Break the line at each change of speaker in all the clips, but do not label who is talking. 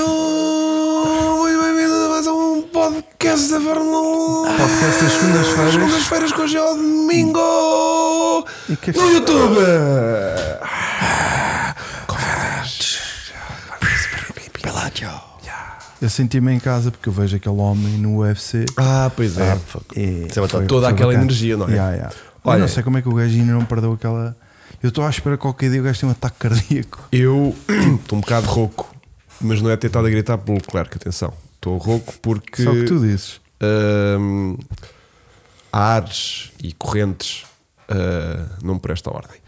Sejam muito bem-vindos a mais um podcast da Fórmula 1.
Podcast das segundas-feiras.
Segundas-feiras com hoje é o domingo
E que-
no YouTube.
Eu senti-me em casa porque eu vejo aquele homem no UFC.
Ah, pois é.
e
Isso é
foi-
toda
foi
aquela
bacana.
energia, não é?
Yeah, yeah.
Olha-
eu não sei como é que o gajo ainda não perdeu aquela. Eu estou à espera que qualquer dia o gajo tenha um ataque cardíaco.
Eu estou um bocado rouco, mas não é tentado a gritar pelo Leclerc, atenção. Estou rouco porque
Só que tu dizes.
hum, há ares e correntes ah, não me prestam ordem.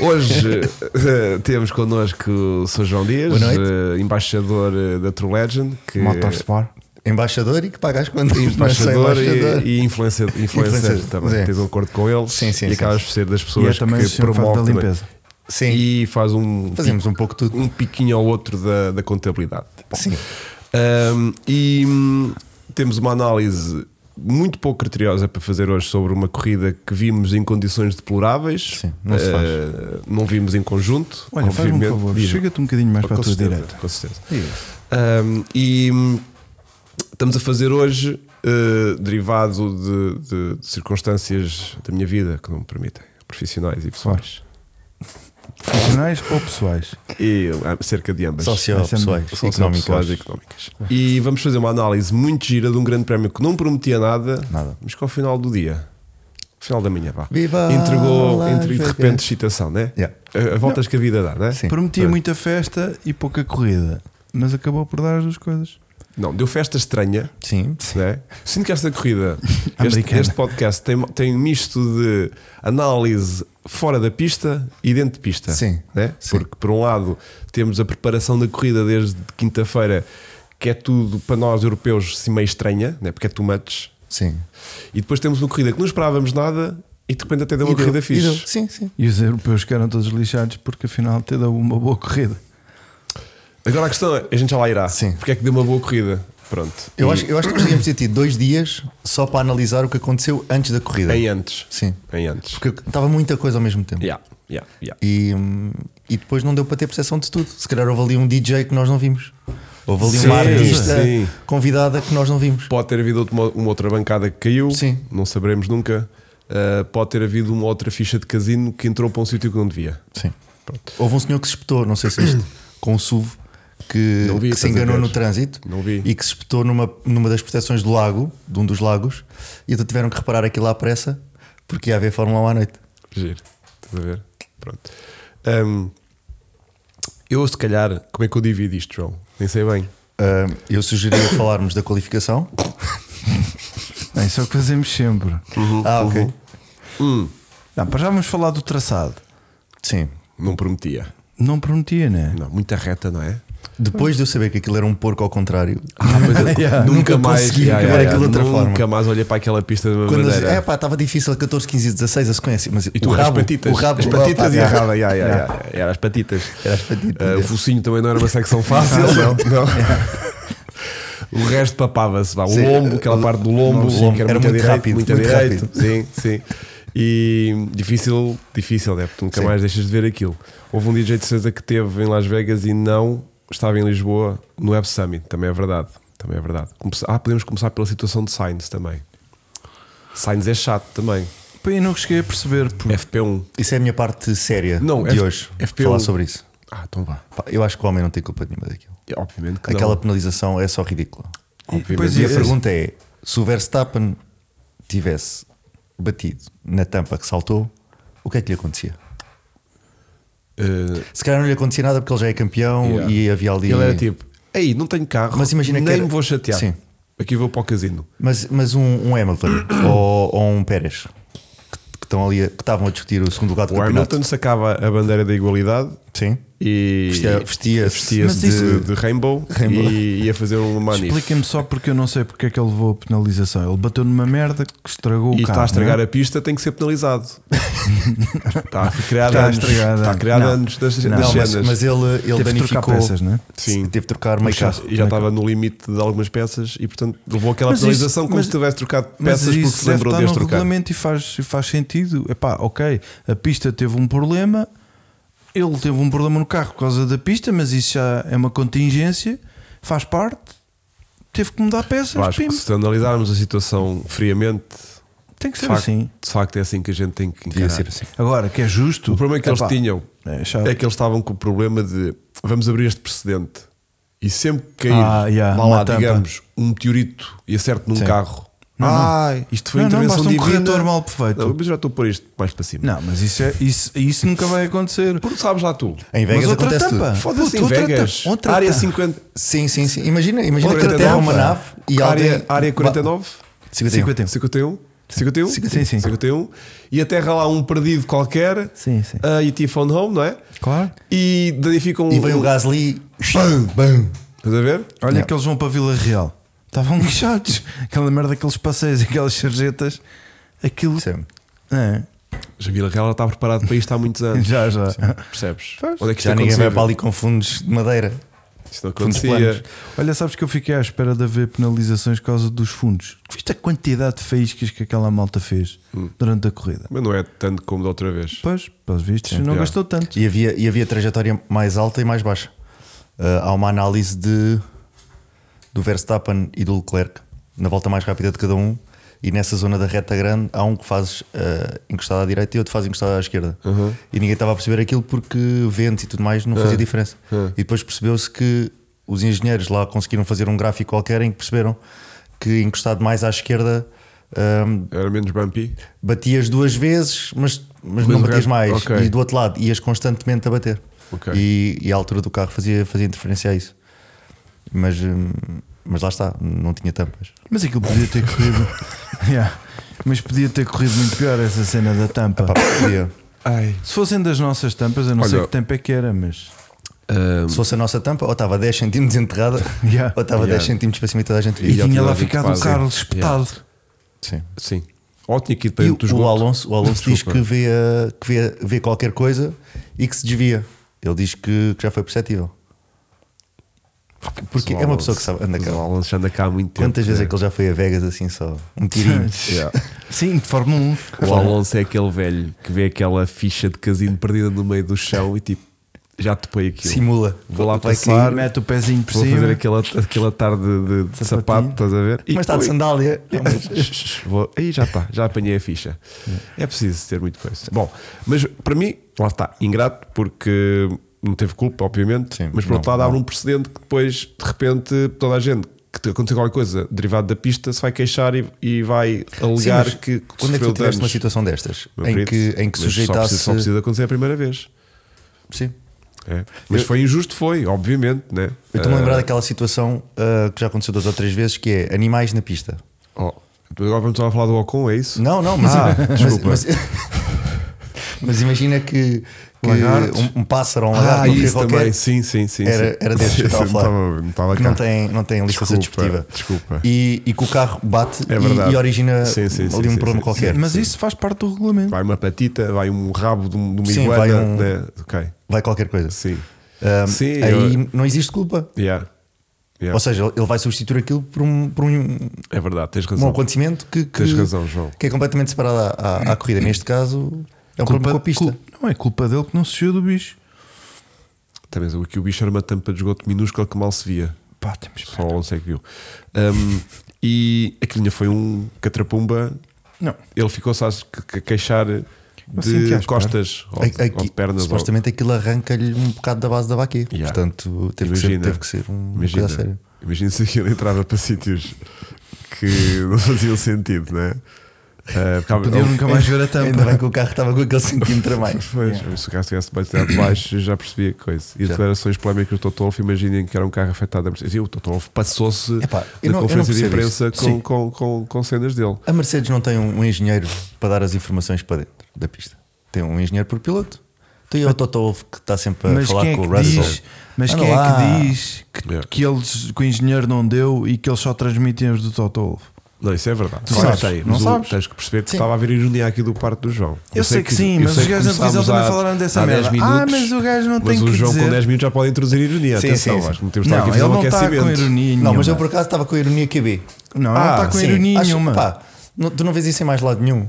Hoje ah, temos connosco o Sr. João Dias,
Boa noite.
ah, embaixador ah, da True Legend, que
Motorsport.
Embaixador e que pagas quando
é embaixador,
embaixador.
e, e influencer, influencer
Influencer,
também.
é.
Tens um acordo com ele
Sim, sim,
e
sim,
acabas
sim.
por ser das
E é
pessoas
também o
que
senhor faz da
promove também.
limpeza.
Sim,
e faz um
fazemos um pouco tudo.
um piquinho ao outro da, da contabilidade.
Sim.
Um, e hum, temos uma análise muito pouco criteriosa para fazer hoje sobre uma corrida que vimos em condições deploráveis.
Sim, não se faz.
Uh, não vimos em conjunto.
Olha, faz-me um
obviamente.
favor,
Diz-me.
chega-te um bocadinho mais para a tua
certeza,
direita.
Com certeza.
Isso.
Um, e hum, estamos a fazer hoje, uh, derivado de, de- de circunstâncias da minha vida que não me permitem, profissionais e pessoais,
Profissionais ou pessoais?
e ah, cerca de ambas.
Sociopessoais,
São pessoais
económicas.
e económicas. E vamos fazer uma análise muito gira de um grande prémio que não prometia nada,
Nada.
mas que ao final do dia, final da manhã, vá.
Viva
entregou,
Las
entre, de repente,
Vegas.
excitação, né?
Yeah.
A- A voltas que a vida dá, né?
Sim.
Prometia
Pronto.
muita festa e pouca corrida, mas acabou por dar as duas coisas.
Não, deu festa estranha.
Sim.
Né? Sinto que esta corrida, este,
Americana.
este podcast, tem, tem um misto de análise fora da pista e dentro de pista.
Sim,
Né?
sim.
Porque, por um lado, temos a preparação da corrida desde quinta-feira, que é tudo para nós europeus assim, meio estranha, né? porque é too much.
Sim.
E depois temos uma corrida que não esperávamos nada e de repente até deu uma
E deu,
corrida
e
fixe.
deu. Sim, sim.
E os europeus que eram todos lixados porque afinal te deu uma boa corrida.
Agora a questão é: a gente já lá irá.
Sim.
Porque é que deu uma boa corrida? Pronto.
Eu
E
acho, eu acho que nós devíamos ter tido dois dias só para analisar o que aconteceu antes da corrida.
Em antes.
Sim.
Em antes.
Porque estava muita coisa ao mesmo tempo.
É Yeah, yeah, yeah.
E, hum, e depois não deu para ter percepção de tudo. Se calhar houve ali um DJ que nós não vimos. Houve ali
Sim,
uma artista
sim.
convidada que nós não vimos.
Pode ter havido uma, uma outra bancada que caiu,
Sim.
não saberemos nunca. Uh, pode ter havido uma outra ficha de casino que entrou para um sítio que não devia.
Sim. Houve um senhor que se espetou, não sei se isto, com um SUV que,
Não vi,
que
estás
se
a
enganou
ver.
no trânsito
Não vi.
e que se espetou numa, numa das proteções do lago, de um dos lagos, e então tiveram que reparar aquilo à pressa porque ia haver Fórmula 1 à noite.
Giro, estás a ver? Pronto. Um, eu, se calhar, como é que eu divido isto, João? Nem sei bem.
Ah, eu sugeria falarmos da qualificação.
É isso é o que fazemos sempre.
Uhum.
Ah, ok.
Hum,
Não, para já vamos falar do traçado.
Sim.
Não prometia.
Não prometia, né?
Não, muita reta, não é?
Depois de eu saber que aquilo era um porco ao contrário,
Ah, pois é,
Yeah.
nunca,
Nunca
mais
consegui ver aquilo de outra
nunca
forma.
mais olhei para aquela pista da
quando eles-
maneira.
é pá, estava difícil 14, 15 e 16 a sequência, mas
E tu
o
eras
rabo,
patitas.
o rabo,
as patitas
opa,
e a
yeah.
raba, yeah, yeah, yeah, yeah. Era as patitas.
Era as patitas,
Ah, O
yeah.
focinho também não era uma secção fácil. não, O resto papava-se, vá. O
Sim.
lombo, aquela parte do lombo,
O
sim,
lombo.
que era,
Era
muito,
muito
direito,
rápido,
muito
muito
direito. Sim, sim. E difícil, difícil, né? Porque nunca
Sim.
mais deixas de ver aquilo. Houve um DJ de César que teve em Las Vegas e não estava em Lisboa no Web Summit, também é verdade. Também é verdade. Começa- Ah, podemos começar pela situação de Sainz também. Sainz é chato também.
Pá, Eu não cheguei a perceber.
Hum.
Porque...
FP1.
Isso é a minha parte séria
Não,
de
F-
hoje.
FPU.
Falar sobre isso.
Ah, então vá.
Pá, eu acho que o homem não tem culpa nenhuma daquilo.
É, Obviamente que
Aquela
não.
penalização é só ridícula.
Obviamente.
Pois
E
é,
a
Sim.
pergunta é: se o Verstappen tivesse batido na tampa que saltou, o que é que lhe acontecia?
Eh,
Se calhar não lhe acontecia nada porque ele já é campeão
Yeah.
e havia ali.
Ele era tipo, ei, não tenho carro,
Mas imagina que
nem
era-
me vou chatear.
Sim.
Aqui vou para o casino.
Mas, mas um, um Hamilton ou, ou um Pérez que, que estão ali a- que estavam a discutir o segundo lugar do
O
campeonato.
Hamilton sacava a bandeira da igualdade
Sim.
e
Vestia- vestia-se
vestia-se
Mas
de,
isso-
de rainbow,
Rainbow.
e ia fazer um manif.
Explica-me só porque eu não sei porque é que ele levou a penalização. Ele bateu numa merda que estragou
E
o carro.
está a estragar
não é?
a pista, tem que ser penalizado. está a criar
Está a
anos.
estragar
Está a
anos.
criar
Não.
anos das,
Não,
das
Não, mas,
cenas.
mas ele, ele
Teve de trocar
danificou.
peças, não é?
Sim.
Teve de trocar meio carro.
e já tá estava no limite de algumas peças e portanto levou aquela
Mas isto-
penalização como
mas-
se tivesse trocado
Mas
peças porque
isso
se lembrou de
deve
as
estar no
trocar.
regulamento e faz, faz sentido. Epá, ok, a pista teve um problema, ele teve um problema no carro por causa da pista, mas isso já é uma contingência. faz parte, teve que mudar peças,
Vasco,
pim,
se analisarmos a situação friamente,
tem que
de
ser
facto,
assim.
de facto é assim que a gente tem que
Devia
encarar.
ser assim.
Agora, que é justo.
O problema que
epá,
eles tinham
É, chato.
é que eles estavam com o problema de vamos abrir este precedente e sempre que cair,
Ah, yeah,
vá lá,
uma tampa.
digamos, um meteorito e acerte num
Sim.
carro.
Não, não.
Ai, isto foi
Não, não,
intervenção
basta um
divina.
corretor mal feito.
Não, mas já estou a pôr isto mais para cima.
Não, mas isso, é, isso, isso nunca vai acontecer.
Porque sabes lá tu.
Em Vegas
Mas outra
acontece
tampa.
tudo.
Foda-se em
Outra
Vegas.
tampa, outra
área
tampa.
50.
Sim, sim, sim. Imagina, imagina
Outra
que aterra
tampa.
uma nave e
área,
alguém.
área 49.
51.
51.
51. 51?
Sim, sim.
51. E aterra lá um perdido qualquer.
Sim, sim.
ah, e te phone home, não é?
Claro.
E danificam
E vem um o Gasly. Bam, bam.
Estás a ver?
Olha
Yeah.
que eles vão para Vila Real. Estavam guixados. Aquela merda, aqueles passeios, aquelas sarjetas. Aquilo.
Sim.
É,
Já Vila Real já está preparado para isto há muitos anos.
já, já.
Percebes?
Pois.
Onde é que isto
Já ninguém
acontecia?
vai para ali com fundos de madeira.
Isto não
fundos
acontecia.
planos.
Olha, sabes que eu fiquei à espera de haver penalizações por causa dos fundos. Viste a quantidade de faíscas que aquela malta fez
Hum.
durante a corrida?
Mas não é tanto como da outra vez.
Pois, pelos vistos, não
já.
gastou tanto.
E havia, e havia trajetória mais alta e mais baixa. Ah, há uma análise de, do Verstappen e do Leclerc na volta mais rápida de cada um. E nessa zona da reta grande há um que faz ah, encostado à direita e outro faz encostado à esquerda. E ninguém estava a perceber aquilo porque vento e tudo mais não fazia diferença. E depois percebeu-se que os engenheiros lá conseguiram fazer um gráfico qualquer em que perceberam que encostado mais à esquerda ah,
Era menos bumpy.
batias duas vezes, mas, mas
Mas
não
o
batias
resto-
mais.
ok.
E do outro lado ias constantemente a bater.
Ok.
E, e a altura do carro fazia, fazia interferência a isso. Mas, hum, mas lá está, não tinha tampas.
Mas aquilo podia ter corrido. Yeah. Mas podia ter corrido muito pior essa cena da tampa.
Pá, podia.
Ai.
Se fossem das nossas tampas, eu não sei
Olha-
que tampa é que era, mas.
Se fosse a nossa tampa, ou estava 10 cm enterrada,
Yeah.
ou estava
Yeah.
10 cm para cima e toda a gente
E
E,
via.
já
tinha lá
tinha
ficado
quase-
o Carlos espetado.
Sim.
Sim. Ou tinha que ir para
E
dentro do
o, o
esgoto.
Alonso, o Alonso diz
Desculpa.
que, vê, a- que vê, vê qualquer coisa e que se desvia. Ele diz que, que já foi perceptível. Porque é uma pessoa que sabe, anda
Mas
cá.
O Alonso já anda cá há muito tempo.
Quantas vezes é
né?
que ele já foi a Vegas assim só? Um tirinho.
Yeah.
Sim, de Fórmula 1.
O Alonso é aquele velho que vê aquela ficha de casino perdida no meio do chão e tipo, já topei aquilo.
Simula.
Vou lá
Vai
passar,
cair.
mete o pezinho por
Vou
cima.
fazer aquela, aquela tarde de, de sapato,
Sapatinho.
estás a ver? E É um
Mas está de
ui,
sandália. Não, mas-
Vou, aí já está, já apanhei a ficha. É preciso ter muito coisa. Bom, mas para mim, lá está, ingrato, porque não teve culpa, obviamente,
Sim,
mas por outro
não,
lado abre
não.
um precedente que depois, de repente, toda a gente que te aconteceu qualquer coisa derivada da pista se vai queixar e, e vai
Sim,
alegar
mas
que
Quando é que tu
sofreu
tiveste uma
danos.
situação destas?
Meu
Em
querido,
que, em que
mas Só
sujeitasse.
precisa, só precisa acontecer a primeira vez.
Sim.
É. Mas foi injusto, foi, obviamente, né?
Eu estou-me a
Ah,
lembrar daquela situação ah, que já aconteceu duas ou três vezes, que é animais na pista.
oh, agora vamos estar a falar do Ocon, é isso?
Não, não, mas.
Ah,
mas-
desculpa.
mas, mas imagina que, que
Lagartos.
um, um pássaro ou um
Ah,
lagarto qualquer
isso
qualquer,
também, sim, sim, sim.
era,
sim.
era desses que eu estava a falar.
Não estava- não estava
que
cá.
não tem, não tem licença
Desculpa,
desportiva.
desculpa.
E, e que o carro bate
É
e-
verdade.
e, origina
Sim, sim, sim,
ali um
sim,
problema
sim,
qualquer.
Mas isso faz parte do regulamento.
Vai uma patita, vai um rabo de, um- de uma
Sim,
iguana.
vai um-
né? Ok,
Vai qualquer coisa.
sim.
Ahm,
Sim,
aí
eu-
não existe culpa.
Yeah. Yeah.
Ou seja, ele vai substituir aquilo por um, por um,
é verdade, tens
um
razão.
acontecimento que, que,
Tens razão, João.
que é completamente separado à, à- à corrida. Neste caso, é um problema com a pista.
cul- não é culpa dele que não se saiu do bicho.
Também aqui Tá, o bicho era uma tampa de esgoto minúscula que mal se via.
Pá, temos.
Só o Alonso é que viu. Um, e aquilo ainda foi um catrapumba.
Não.
Ele ficou só a se que- que- queixar de
Assim
é
que às
costas ou, de- ou
Aqui,
de pernas. ou-
supostamente aquilo arranca-lhe um bocado da base da baquê.
Yeah.
Portanto, teve que, ser,
Imagina.
teve que ser um, uma coisa a
Imagina,
sério.
imagina se aquilo entrava para sítios que não faziam sentido, não é? Ah, porque há-
Podiam nunca mais ver a
Ainda bem
tampa.
que o carro estava com aquele centímetro a mais.
Pois, se o carro estivesse bastante de baixo, eu já percebi a coisa. E as
Já.
declarações polémicas do Toto Wolff, imaginem que era um carro afetado. a Mercedes. E o Toto Wolff passou-se
Epá,
na
eu não- eu não
conferência de
percebo
imprensa
isto.
com,
Sim.
com, com, com cenas dele.
A Mercedes não tem um, um engenheiro para dar as informações para dentro da pista. Tem um engenheiro por piloto. Tem o Toto Wolff que está sempre a
Mas
falar
quem é
com o
que
Russell.
diz, mas
Anda
quem é
lá.
que, diz que,
Yeah.
que, eles, que o engenheiro não deu e que eles só transmitem os do Toto Wolff?
Não, isso é verdade.
Tu
Claro que
sabes,
tem,
não
mas o-
sabes.
Tens que perceber que
Sim.
estava a haver ironia aqui do parte do João.
Eu sei que sim,
eu
mas
sei
os
que
gajos da televisão
começámos
também
há-
falaram dessa
há 10
merda. Ah,
minutos,
mas o gajo não
mas
tem
o
que
João com
dizer.
10 minutos já pode introduzir ironia.
Sim,
Atenção,
sim, sim.
acho que não temos de estar
Não,
aqui a
ele
fazer um
não está com
aquecimento.
ironia nenhuma.
Não, mas eu por acaso estava com a ironia QB.
Não, ele
Ah,
não está com
Sim,
ironia
acho-
nenhuma.
pá, não- tu não vês isso em mais lado nenhum.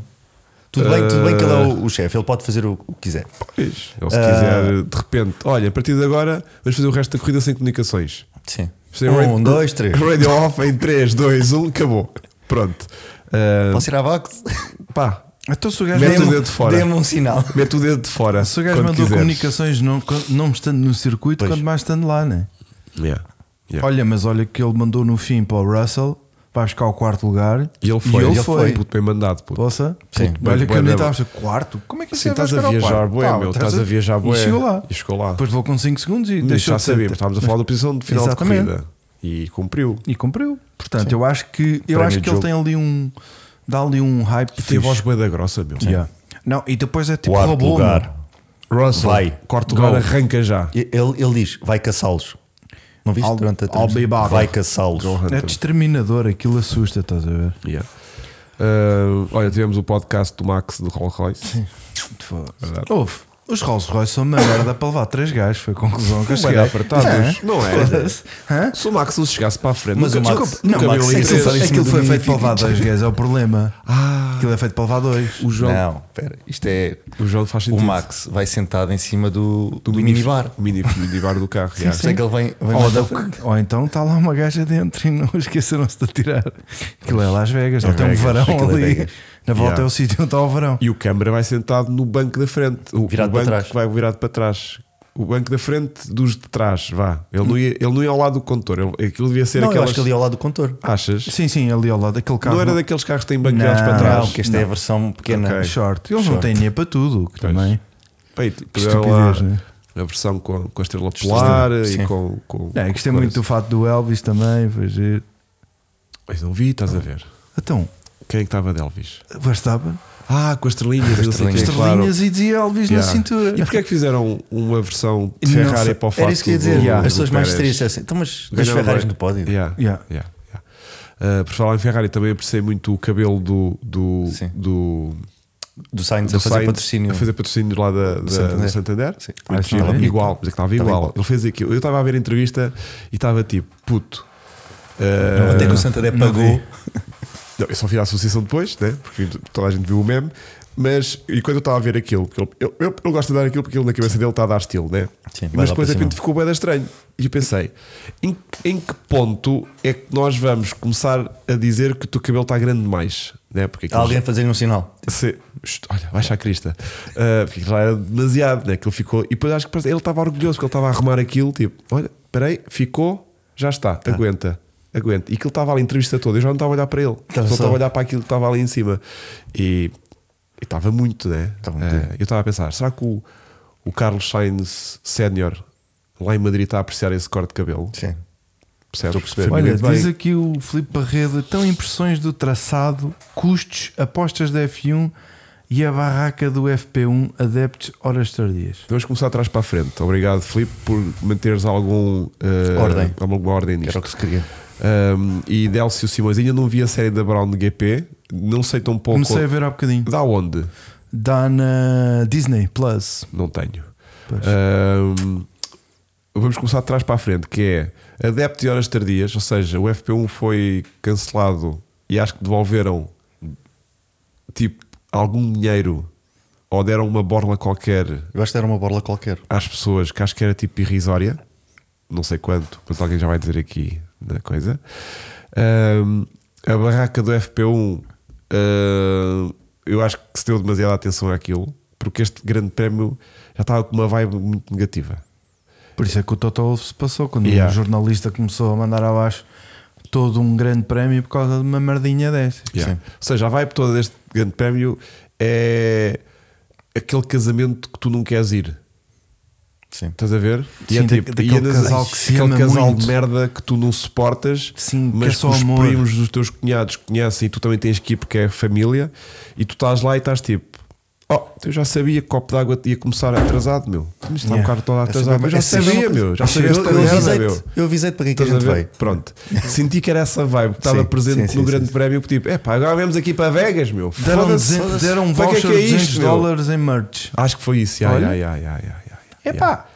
Tudo bem, tudo bem que ele é o, o chefe, ele pode fazer o, o que quiser.
Ah.
Pois, ele se quiser, de repente, olha, a partir de agora vamos fazer o resto da corrida sem comunicações.
Sim.
Isto é
Um,
radio-
dois, três.
Radio off em 3, 2, 1, acabou. Pronto. Ah,
Posso ir à Vox?
pá,
Então se o gajo
mete o
mandou,
dedo de fora.
Dê-me um sinal.
Mete o dedo de fora.
se o gajo
quando
mandou
quiseres.
comunicações não, não estando no circuito,
Pois.
quanto mais estando lá, né?
Yeah, yeah.
Olha, mas olha que ele mandou no fim para o Russell, vai buscar o quarto lugar.
E ele foi,
E ele
ele
foi.
Puto bem mandado, puto.
Poça,
Sim.
puto, olha
Bem,
que eu
bem,
nem
bem.
estava quarto. Como é que
Sim,
esse gajo
estás a
vai chegar ao
viajar
quarto?
bué,
Pá,
meu, estás a viajar bué.
E chegou lá.
E chegou lá.
Depois levou com 5 segundos e
Mas
deixou
já
de
sabíamos,
ser-
estávamos a falar da posição de final
Exatamente.
de corrida. E cumpriu.
E cumpriu. Portanto, eu acho que, eu
Prémio
acho
de
que ele
jogo.
tem ali um. dá ali um hype.
E tem
fixe.
voz bué da grossa, meu.
Yeah. Não, e depois é tipo
Quarto
robô.
lugar.
meu.
Russell,
Vai.
quarto
Go.
lugar, arranca já.
E- Ele, ele diz: vai caçá-los. Não viste
I'll-
durante a
I'll be
transmissão?
back.
Vai caçá-los.
Go
É
Hunter.
determinador, aquilo assusta, estás a ver?
Yeah. Ah, olha, tivemos o podcast do Max do Rolls Royce. Verdade.
Houve. Os Rolls Royce são uma merda para levar três gajos, foi a conclusão que eu cheguei.
Bué de apertados. Não é?
Foda-se. Hã?
Se o Max não chegasse para a frente,
Mas
nunca,
o Max-
nunca,
Não,
nunca
mas
viu
aquilo,
interesse.
foi, aquilo foi
do
feito para
Benfica.
levar dois gajos, é o problema. Aquilo é feito para levar dois.
O João,
Não, espera. Isto é.
o João faz
O
sentido.
Max vai sentado em cima do, do,
mini-
minibar.
Mini, minibar do carro. yeah.
Por isso é que ele vem. vem
Ou,
mais à
da-
frente.
ou então está lá uma gaja dentro e não esqueceram-se de tirar. Aquilo é Las Vegas, não tem um
Vegas,
varão
aquilo é
ali.
Vegas.
Na volta
Yeah.
é o sítio onde está o varão.
E o câmara vai sentado no banco da frente. O,
Virado
o
para
banco
trás.
que vai virado para trás. O banco da frente dos de trás, vá. Ele não ia, ele não ia ao lado do condutor. Ele, aquilo devia ser
Não, eu
aquelas.
acho que ali ao lado do contor.
Achas?
Sim, sim, ali ao lado daquele carro.
não era daqueles carros que têm banco
Não,
virados para trás.
Não, que esta é a versão pequena.
Ok.
Short. Eles não
Short.
têm dinheiro para tudo. que também.
Pá, e tu- tu
estupidez,
olha lá,
né?
A versão com, com a estrela polar e
Sim. é
com. com
Não, eu
com
gostei É, muito do
cores.
fato do Elvis também. Foi giro.
Mas não vi, estás a ver.
Então,
Quem é que estava de Elvis?
bastava
Ah, com as estrelinhas. não sei o quê,
estrelinhas.
claro.
estrelinhas e dizia Elvis
Yeah.
na cintura.
E porquê é que fizeram uma versão de
Não
Ferrari
sei.
para o facto
Era isso que eu ia dizer.
do- do
As pessoas mais
Pérez?
tristes é assim. Então, mas as
Ganhava
Ferraris
bem.
no pódio.
Yeah,
Yeah.
yeah, yeah. Uh, por falar em Ferrari, também apreciei muito o cabelo do, do,
Sim.
do,
Do Sainz
do
a fazer
Sainz
patrocínio.
a fazer patrocínio lá da, da- do Santander.
Santander.
Sim.
Sim.
Muito
Ah,
giro.
estava bonito.
igual, mas é que estava
Estava
igual.
igual.
Ele fez aquilo. Eu estava a ver a entrevista e estava tipo, puto. uh,
Até é que o Santander pagou.
não, eu só fiz a associação depois, né? porque toda a gente viu o meme. Mas, e quando eu estava a ver aquilo, porque ele, eu, eu, eu gosto de dar aquilo porque ele na cabeça dele está a dar estilo, né?
Sim, vai
mas depois
lá
de
para cima.
repente ficou bem estranho. E eu pensei, em, em que ponto é que nós vamos começar a dizer que o teu cabelo está grande demais? Né? Porque
Há
aquilo-
alguém a fazer-lhe um sinal.
se- Shh, olha, baixa a crista. Ah, porque aquilo era demasiado, né? Aquilo ficou. E depois acho que parece- ele estava orgulhoso porque ele estava a arrumar aquilo, tipo, olha, peraí, ficou, já está,
Ah.
aguenta, aguenta. E que ele estava ali a entrevista toda, eu já não estava a olhar para ele, só
Estava só-
estava a olhar para aquilo que estava ali em cima. E e estava muito, né?
Estava muito.
Ah, eu estava a pensar, será que o, o Carlos Sainz Sénior lá em Madrid está a apreciar esse corte de cabelo?
Sim.
Percebes?
Estou a perceber.
Foi
Olha,
muito bem.
diz aqui o Filipe Barredo: tão impressões do traçado, custos, apostas da F1 e a barraca do FP1, adeptos, horas tardias.
Vamos começar atrás para a frente. Obrigado, Filipe, por manteres algum, ah,
Ordem.
alguma ordem nisto.
Era o que se queria.
Um, e Délcio Simões, ainda não vi a série da Brown de GP, não sei tão pouco.
Comecei a ver há bocadinho.
Da onde?
Dá na Disney Plus.
Não tenho.
Pois.
Um, vamos começar de trás para a frente, que é adepto de horas tardias, ou seja, o FP1 foi cancelado e acho que devolveram tipo algum dinheiro ou deram uma borla qualquer
Eu acho que era uma borla qualquer.
às pessoas que acho que era tipo irrisória, não sei quanto, mas alguém já vai dizer aqui na coisa. Ahm, a barraca do FP1, ah, eu acho que se deu demasiada atenção àquilo, porque este grande prémio já estava com uma vibe muito negativa.
Por isso é que o Toto Wolff se passou quando
Yeah.
um jornalista começou a mandar abaixo todo um grande prémio por causa de uma merdinha dessas.
Yeah.
Sim.
Ou seja, a vibe toda deste grande prémio é aquele casamento que tu não queres ir.
Sim.
Estás a ver?
Sim,
é
da- daquele
andas-
casal que se
aquele
ama
casal
muito.
de merda que tu não suportas,
Sim, que é
mas
só
que os
amor.
primos dos teus cunhados conhecem e tu também tens que ir porque é família, e tu estás lá e estás tipo. Oh, eu já sabia que o copo d'água ia começar atrasado, meu. Isto está um
Yeah.
bocado todo
sempre-
atrasado. Mas já
é
assim.
sempre
sabia,
uma coisa.
meu. Já sabia
Eu,
esta
eu
merda, meu.
avisei-te eu avisei-te para que é que a
Estás a
gente
ver?
veio.
Pronto. Senti que era essa vibe que estava
Sim,
presente
sim,
no
sim,
Grande
sim.
Prémio. Tipo, epá, agora vemos aqui para Vegas, meu.
Deram,
Foda-se,
200
foda-se.
deram um
Para que é
voucher
que
de
é
200
isto, meu?
dólares em merch.
Acho que foi isso. Yeah,
Olha.
yeah, yeah, yeah, yeah, yeah, yeah.
Epá.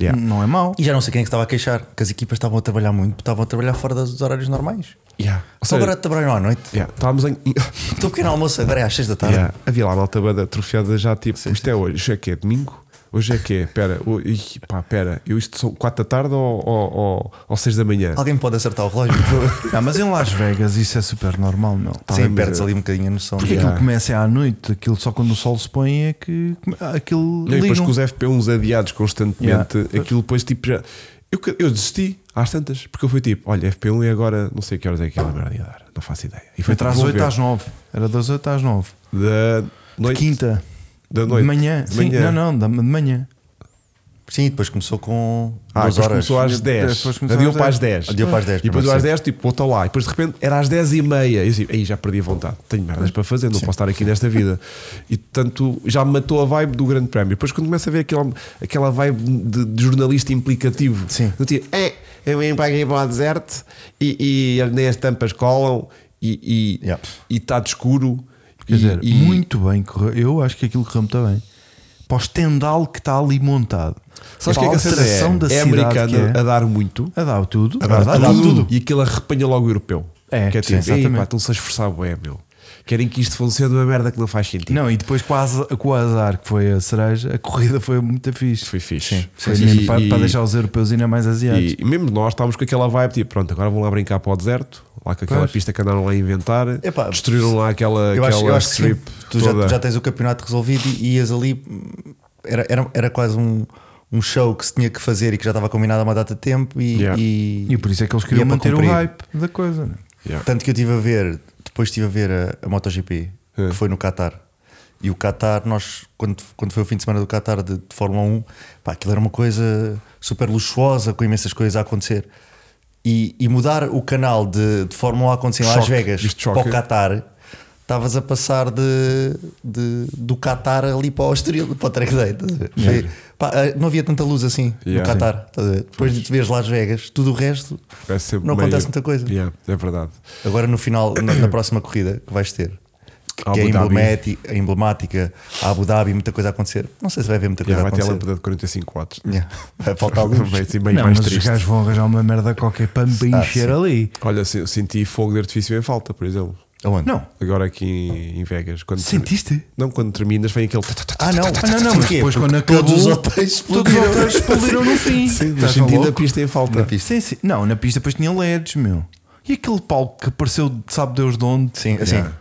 Yeah.
Não é mau.
E já não sei quem é que estava a queixar, que as equipas estavam a trabalhar muito, estavam a trabalhar fora dos dos horários normais.
Yeah. Ou
Só
seja,
agora trabalham à noite.
yeah, estávamos em.
Estou pequeno almoço agora é às 6 da tarde.
Yeah. Havia lá a malta bada atrofiada já tipo, isto é hoje, isto é que é domingo. Hoje é que é? Pera, o- ih, pá, pera. Eu isto são 4 da tarde ou, ou, ou, ou 6 da manhã?
Alguém me pode acertar o relógio? por favor?
Ah, mas em Las Vegas isso é super normal, meu.
Sim,
Tá mas
perdes
eu-
ali um bocadinho a noção.
Porque
de-
aquilo começa é à noite, aquilo só quando o sol se põe é que come- aquilo
Não, e depois
ligam.
com os FP1s adiados constantemente,
um Yeah.
aquilo depois tipo já. Eu, ca- eu desisti às tantas, porque eu fui tipo, olha, FP1 e agora não sei a que horas é que aquela merda ia dar, não faço ideia. E
Foi
tipo,
atrás
vou
8
ver.
às 9. Era das 8 às 9.
da noite,
Quinta.
da
De
noite,
manhã.
De
Sim, não, não, da- de manhã.
Sim, e depois começou com
Ah,
duas
depois
horas.
começou às
Depois
10.
começou
Adiou
às
para as
10.
10.
Adiou para as 10,
E depois
primeiro
eu às
sim.
10, tipo, volta lá. E depois de repente era às 10 e meia. E assim, aí já perdi a vontade. Tenho merdas para fazer, não posso estar aqui nesta vida. E tanto já me matou a vibe do Grande Prémio. Depois quando começa a ver aquela, aquela vibe de, de jornalista implicativo,
Sim.
do tipo, é, eu vim para aqui para o deserto e, e as- nem as tampas colam e
Yeah.
está de escuro.
Quer dizer, muito bem correu. Eu acho que aquilo correu muito bem. Para o estendal que está ali montado.
Sabes o
Para
que é que a cena
alteração
é?
da
é
cidade
americana
que
a dar muito.
é. A dar tudo.
Agora,
a dar tudo.
E aquilo arrepanha logo o europeu.
É,
que é
sim,
tipo, "Ei,
exatamente.
pá, estão-se a esforçar, bué, meu. Querem que isto funcione uma merda que não faz sentido.
Não, e depois com o azar, com o azar, que foi a cereja, a corrida foi muito fixe.
Foi fixe. Sim,
Foi
sim,
mesmo
sim.
para,
E-
para deixar os europeus ainda mais asiáticos.
E, e mesmo nós estávamos com aquela vibe tipo, pronto, agora vão lá brincar para o deserto, lá com aquela
Pois.
pista que andaram lá a inventar,
Epá,
destruíram lá aquela,
Eu
aquela
acho, eu acho que sim.
strip.
tu já,
toda.
já tens o campeonato resolvido e ias ali. Era, era, era quase um, um show que se tinha que fazer e que já estava combinado há uma data de tempo. E,
Yeah.
e-
E por isso é que eles
e
queriam
é para
manter o
cumprir.
hype da coisa. né?
Yeah.
Tanto que eu estive a ver, depois estive a ver a, a MotoGP,
É.
que foi no Qatar. E o Qatar, nós, quando, quando foi o fim de semana do Qatar de, de Fórmula 1, pá, aquilo era uma coisa super luxuosa, com imensas coisas a acontecer. E, e mudar o canal de, de Fórmula 1 a acontecer em Las
Choque,
Vegas
isto
para
choca.
o Qatar, estavas a passar de, de- do Qatar ali para o Estoril, para o track day. estás a ver? Foi- pá, eh, não havia tanta luz assim
Yeah.
no Qatar. estás a ver? Depois de te veres Las Vegas, tudo o resto
Parece sempre
não
meio-
acontece muita coisa.
Yeah, é verdade.
Agora no final, na, na próxima corrida que vais ter, que,
Abu
que é
Dhabi.
emblemati- emblemática, a Abu Dhabi, muita coisa a acontecer. Não sei se vai haver muita coisa
Yeah, vai
a
ter a
acontecer.
lâmpada de 45 watts.
Yeah. Vai faltar luz.
Meio assim, meio
Não,
mais
mas
triste.
os gajos vão arranjar uma merda qualquer para me
Ah,
encher
sim.
ali.
Olha, se- senti fogo de artifício em falta, por exemplo.
Aonde?
Não,
Agora aqui em, em Vegas. Quando
sentiste?
Não, quando terminas, vem aquele.
Ah, não.
Ah, não, não, mas
Porquê?
depois
Porque
quando acabou.
Todos os hotéis
todos os
explodiram.
hotéis explodiram no fim.
Sim, mas
Estás
senti na
maluco?
pista em falta.
Sim, sim. Não, na pista depois tinha LEDs, meu. E aquele palco que apareceu, de sabe Deus de onde,
Sim, assim.
Yeah.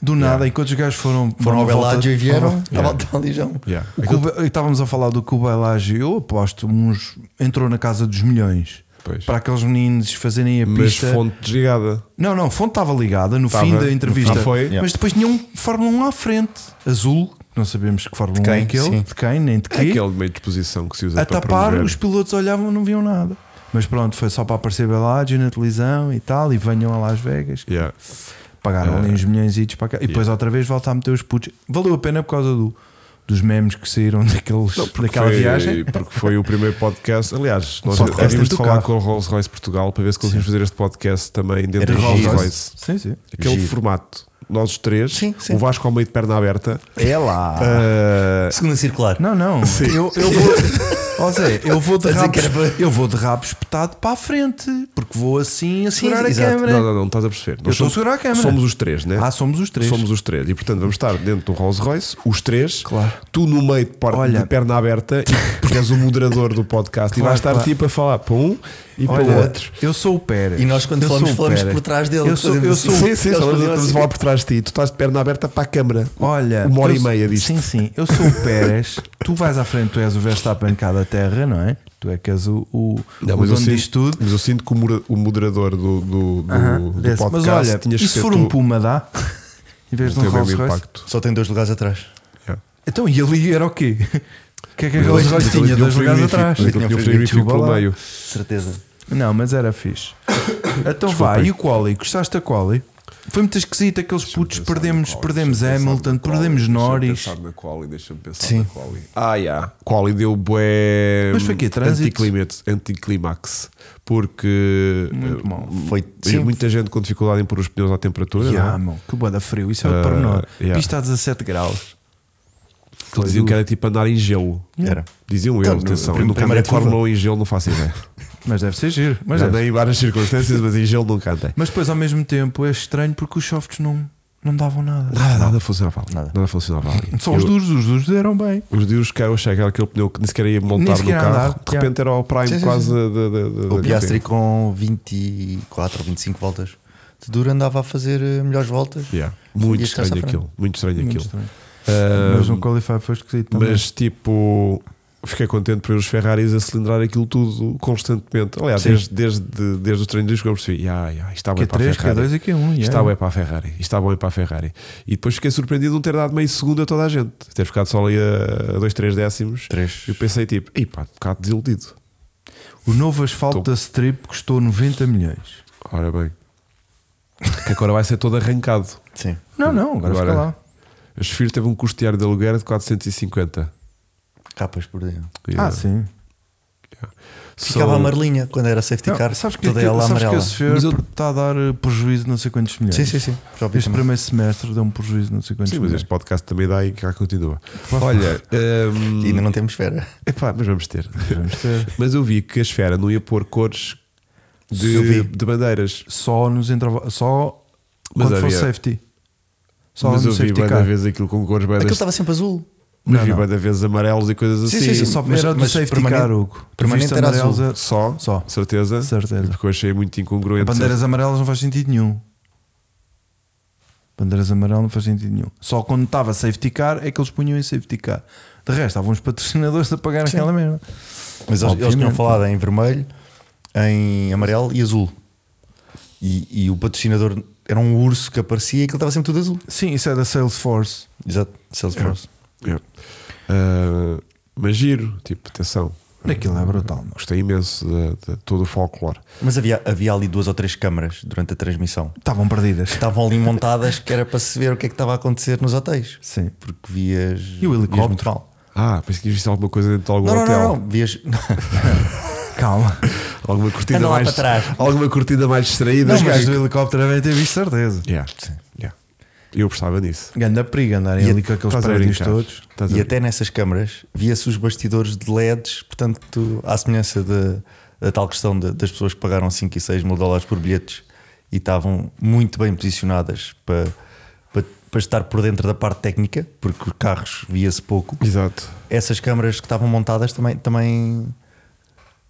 do nada, enquanto os gajos foram.
Foram ao
uma volta-
Belágio e vieram
Yeah.
à volta ao Lijão.
Yeah.
O que o Be- estávamos a falar do que o Belágio, eu aposto, uns entrou na casa dos milhões
Pois.
para aqueles meninos fazerem a
Mas
pista.
fonte desligada.
Não, não, a fonte estava ligada no
Estava.
fim
No
da
fim
entrevista.
foi.
Mas depois tinha um Fórmula 1 à frente, azul, não sabemos que Fórmula 1 é
quem,
aquele,
sim.
de quem, nem de quê.
Aquele meio de exposição que se usa
a
para
tapar,
promover.
os pilotos olhavam não viam nada. Mas pronto, foi só para aparecer Belágio na televisão e tal, e venham a Las Vegas.
Yeah.
Pagaram ali uns milhões para cá. E depois outra vez volta a meter os putos. Valeu a pena por causa do, dos memes que saíram daqueles,
Porque
daquela
foi,
viagem.
Porque foi o primeiro podcast. Aliás, nós
Só de resto
havíamos
dentro
de
do
falar
carro.
com a Rolls Royce Portugal para ver se conseguimos fazer este podcast também dentro
Era
do Rolls
giro.
Royce.
Sim, sim.
Aquele
Giro.
formato. Nós os três,
Sim, sim.
o Vasco ao meio de perna aberta.
É lá.
Ah,
Segunda circular.
Não, não. Eu, eu vou. Ó Zé, eu vou de
A dizer
rabo,
que era para-
eu vou de rabo espetado para a frente, porque vou assim a segurar a
exato.
câmera.
não, não, não, estás a perceber. Nós
estou a segurar a câmera.
Somos os três, né?
Ah, somos os três.
Somos os três. E portanto vamos estar dentro do Rolls Royce, os três.
Claro.
Tu no meio de, porta,
Olha.
de perna aberta, e- porque és o moderador do podcast. e
Claro,
vais estar
claro.
tipo a falar para um e
Olha,
para o outro.
Eu sou o Pérez.
E nós, quando
Eu
falamos,
sou o
falamos
Pérez.
por trás dele.
Eu sou,
fazemos
eu
assim.
sou
Sim,
o-
sim,
Eles
estamos,
faziam
estamos a
assim.
falar por trás de ti. Tu estás de perna aberta para a câmara.
Olha,
Uma hora
eu
e
sou-
meia disto.
Sim, sim. Eu sou o Pérez. tu vais à frente, tu és o Verstappen cá da Terra, não é? Tu é que és o, o,
Não,
o
mas, eu
dono
sinto,
disto tudo.
mas eu sinto que o mora- o moderador do, do, do-
Aham,
do
desse.
podcast
mas olha,
tinha
e se for um Puma dá? Em vez de um
teve
Rolls
mesmo
Royce.
impacto.
Só tem dois lugares atrás.
Yeah.
Então, e ali era o quê? O que é
Mas
que aquele
ele-
Rolls
ele
tinha?
tinha um
Dois lugares
frigorífico,
atrás.
ele
Tinha um
tinha um frigorífico
frigorífico
pelo
lá.
meio.
Certeza.
Não, mas era fixe. Então vá,
Desculpem.
e o Quali? Gostaste da Quali? Foi muito esquisito aqueles putos, perdemos, perdemos Hamilton, perdemos Norris.
Deixa-me pensar na quali, deixa-me pensar
Sim.
na quali. Ah, já. Quali deu bué. hum,
Mas foi quê? Trânsito?
anticlimax- Anticlimax. Porque.
Muito
eh,
mal.
Foi
Sim. Muita gente com dificuldade em pôr os pneus à temperatura. não é?
Yeah, meu, que boda frio, isso é
Ah,
o pormenor.
yeah.
Pista a 17 graus.
Eles diziam que era tipo andar em gelo.
Era.
Diziam
Então,
eles,
no-
atenção.
no
Eu nunca
primeiro
andei de
curva.
Fórmula 1 em gelo, não faço ideia.
Mas deve ser giro. Mas, é.
Já
deve-
andei em várias circunstâncias, mas em gelo nunca andei.
mas depois ao mesmo tempo é estranho porque os softs não. não davam nada.
Nada, nada funcionava ali.
Nada.
Nada funcionava ali.
Só os
Eu-
duros, os duros deram bem.
Os dias que eu cheguei, aquele pneu que nem sequer ia
Nem
montar
sequer
no carro,
andar,
de repente era o Prime
Sim, sim,
quase da- da- da- da-
O Piastri com 24 ou 25 voltas de duro andava a fazer eh, melhores voltas.
Yeah. Muito
Ia estar-se à
estranho
frente.
aquilo, muito estranho
Muito
aquilo.
estranho.
Ah,
Mas no Qualify foi esquisito também. é.
mas tipo, fiquei contente por ver os Ferraris a cilindrar aquilo tudo constantemente. Aliás,
Sim.
desde, desde, desde os treinos livres que eu percebi, yeah, yeah, isto está bem para a
Q3,
Ferrari.
Q2 é e Q1. yeah.
Isto Está bem para a Ferrari, isto está bem para a Ferrari. E depois fiquei surpreendido de não ter dado meio segundo a toda a gente, ter ficado só ali a 2, 3 décimos.
Três.
Eu pensei tipo, e pá, um bocado desiludido.
O novo asfalto
Tô-
da Strip custou 90 milhões.
Ora bem, que agora vai ser todo arrancado.
Sim.
Não, não, agora,
Agora-
fica lá.
A Chefir teve um custo diário de aluguer de 450.
Capas por dentro.
Ah, sim.
Ficava
Só-
a Marlinha quando era safety
Não,
car.
sabes que,
toda
aquilo-
ela
sabes que
amarela.
esse senhor
Mas eu-
está a dar eh, prejuízo de não sei quantos milhões.
Sim, sim, sim. Já ouvi
Este
também.
primeiro semestre deu um prejuízo de não sei quantos
Sim, mas
milhões.
este podcast também dá e cá continua. Olha, hum,
Ainda não temos fera.
epá, mas vamos ter.
Vamos ter.
Mas eu vi que a esfera não ia pôr cores
Eu
de,
vi.
de bandeiras.
Só nos intervalos. Só
Mas
quando for
havia-
safety. Só
mas
no
eu vi
safety
bem
car.
da vez aquilo com cores bem
um Aquilo
das-
estava sempre azul.
Mas
Não,
vi
não.
bem da vez amarelas e coisas
Sim,
assim.
sim, sim,
Só
Mas-
era do
mas
safety
permanente-
car, Hugo. Tu
permanente
viste
era
amarelos
azul.
a-
Só?
Só.
Certeza?
Certeza.
Porque eu achei muito incongruente.
Bandeiras amarelas não faz sentido nenhum. Bandeiras amarelas não faz sentido nenhum. Só quando estava safety car é que eles punham em safety car. De resto, estavam os patrocinadores a pagar aquela merda.
Mas eles, eles tinham
Obviamente.
falado em vermelho, em amarelo e azul. E, e o patrocinador era um urso que aparecia e aquilo estava sempre tudo azul.
Sim, isso é da Salesforce.
Exato. Salesforce.
Yeah. Ah, mas giro, tipo, atenção.
Aquilo é brutal, não.
Gostei imenso de, de todo o folclore.
Mas havia, havia ali duas ou três câmaras durante a transmissão.
Estavam perdidas.
Estavam ali montadas que era para se ver o que é que estava a acontecer nos hotéis.
Sim.
Porque vias.
E o helicóptero?
vias muito mal.
Ah, pensei que ias visto alguma coisa dentro de algum
Não, não,
hotel.
não, não. Vias.
Calma.
Alguma cortina
Anda lá
mais.
para trás.
Alguma cortina mais distraída.
Não,
os
mas
gajos-
do helicóptero devem ter visto certeza.
Yeah, yeah. Eu gostava disso.
Ganda perigo andarem
E-
ali com aqueles
Estás a
prédios
brincar.
todos.
Estás a
E
brincar.
até nessas câmaras via-se os bastidores de LEDs, portanto, tu- à semelhança da da tal questão de- das pessoas que pagaram 5 e 6 mil dólares por bilhetes e estavam muito bem posicionadas para, para, para estar por dentro da parte técnica, porque os carros via-se pouco.
Exato.
Essas câmaras que estavam montadas também, também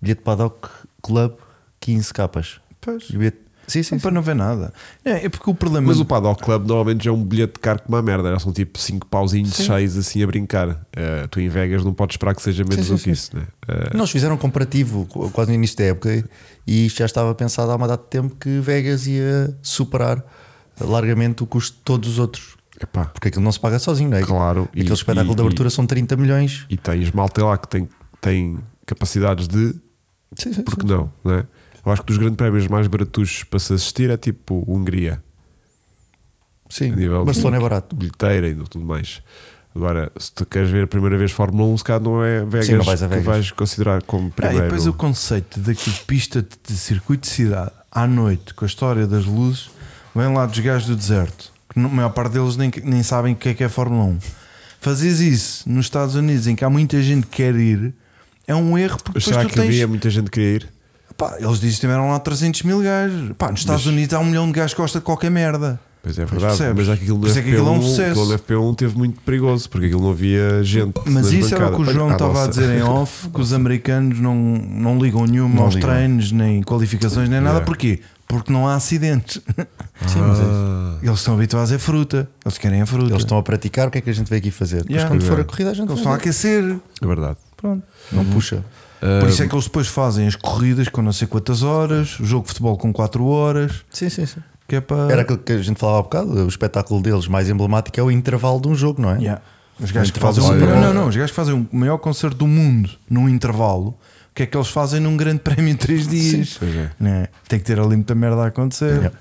bilhete paddock club 15 capas.
Pois.
Bilhete, sim, sim,
Para não ver nada. É, é porque o problema.
Mas o Paddock Club normalmente já é um bilhete de carro como uma merda. Já são tipo 5 pauzinhos cheios assim a brincar. Eh, tu em Vegas não podes esperar que seja menos
sim,
do que
sim.
isso, né? Eh,
Nós fizeram um comparativo qu- quase no início da época e isto já estava pensado há uma data de tempo que Vegas ia superar largamente o custo de todos os outros.
epá,
Porque aquilo não se paga sozinho, não é?
Claro, e-
Aquele espetáculo
e-
de abertura são 30 milhões.
e tens malta lá que tem, tem capacidades de.
Sim, sim,
Porque não, né? Eu acho que dos grandes prémios mais baratos para se assistir é tipo Hungria.
sim.
A nível de-
Barcelona é barato.
bilheteira e tudo mais. Agora, se tu queres ver a primeira vez Fórmula 1, se calhar não é Vegas,
Sim, não vais a
que
Vegas.
vais considerar como
Ah, e
primeiro.
depois o conceito daquilo pista de, de circuito de cidade à noite com a história das luzes vem lá dos gajos do deserto que no- a maior parte deles nem, nem sabem o que é que é Fórmula 1 fazes isso nos Estados Unidos em que há muita gente que quer ir é um erro porque depois
Será
tu
que
tens
havia muita gente que queria ir?
Pá, eles dizem que tiveram lá 300 mil gajos Pá, nos Estados Unidos há um milhão de gajos que gosta de qualquer merda
Pois é,
Pois
verdade.
percebes.
Mas já que aquilo no
Por isso é
FP1,
que aquilo é um sucesso.
aquilo no FP1 teve muito perigoso, porque aquilo não havia gente.
Mas
nas
isso era o que o
bancadas.
João
Ah,
estava a
nossa.
dizer em off: que os americanos não, não ligam nenhuma
Não
aos
ligam.
treinos, nem qualificações, nem nada.
Yeah.
Porquê? Porque não há acidentes.
Sim, mas é isso.
Ah,
Eles estão habituados a fruta, eles querem a fruta.
Eles estão a praticar, o que é que a gente veio aqui fazer? Depois
Yeah.
quando for a
Pois é.
corrida, a gente
Eles estão
vai
a
ver.
aquecer.
é verdade. Ah,
Pronto.
não puxa.
Por isso é que eles depois fazem as corridas com não sei quantas horas, o jogo de futebol com 4 horas,
Sim, sim, sim.
que é para.
Era aquilo que a gente falava há bocado, o espetáculo deles mais emblemático é o intervalo de um jogo, não é?
Yeah. Os gajos
Um
que fazem um-
intervalo de
não,
Super
não,
Bowl.
não, os gajos que fazem o maior concerto do mundo num intervalo, o que é que eles fazem num grande prémio em 3 dias?
pois é.
Né? Tem que ter ali muita merda a acontecer.
Yeah.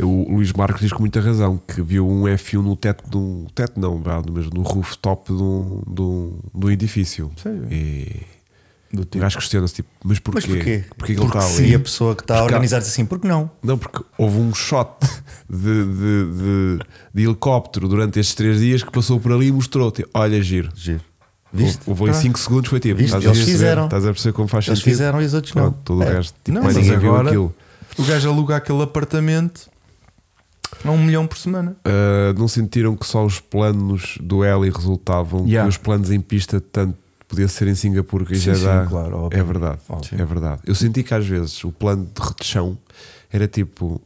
O Luís Marques diz com muita razão que viu um F1 no teto de um. Teto não, vá, mas no rooftop de um, de um, de um edifício.
Sim.
E
Do
o
tipo.
gajo questiona-se, tipo, mas porquê?
Mas porquê?
Porque ele
Porque
está ali.
se a pessoa que está a
Porque há-
organizar-se assim, porque não?
Não, porque houve um shot de, de- de- de helicóptero durante estes três dias que passou por ali e mostrou. Tipo, olha, giro.
Giro. Viste?
Houve em
Ah.
5 segundos, foi tipo.
Viste?
estás a
Eles
perceber?
fizeram.
Estás a perceber como faz
Eles
sentido?
fizeram e os outros não.
Pronto, todo o
É.
resto. Tipo,
Não,
mais
mas
ninguém viu
agora-
aquilo.
O gajo aluga aquele apartamento É um milhão por semana.
Uh, não sentiram que só os planos do Eli resultavam
Yeah.
que os planos em pista tanto podia ser em Singapura que
Sim,
já
sim,
dá
claro, óbvio.
é verdade
Óbvio.
é verdade eu senti que às vezes o plano de retechão era tipo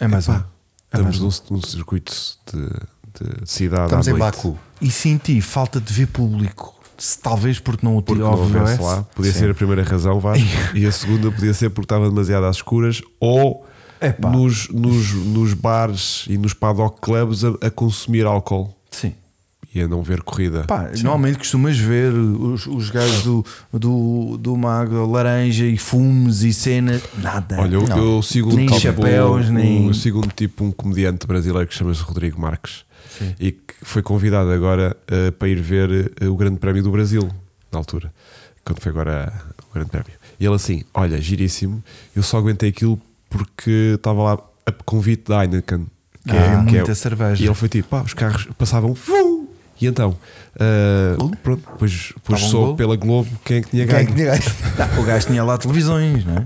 É mais
epá,
um.
estamos num, num circuito de, de cidade
Estamos
à
em
Tá
noite.
Baku.
E senti falta de ver público. Se talvez porque não o
porque
tinha
não
óbvio,
houvesse
é?
lá podia
Sim.
ser a primeira razão Vasco, e a segunda podia ser porque estava demasiado às escuras ou
Epá.
nos, nos, nos bares e nos paddock clubs a, a consumir álcool
Sim.
e a não ver corrida
Pá, normalmente costumas ver os, os gajos do, do, do Mago laranja e fumes e cenas. Nada.
Olha, eu,
É. Não.
eu sigo um
Nem
tipo,
chapéus,
um-
nem-
eu sigo um tipo, um comediante brasileiro que chama-se Rodrigo Marques e que foi convidado agora eh, para ir ver eh, o Grande Prémio do Brasil, na altura, quando foi agora o Grande Prémio. E ele assim: Olha, giríssimo, eu só aguentei aquilo porque estava lá a convite da Heineken. é,
Ah, muita cerveja.
E ele foi tipo: pá, os carros passavam. vum! E então, eh, pronto, depois, depois
Tava um
soube
gol.
pela Globo quem é que tinha
Quem é
ganho.
que tinha ganho?
Tá, o gajo tinha lá televisões, não é?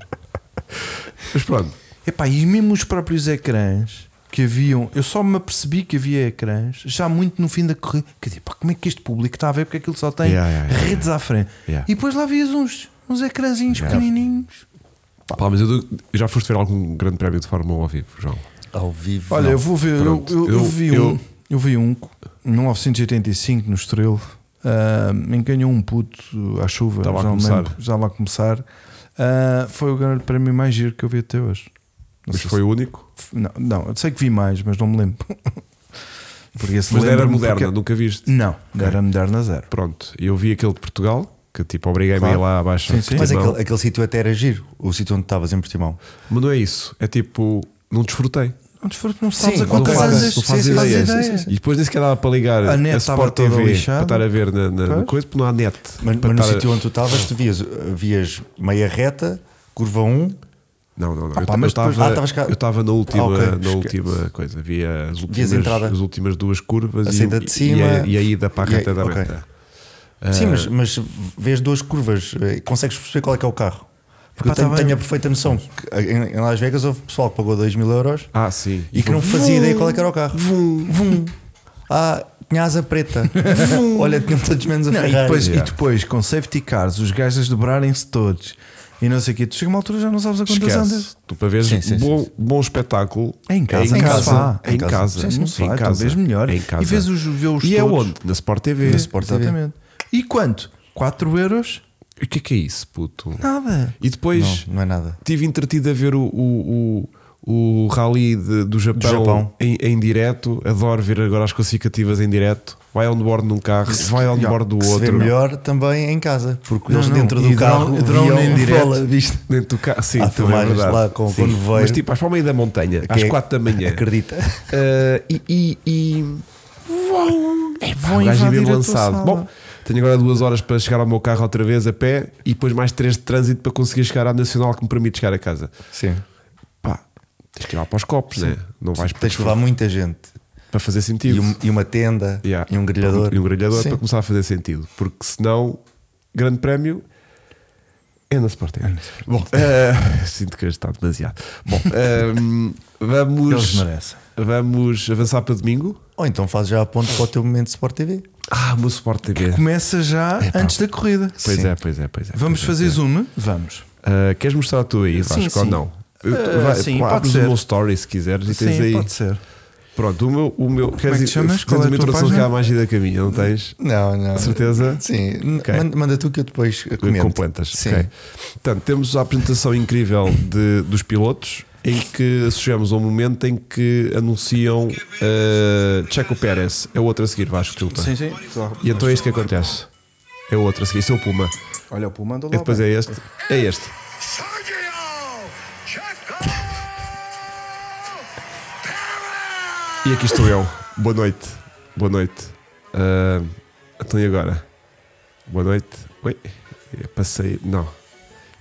Mas pronto,
Epá, e mesmo os próprios ecrãs que haviam, eu só me apercebi que havia ecrãs já muito no fim da corrida. Quer dizer, pá, como é que este público está a ver? Porque aquilo só tem
Yeah, yeah, yeah,
redes à frente.
Yeah.
E depois lá vias uns, uns ecrãzinhos pequenininhos.
Pá, mas eu dou- já foste ver algum grande prémio de Fórmula 1 ao vivo, João?
Ao vivo.
Olha,
não.
eu vou ver, eu,
Pronto,
eu, eu
eu-
vi um,
eu-
eu vi um em 1985 no Estrelo, ah, em que ganhou um puto à chuva,
Estava a
já, me lembro,
começar.
já lá a começar. Ah, foi o grande prémio mais giro que eu vi até hoje. Não
Mas
sei
foi o único?
se- não, não, eu sei que vi mais, mas não me lembro. Porque esse
Mas era é?
lembro-me
moderna,
porque-
nunca viste?
Não, era moderna zero.
Pronto, e eu vi aquele de Portugal, que tipo, obriguei-me a ir
Claro.
lá abaixo.
Sim, sim.
Mas,
Mas
não.
aquele, aquele sítio até era giro. O sítio onde estavas em Portimão.
mas não é isso, é tipo, não desfrutei.
Antes for, não sabes
Sim,
a
não
quantas
fazes-
andas
não fazes
sim, sim,
ideia.
fazes
Sim, E depois nem sequer dava para ligar
A
a,
net estava
Sport
toda
TV
lixada.
para estar a ver na, na- na
Pois.
coisa, porque não há net. para
Mas, mas no
estar a-
sítio onde tu estavas, tu vias, vias meia reta, curva 1,
Não, não, não.
Ah,
eu
pá,
ta-
mas
eu tava-
depois- Ah, estavas cá.
eu estava na última,
Ah, ok.
na
Esquece.
última coisa. Via as últimas,
entrada.
as últimas duas curvas
A
e,
saída de cima.
e, a, e a ida para a
E a-
reta da
ok.
meta.
Ah.
Sim, mas, mas vês duas curvas, eh, consegues perceber qual é que é o carro. Porque
Epá,
eu tenho,
tá bem.
tenho a perfeita noção que eh, em, em Las Vegas houve pessoal que pagou 2 mil euros
Ah, sim.
e que não fazia ideia qual é que era o carro. Vum, vum. Ah, tinha asa preta. Vum. Olha, tinham todos menos a
Não, e,
Ferrari.
depois,
yeah.
e depois, com safety cars, os gajos dobrarem-se todos e não sei o quê, tu chega uma altura já não sabes a quantas andas.
Esquece. Tu para veres
Sim, sim,
bom, bom espetáculo
É em casa,
é em
no
casa,
sofá.
é em casa,
Sim, sim, no
é em
sofá,
casa,
talvez melhor.
é em casa.
E vês os- vê-os
E é
todos.
onde? Na Sport TV.
Na Sport TV.
Exatamente. E quanto? 4 euros?
E O que é que é isso, puto?
Nada.
E depois
Não, não é nada.
tive entretido a ver o, o, o, o rally de- do Japão,
Japão.
Em, em direto. Adoro ver agora as classificativas em direto. Vai onboard num um carro, vai onboard do
Que se vê
outro.
melhor também em casa, porque
Não,
eles
não,
dentro
e
do carro
drone- drone
viam
em direto.
bola, viste?
Dentro do carro, sim,
Há
também é
filmagens
verdade.
lá com o
Sim.
convoeiro.
Mas tipo, vais para o meio da montanha, às
Que é-
4 da manhã.
Acredita.
Uh, e, e, e- Vão! É,
Vão
o gajo é
invadir a
bem
tua
lançado.
sala.
Bom, tenho agora duas horas para chegar ao meu carro outra vez a pé e depois mais três de trânsito para conseguir chegar à Nacional que me permite chegar a casa.
Sim.
Pá, tens que ir lá para os copos, né? não vais para,
Tens de levar muita gente.
para fazer
E,
sentido.
um- e uma tenda,
Yeah.
e um grelhador.
E um grelhador
Sim.
para começar a fazer sentido. Porque senão, grande prémio. É na Sport TV. Bom, eh, sinto que hoje está demasiado. Bom, ehm,
Eles
vamos,
merecem.
vamos avançar para domingo.
Ou então fazes já a ponte para o teu momento de Sport TV.
Ah, o meu Sport TV.
Começa já antes da corrida.
Pois
Sim.
é, pois é, pois é.
Vamos
pois
fazer zoom? Vamos.
é. Ah, queres mostrar tu aí,
Sim,
Vasco, ou
sim.
não?
Ah, sim, pode
abres
ser.
o meu story se quiseres e tens
Sim,
aí.
pode ser.
Pronto, o meu. O meu queres
que
ir-
te chamas?
tens
Qual é a
uma
tua
introdução
página?
que é a magia da caminha, não tens?
Não, não.
Com certeza?
Sim,
Ok.
manda, manda tu que eu depois comento.
Completas.
Sim.
ok. Portanto, temos a apresentação incrível de- dos pilotos em que chegamos ao momento em que anunciam ah, Checo Pérez. É o outro a seguir, Vasco, desculpa.
Sim, sim.
E então é isto que acontece. É o outro a seguir, isso é o Puma.
Olha, o Puma andou
E
lá.
depois é este. É este.
Sergio Checo Perez!
E aqui estou eu. Boa noite. Boa noite. Ah, então e agora? Boa noite. Oi. Eu passei. Não.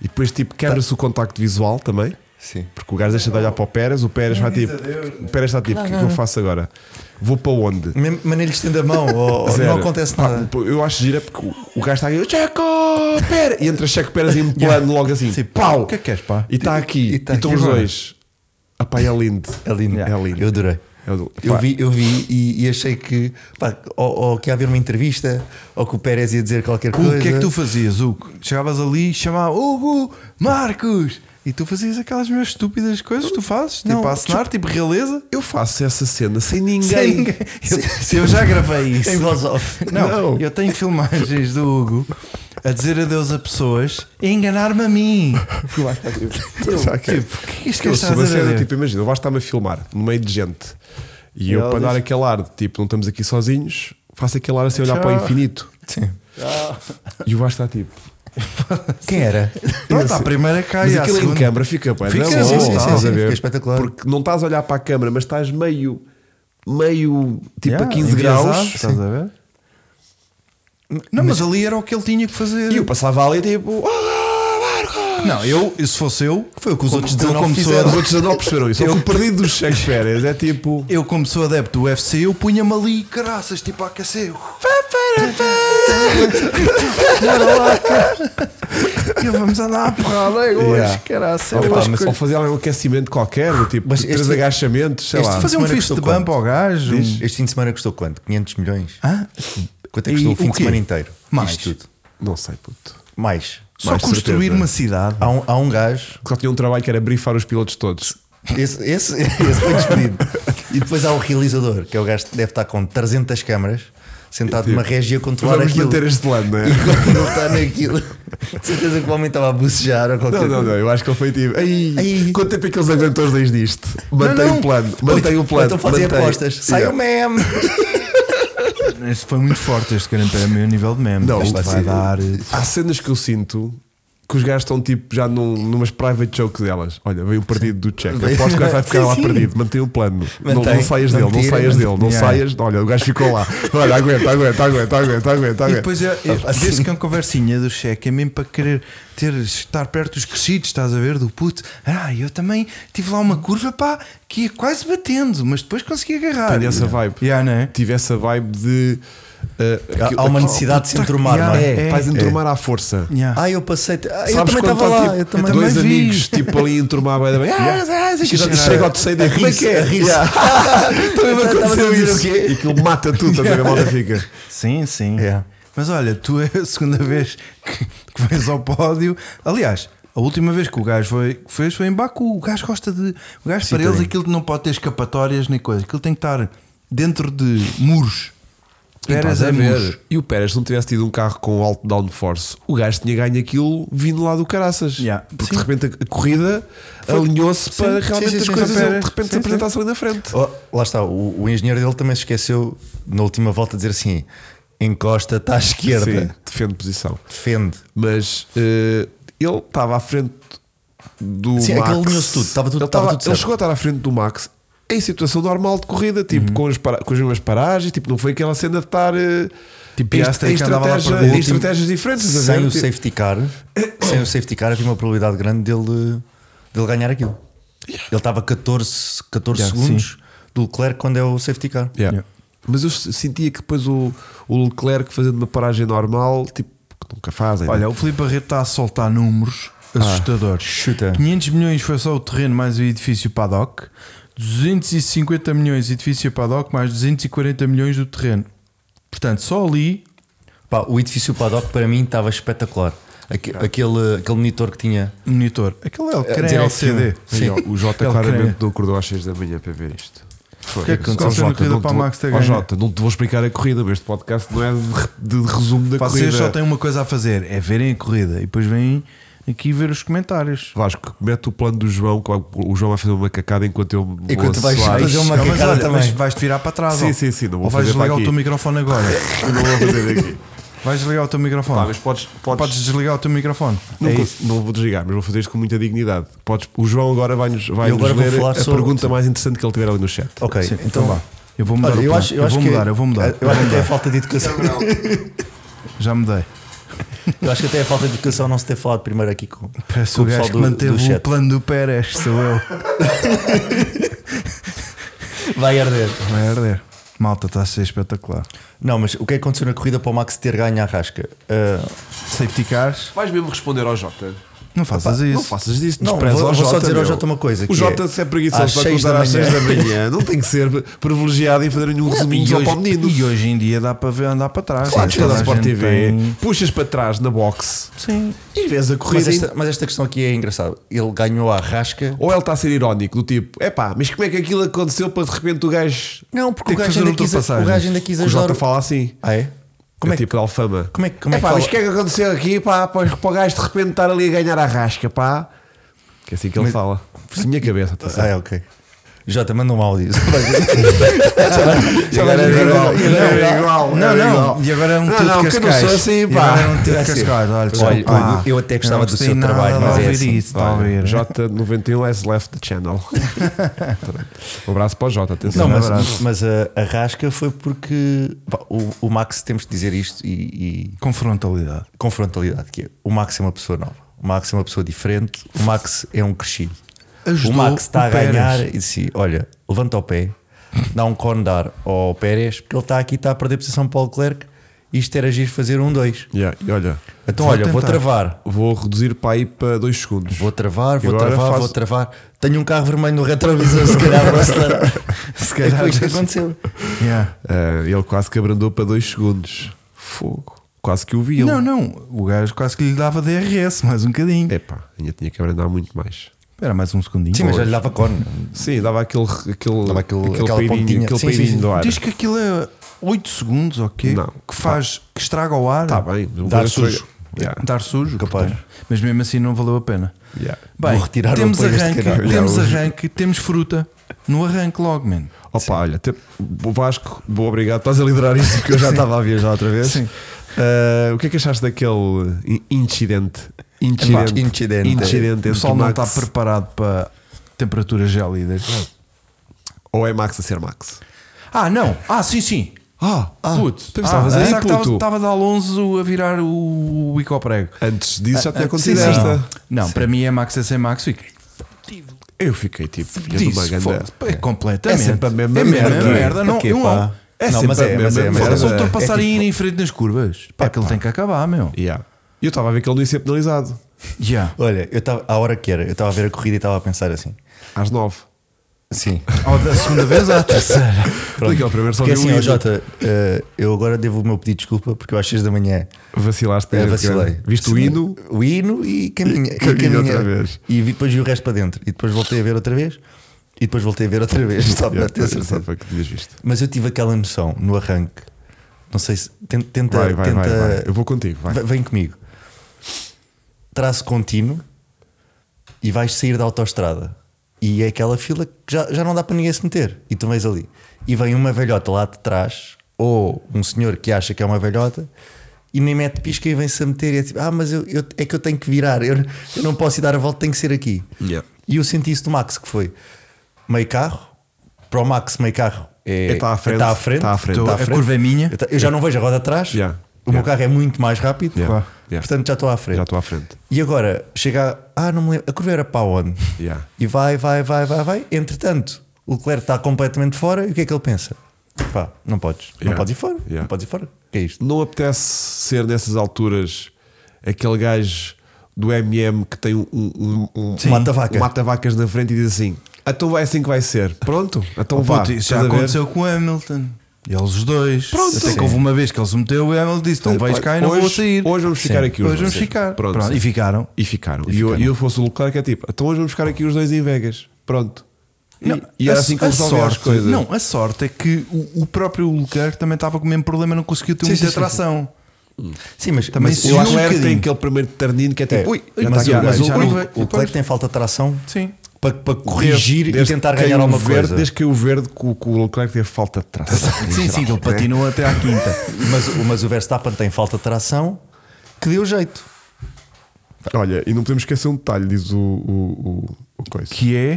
E depois, tipo, quebra-se o contacto visual também.
Sim.
Porque o gajo deixa de olhar para o Pérez. O Pérez vai tipo. O Pérez está tipo: o que é que eu faço agora? Vou para onde?
Mesmo- Mas nem lhe estende a mão, ou, ou
Zero.
não acontece nada.
Pá, Eu acho gira porque o- o gajo está aqui, Checo Pérez! E entra Checo Pérez em plano logo assim,
Sim,
pau!
o que é que queres, pá?
E está aqui, e
E tá
estão
aqui
os
agora.
dois Ah, pá, é lindo.
É lindo.
É lindo.
Eu adorei.
É do-
Eu
pá,
vi, eu vi e, e achei que, pá, ou, ou que ia haver uma entrevista, ou que o Pérez ia dizer qualquer coisa.
O que é que tu fazias, Hugo? Chegavas ali e chamava Hugo Marcos e tu fazias aquelas minhas estúpidas coisas que tu fazes, tipo
Não,
a assinar, tipo realeza.
Eu faço essa cena sem ninguém.
Sem ninguém. Eu, se eu já gravei isso.
Em voz off.
Não,
Não.
eu tenho filmagens do Hugo a dizer adeus a pessoas e enganar-me a mim. Eu,
Já que-
tipo, o que é que isto que
Eu
estás
sou
a
da cena,
dizer?
tipo, imagina, eu estar-me a filmar no meio de gente e,
É
eu,
ela
para dar
diz-
aquele ar de tipo, não estamos aqui sozinhos, faço aquele ar assim, olhar
Tchau.
para o infinito
Sim.
e o Vasco está tipo.
Quem era?
Pronto, a primeira cai,
Mas
à
aquilo em
segunda.
câmara fica, pá,
Fica,
não
sim,
é
sim,
bom,
sim,
estás
sim,
a ver?
fica espetacular.
Porque não estás a olhar para a câmara, mas estás meio, meio tipo
Yeah,
a 15
enviesado,
graus.
Estás a ver? Não, mas, ali era o que ele tinha que fazer.
E eu passava ali tipo.
Não, eu, se fosse eu,
Foi o que os outros
como-
19
como sou-
fizeram.
Os outros já não perceberam isso. Eu que perdido dos Shakespeare é tipo.
Eu, como sou adepto do UFC, eu punha-me ali, caraças, tipo a aquecer. E vamos andar à porrada agora,
Yeah.
caraças.
Opa,
eu acho
mas
que-
ou fazer um aquecimento qualquer, do tipo,
Mas
três
este-
agachamentos, sei
este
lá.
faz-
Fazer um
semana
fixe de
custou
bump ao gajo. um-
Este fim de semana custou quanto? 500 milhões?
Hã?
Quanto é
Ah, E
que custou o
o
fim de
quê?
semana inteiro?
Mais.
Isto tudo.
Não sei, puto.
Mais.
Só
Mais,
construir
certeza.
uma cidade.
Há um, há um gajo.
Só tinha um trabalho que era brifar os pilotos todos.
Esse, esse, esse foi despedido. e depois há o realizador, que é o gajo que deve estar com 300 câmaras, sentado numa régia a controlar
Tipo, Vamos
aquilo.
manter este plano, não é?
E quando ele está naquilo, de certeza que o homem estava a bucejar ou qualquer
Não, não,
coisa.
não, eu acho que ele foi tipo. Ai,
Ai.
Quanto tempo é que eles aguentam os dois disto? Mantém
não.
o plano, mantém o plano.
Então fazia
mantém.
apostas. Sai
Yeah.
o meme.
Este foi muito forte, este grande prémio, a nível de meme.
Não,
Isto
vai
vai
ser-
dar. eh,
eh,
Há cenas que eu sinto que os gajos estão tipo já num, numas private jokes delas. Olha, veio o perdido do check.
Veio-
Aposto que o gajo vai ficar
Sim,
lá
sim.
perdido. Mantém o plano. não,
Mantém.
não saias
Não
dele, não
tira,
saias
não-
dele, não
Yeah.
saias. Olha, o gajo ficou lá. Olha, aguenta, aguenta, aguenta, aguenta, aguenta.
E
aguenta.
depois é, é,
Tá
Assim.
vê-se que é uma conversinha do cheque, é mesmo para querer ter, estar perto dos crescidos, estás a ver? Do puto, ah, eu também tive lá uma curva, pá, que ia quase batendo, mas depois consegui agarrar.
Tenho essa vibe.
Yeah, não é?
Tive essa vibe de. uh,
Há-
aquilo-
Há uma
aquilo-
necessidade de se entromar,
yeah,
não é?
É,
É,
faz
é.
enturmar à força.
Yeah.
Ah, eu passei. Ah,
Sabes
eu também
quando
estava
estão,
lá.
tipo,
eu também
dois
também vi.
amigos tipo ali enturmar bem, bem. Ah, ah, ah,
Chega-
chega- Chega ao terceiro dia, como é que
a
é?
rir-se.
Yeah. Também me
Eu estava tá a
aconteceu
dizer
isso.
o quê?
E aquilo mata tudo, estás a ver? A malta fica.
Sim, sim.
É.
Yeah.
Mas olha, tu é a segunda vez que, que vens ao pódio. Aliás, a última vez que o gajo foi, que fez foi em Baku. O gajo gosta de. O gajo, para eles, aquilo não pode ter escapatórias nem coisa. Aquilo tem que estar dentro de muros. Pérez
Estás a
é
ver?
muros.
E o Pérez, se não tivesse tido um carro com alto downforce, o gajo tinha ganho aquilo vindo lá do caraças.
Yeah.
Porque
Sim.
de repente a- a corrida alinhou-se
Sim.
para
Sim,
realmente
sim,
as
sim,
coisas
sim.
ele, de repente
Sim,
se
sim.
apresentasse ali na frente.
Oh, lá está, o, o engenheiro dele também se esqueceu na última volta de dizer assim: encosta, está à esquerda,
Sim, defende posição.
defende.
Mas eh, ele estava à frente do
Sim, é que
Max.
ele alinhou-se tudo, estava tudo-
ele,
estava tudo
ele
certo.
chegou a estar à frente do Max em situação normal de corrida,
Uhum.
tipo com, as para- com as mesmas paragens, tipo, não foi aquela cena de estar. eh,
Tipo,
em-
Piastri
em
que andava lá
estratégia-
para o
em
último.
estratégias diferentes, estás a
Sem
ver?
o
Tipo,
safety car, sem o safety car, havia uma probabilidade grande dele, dele ganhar aquilo. Ele estava 14, 14
Yeah,
segundos do Leclerc quando é o safety car.
Yeah.
Yeah.
Mas eu s- sentia que depois o, o Leclerc fazendo uma paragem normal, tipo, que nunca fazem.
Olha,
né?
o Filipe Barreto está a soltar números
Ah.
assustadores.
chuta.
500 milhões foi só o terreno mais o edifício paddock. 250 milhões edifício paddock mais 240 milhões do terreno. Portanto, só ali
Pá, o edifício paddock para mim estava espetacular. Aque- Aquele, aquele monitor que tinha.
monitor. Aquele é o que quer em
direct
LCD.
Aí, ó, o Jota
Ele
claramente
queria.
não acordou às 6 da manhã para ver isto. Foi.
O que é que
Só
aconteceu na
Jota,
corrida
não te
para o
vou-
Max ter
Ó,
ganho?
Jota, não te vou explicar a corrida, mas este podcast não é de, de resumo da
Vocês
corrida.
só têm uma coisa a fazer, é verem a corrida e depois vêm aqui ver os comentários.
Vasco, mete o plano do João, que o João vai fazer uma cacada enquanto eu vou
Enquanto
a
vais
suar.
fazer uma
Não, mas
cacada
olha,
também.
mas vais-te virar para trás.
Sim,
ou-
sim, sim, não vou
ou vais
fazer para
ligar o
aqui.
teu microfone agora.
Eu não vou fazer aqui.
Vais ligar o teu microfone.
Pá, mas podes- podes-
Podes desligar o teu microfone.
Não,
É
cons-
isso.
não vou desligar, mas vou fazer isto com muita dignidade. Podes- o João agora vai-nos vai
Eu agora vou
ler
falar
a
sobre-
pergunta mais interessante que ele tiver ali no chat.
Ok,
Sim,
então,
então vá. Eu vou mudar
Olha,
o
eu
plano.
acho, eu, acho
vou
que- é,
mudar, eu vou mudar.
Eu acho que até a falta de educação.
Já mudei.
Eu acho que até a falta de educação não se ter falado primeiro aqui com,
Parece
com
o gajo que manteve o
chat.
plano do Pérez, sou eu.
Vai arder.
Vai arder. Malta, está a ser espetacular.
Não, mas o que é que aconteceu na corrida para o Max ter ganho a rasca? Ah,
Safety cars.
Vais mesmo responder ao Jota?
Não faças
Não
isso.
faças disso.
Não,
despreza
vou-
ao
vou só
Jota,
dizer ao
meu.
Jota uma coisa,
O
que
Jota,
é,
se é preguiçoso,
às
vai
seis
acordar
da
às
manhã.
6 da manhã. Não tem que ser privilegiado em fazer nenhum resuminho
e,
só para o
hoje,
menino.
e hoje em dia dá para ver andar para trás.
Claro,
Sim,
chega
toda
da
a
Sport
gente
TV,
tem-
puxas para trás na box
Sim.
e vês a corrida.
Mas esta, mas esta questão aqui é engraçada. Ele ganhou a rasca.
Ou ele está a ser irónico, do tipo, epá, mas como é que aquilo aconteceu para de repente o gajo.
Não, porque
Tem
o
que
gajo,
fazer
ainda quis, o
ultrapassagens.
gajo ainda quis
que o Jota
ajudar. o-
fala assim.
Ah, é? Como
é,
é que.
tipo de alfama.
Como é, que- como é que
Epá,
fala?
mas o que é que aconteceu aqui, pá, para, para o gajo de repente estar ali a ganhar a rasca, pá? Que é assim que ele fala. Por minha cabeça, tá atenção.
Ah, é, ok. Jota, manda um áudio.
E agora era igual,
E
era
agora era
igual,
Não,
era
não.
igual.
E agora é um
Não,
tio de
não, que eu não
Cascais.
sou assim,
E
pá.
agora é um tio de
É assim.
Cascais. Olha,
Olha,
pá.
eu até gostava
não
do
gostei
seu
nada
trabalho,
de
mas é
ouvir
assim.
isso, está a ouvir.
J91 has é left the channel. um abraço para o Jota, atenção.
Não,
Um
mas,
abraço.
mas uh, a, a rasca foi porque pá, o, o Max, temos de dizer isto e, e
Com frontalidade.
com frontalidade: que é, o Max é uma pessoa nova, o Max é uma pessoa diferente, o Max é um crescido.
Ajudou
o Max está
o
a ganhar
Pérez.
e disse: Olha, levanta o pé, dá um condar ao Pérez, porque ele está aqui, está a perder posição para o Leclerc. Isto era agir fazer um dois.
Yeah, e olha,
Então,
Vou
olha, vou
tentar.
travar.
vou reduzir para aí para 2 segundos.
Vou travar, vou
Agora
travar,
faço-
vou travar. Tenho um carro vermelho no retrovisor, se calhar vou acelerar. se calhar foi isto que aconteceu.
Yeah.
Ah, ele quase que abrandou para 2 segundos. Fogo. Quase que o vi. ele.
Não, não. O gajo quase que lhe dava DRS, mais um bocadinho.
Epá, ainda tinha que abrandar muito mais.
Espera mais um segundinho.
Sim, mas já lhe dava cone.
Sim, dava aquele, aquele,
Dava aquele-
aquele,
aquela
peirinho,
pontinha.
aquele
Sim, sim,
peirinho
sim.
do ar.
Diz que aquilo é 8 segundos, ok?
Não.
Que faz, que estraga o ar. É,
Está Tá bem, uma
Dar
coisa foi-
sujo.
Yeah,
Dar sujo.
Capaz.
portanto. Mas mesmo assim não valeu a pena.
yeah.
Bem,
Vou retirar o
temos
apoio a este
arranque,
canal.
temos
Já, hoje.
arranque, temos fruta no arranque logo, man.
Opa, olha, te, o Vasco, boa, obrigado. Estás a liderar isso porque eu já estava a viajar outra vez.
Sim.
Ah, o que é que achaste daquele in- incidente? Incidente.
incidente.
Um
Incidente
o
entre
pessoal não tá
Max
está preparado para temperaturas gélidas.
ou é Max a ser Max?
Ah, não. Ah, sim, sim.
Ah,
Puto.
tu estavas
ah,
aí,
pensava que
puto.
estava- Estava de Alonso a virar o, o prego.
Antes disso já tinha acontecido
ah, Sim, sim.
esta.
Não, para mim é Max é sem Max. Fiquei
Eu fiquei tipo, filha de uma
disso.
ganda.
foda-se. É completamente.
É sempre a mesma
É
merda.
merda. Não,
Porquê,
eu
pá?
não. É
Não,
sempre
mas
a
é,
mesma
mas é, mas é,
merda.
mas
Só
é.
ultrapassar
É
e
tipo-
ir em frente nas curvas.
É
Pá, aquilo tem que acabar, meu.
Yeah. E eu estava a ver que ele não ia ser penalizado
Yeah.
tipo, Olha, eu estava, à hora que era, eu estava a ver a corrida e estava a pensar assim.
às 9.
Sim. É
Ou da segunda vez à terceira.
Daquele primeiro só
Porque
vi um
assim, ó,
hino.
Jota, eh, eu agora devo o meu pedido de desculpa porque eu às 6 da manhã
Vacilaste
eh,
grande
vacilei.
grande. Viste o
Sim,
hino?
O hino e caminhei. e
Caminhei
caminhei.
outra vez.
E vi- depois vi o resto para dentro. E depois voltei a ver outra vez. E depois voltei a ver outra vez. Só para
Yeah,
ter
só
certeza.
para que tinhas visto.
Mas eu tive aquela noção no arranque. Não sei se. ten- Tenta.
Vai, vai,
tenta
vai, vai. Eu vou contigo. Vai.
V- Vem comigo. Traço contínuo e vais sair da autoestrada. E é aquela fila que já, já não dá para ninguém se meter. E tu vens ali. E vem uma velhota lá de trás, ou um senhor que acha que é uma velhota, e nem mete pisca e vem-se a meter. E é tipo, ah, mas eu, eu- é que eu tenho que virar, eu, eu não posso ir dar a volta, tenho que ser aqui.
Yeah.
E eu senti isso do Max, que foi meio carro, para o Max, meio carro. É,
É, tá à frente,
Tá à frente.
tá à frente.
tá
A curva é minha.
Eu, ta- eu já não vejo a roda atrás.
Yeah,
O meu
yeah.
carro é muito mais rápido.
Yeah,
Claro.
yeah.
Portanto, já estou à frente.
Já estou à frente.
E agora, chega a. Ah, não me lembro. A curva era para onde?
Yeah.
E vai, vai, vai, vai, vai. Entretanto, o Leclerc está completamente fora. E o que é que ele pensa? Pá, não podes. Não
Yeah.
podes ir fora.
Yeah.
Não podes ir fora. O que é isto?
Não apetece ser nessas alturas aquele gajo do MM que tem um, um, um,
Sim.
um
Mata-vaca.
um mata-vacas na frente e diz assim: então vai assim que vai ser. Pronto, então vá.
Puto, isso
Estás
já
a ver?
aconteceu com o Hamilton. E eles os dois.
Pronto.
Até
Sim.
que houve uma vez que eles meteu o Hamilton
Então
disse: Não vais cá e não
hoje,
vou sair.
Hoje vamos ficar aqui os
Hoje
dois.
vamos ficar.
Pronto.
Pronto, E ficaram.
E ficaram. E, eu, eu fosse o Leclerc é tipo: então hoje vamos ficar aqui os dois em Vegas. Pronto. E,
Não,
e
a-
era assim que
a
eu resolvi as
sorte-
coisas.
Não, a sorte é que o, o próprio Leclerc também estava com o mesmo problema, não conseguiu ter um
Sim, sim,
muita
sim, sim.
tração.
Sim, mas.
Também
mas
se
Eu
Sim,
acho
um
é que Leclerc tem
bocadinho.
aquele primeiro ternino que é tipo,
É.
ui,
Ui,
já
mas
está aqui
o-
o
mas
gajo.
o,
já
o,
não vai-
o Leclerc tem falta de tração
Sim.
para, para corrigir
Desde
e tentar
que
ganhar
caiu
alguma
o verde,
coisa.
Desde que o verde com, com o Leclerc teve falta de tração.
Sim, sim, ele patinou até à quinta.
Mas, o- mas o Verstappen tem falta de tração que deu jeito.
Olha, e não podemos esquecer um detalhe, diz o, o, o, o coisa.
Que é.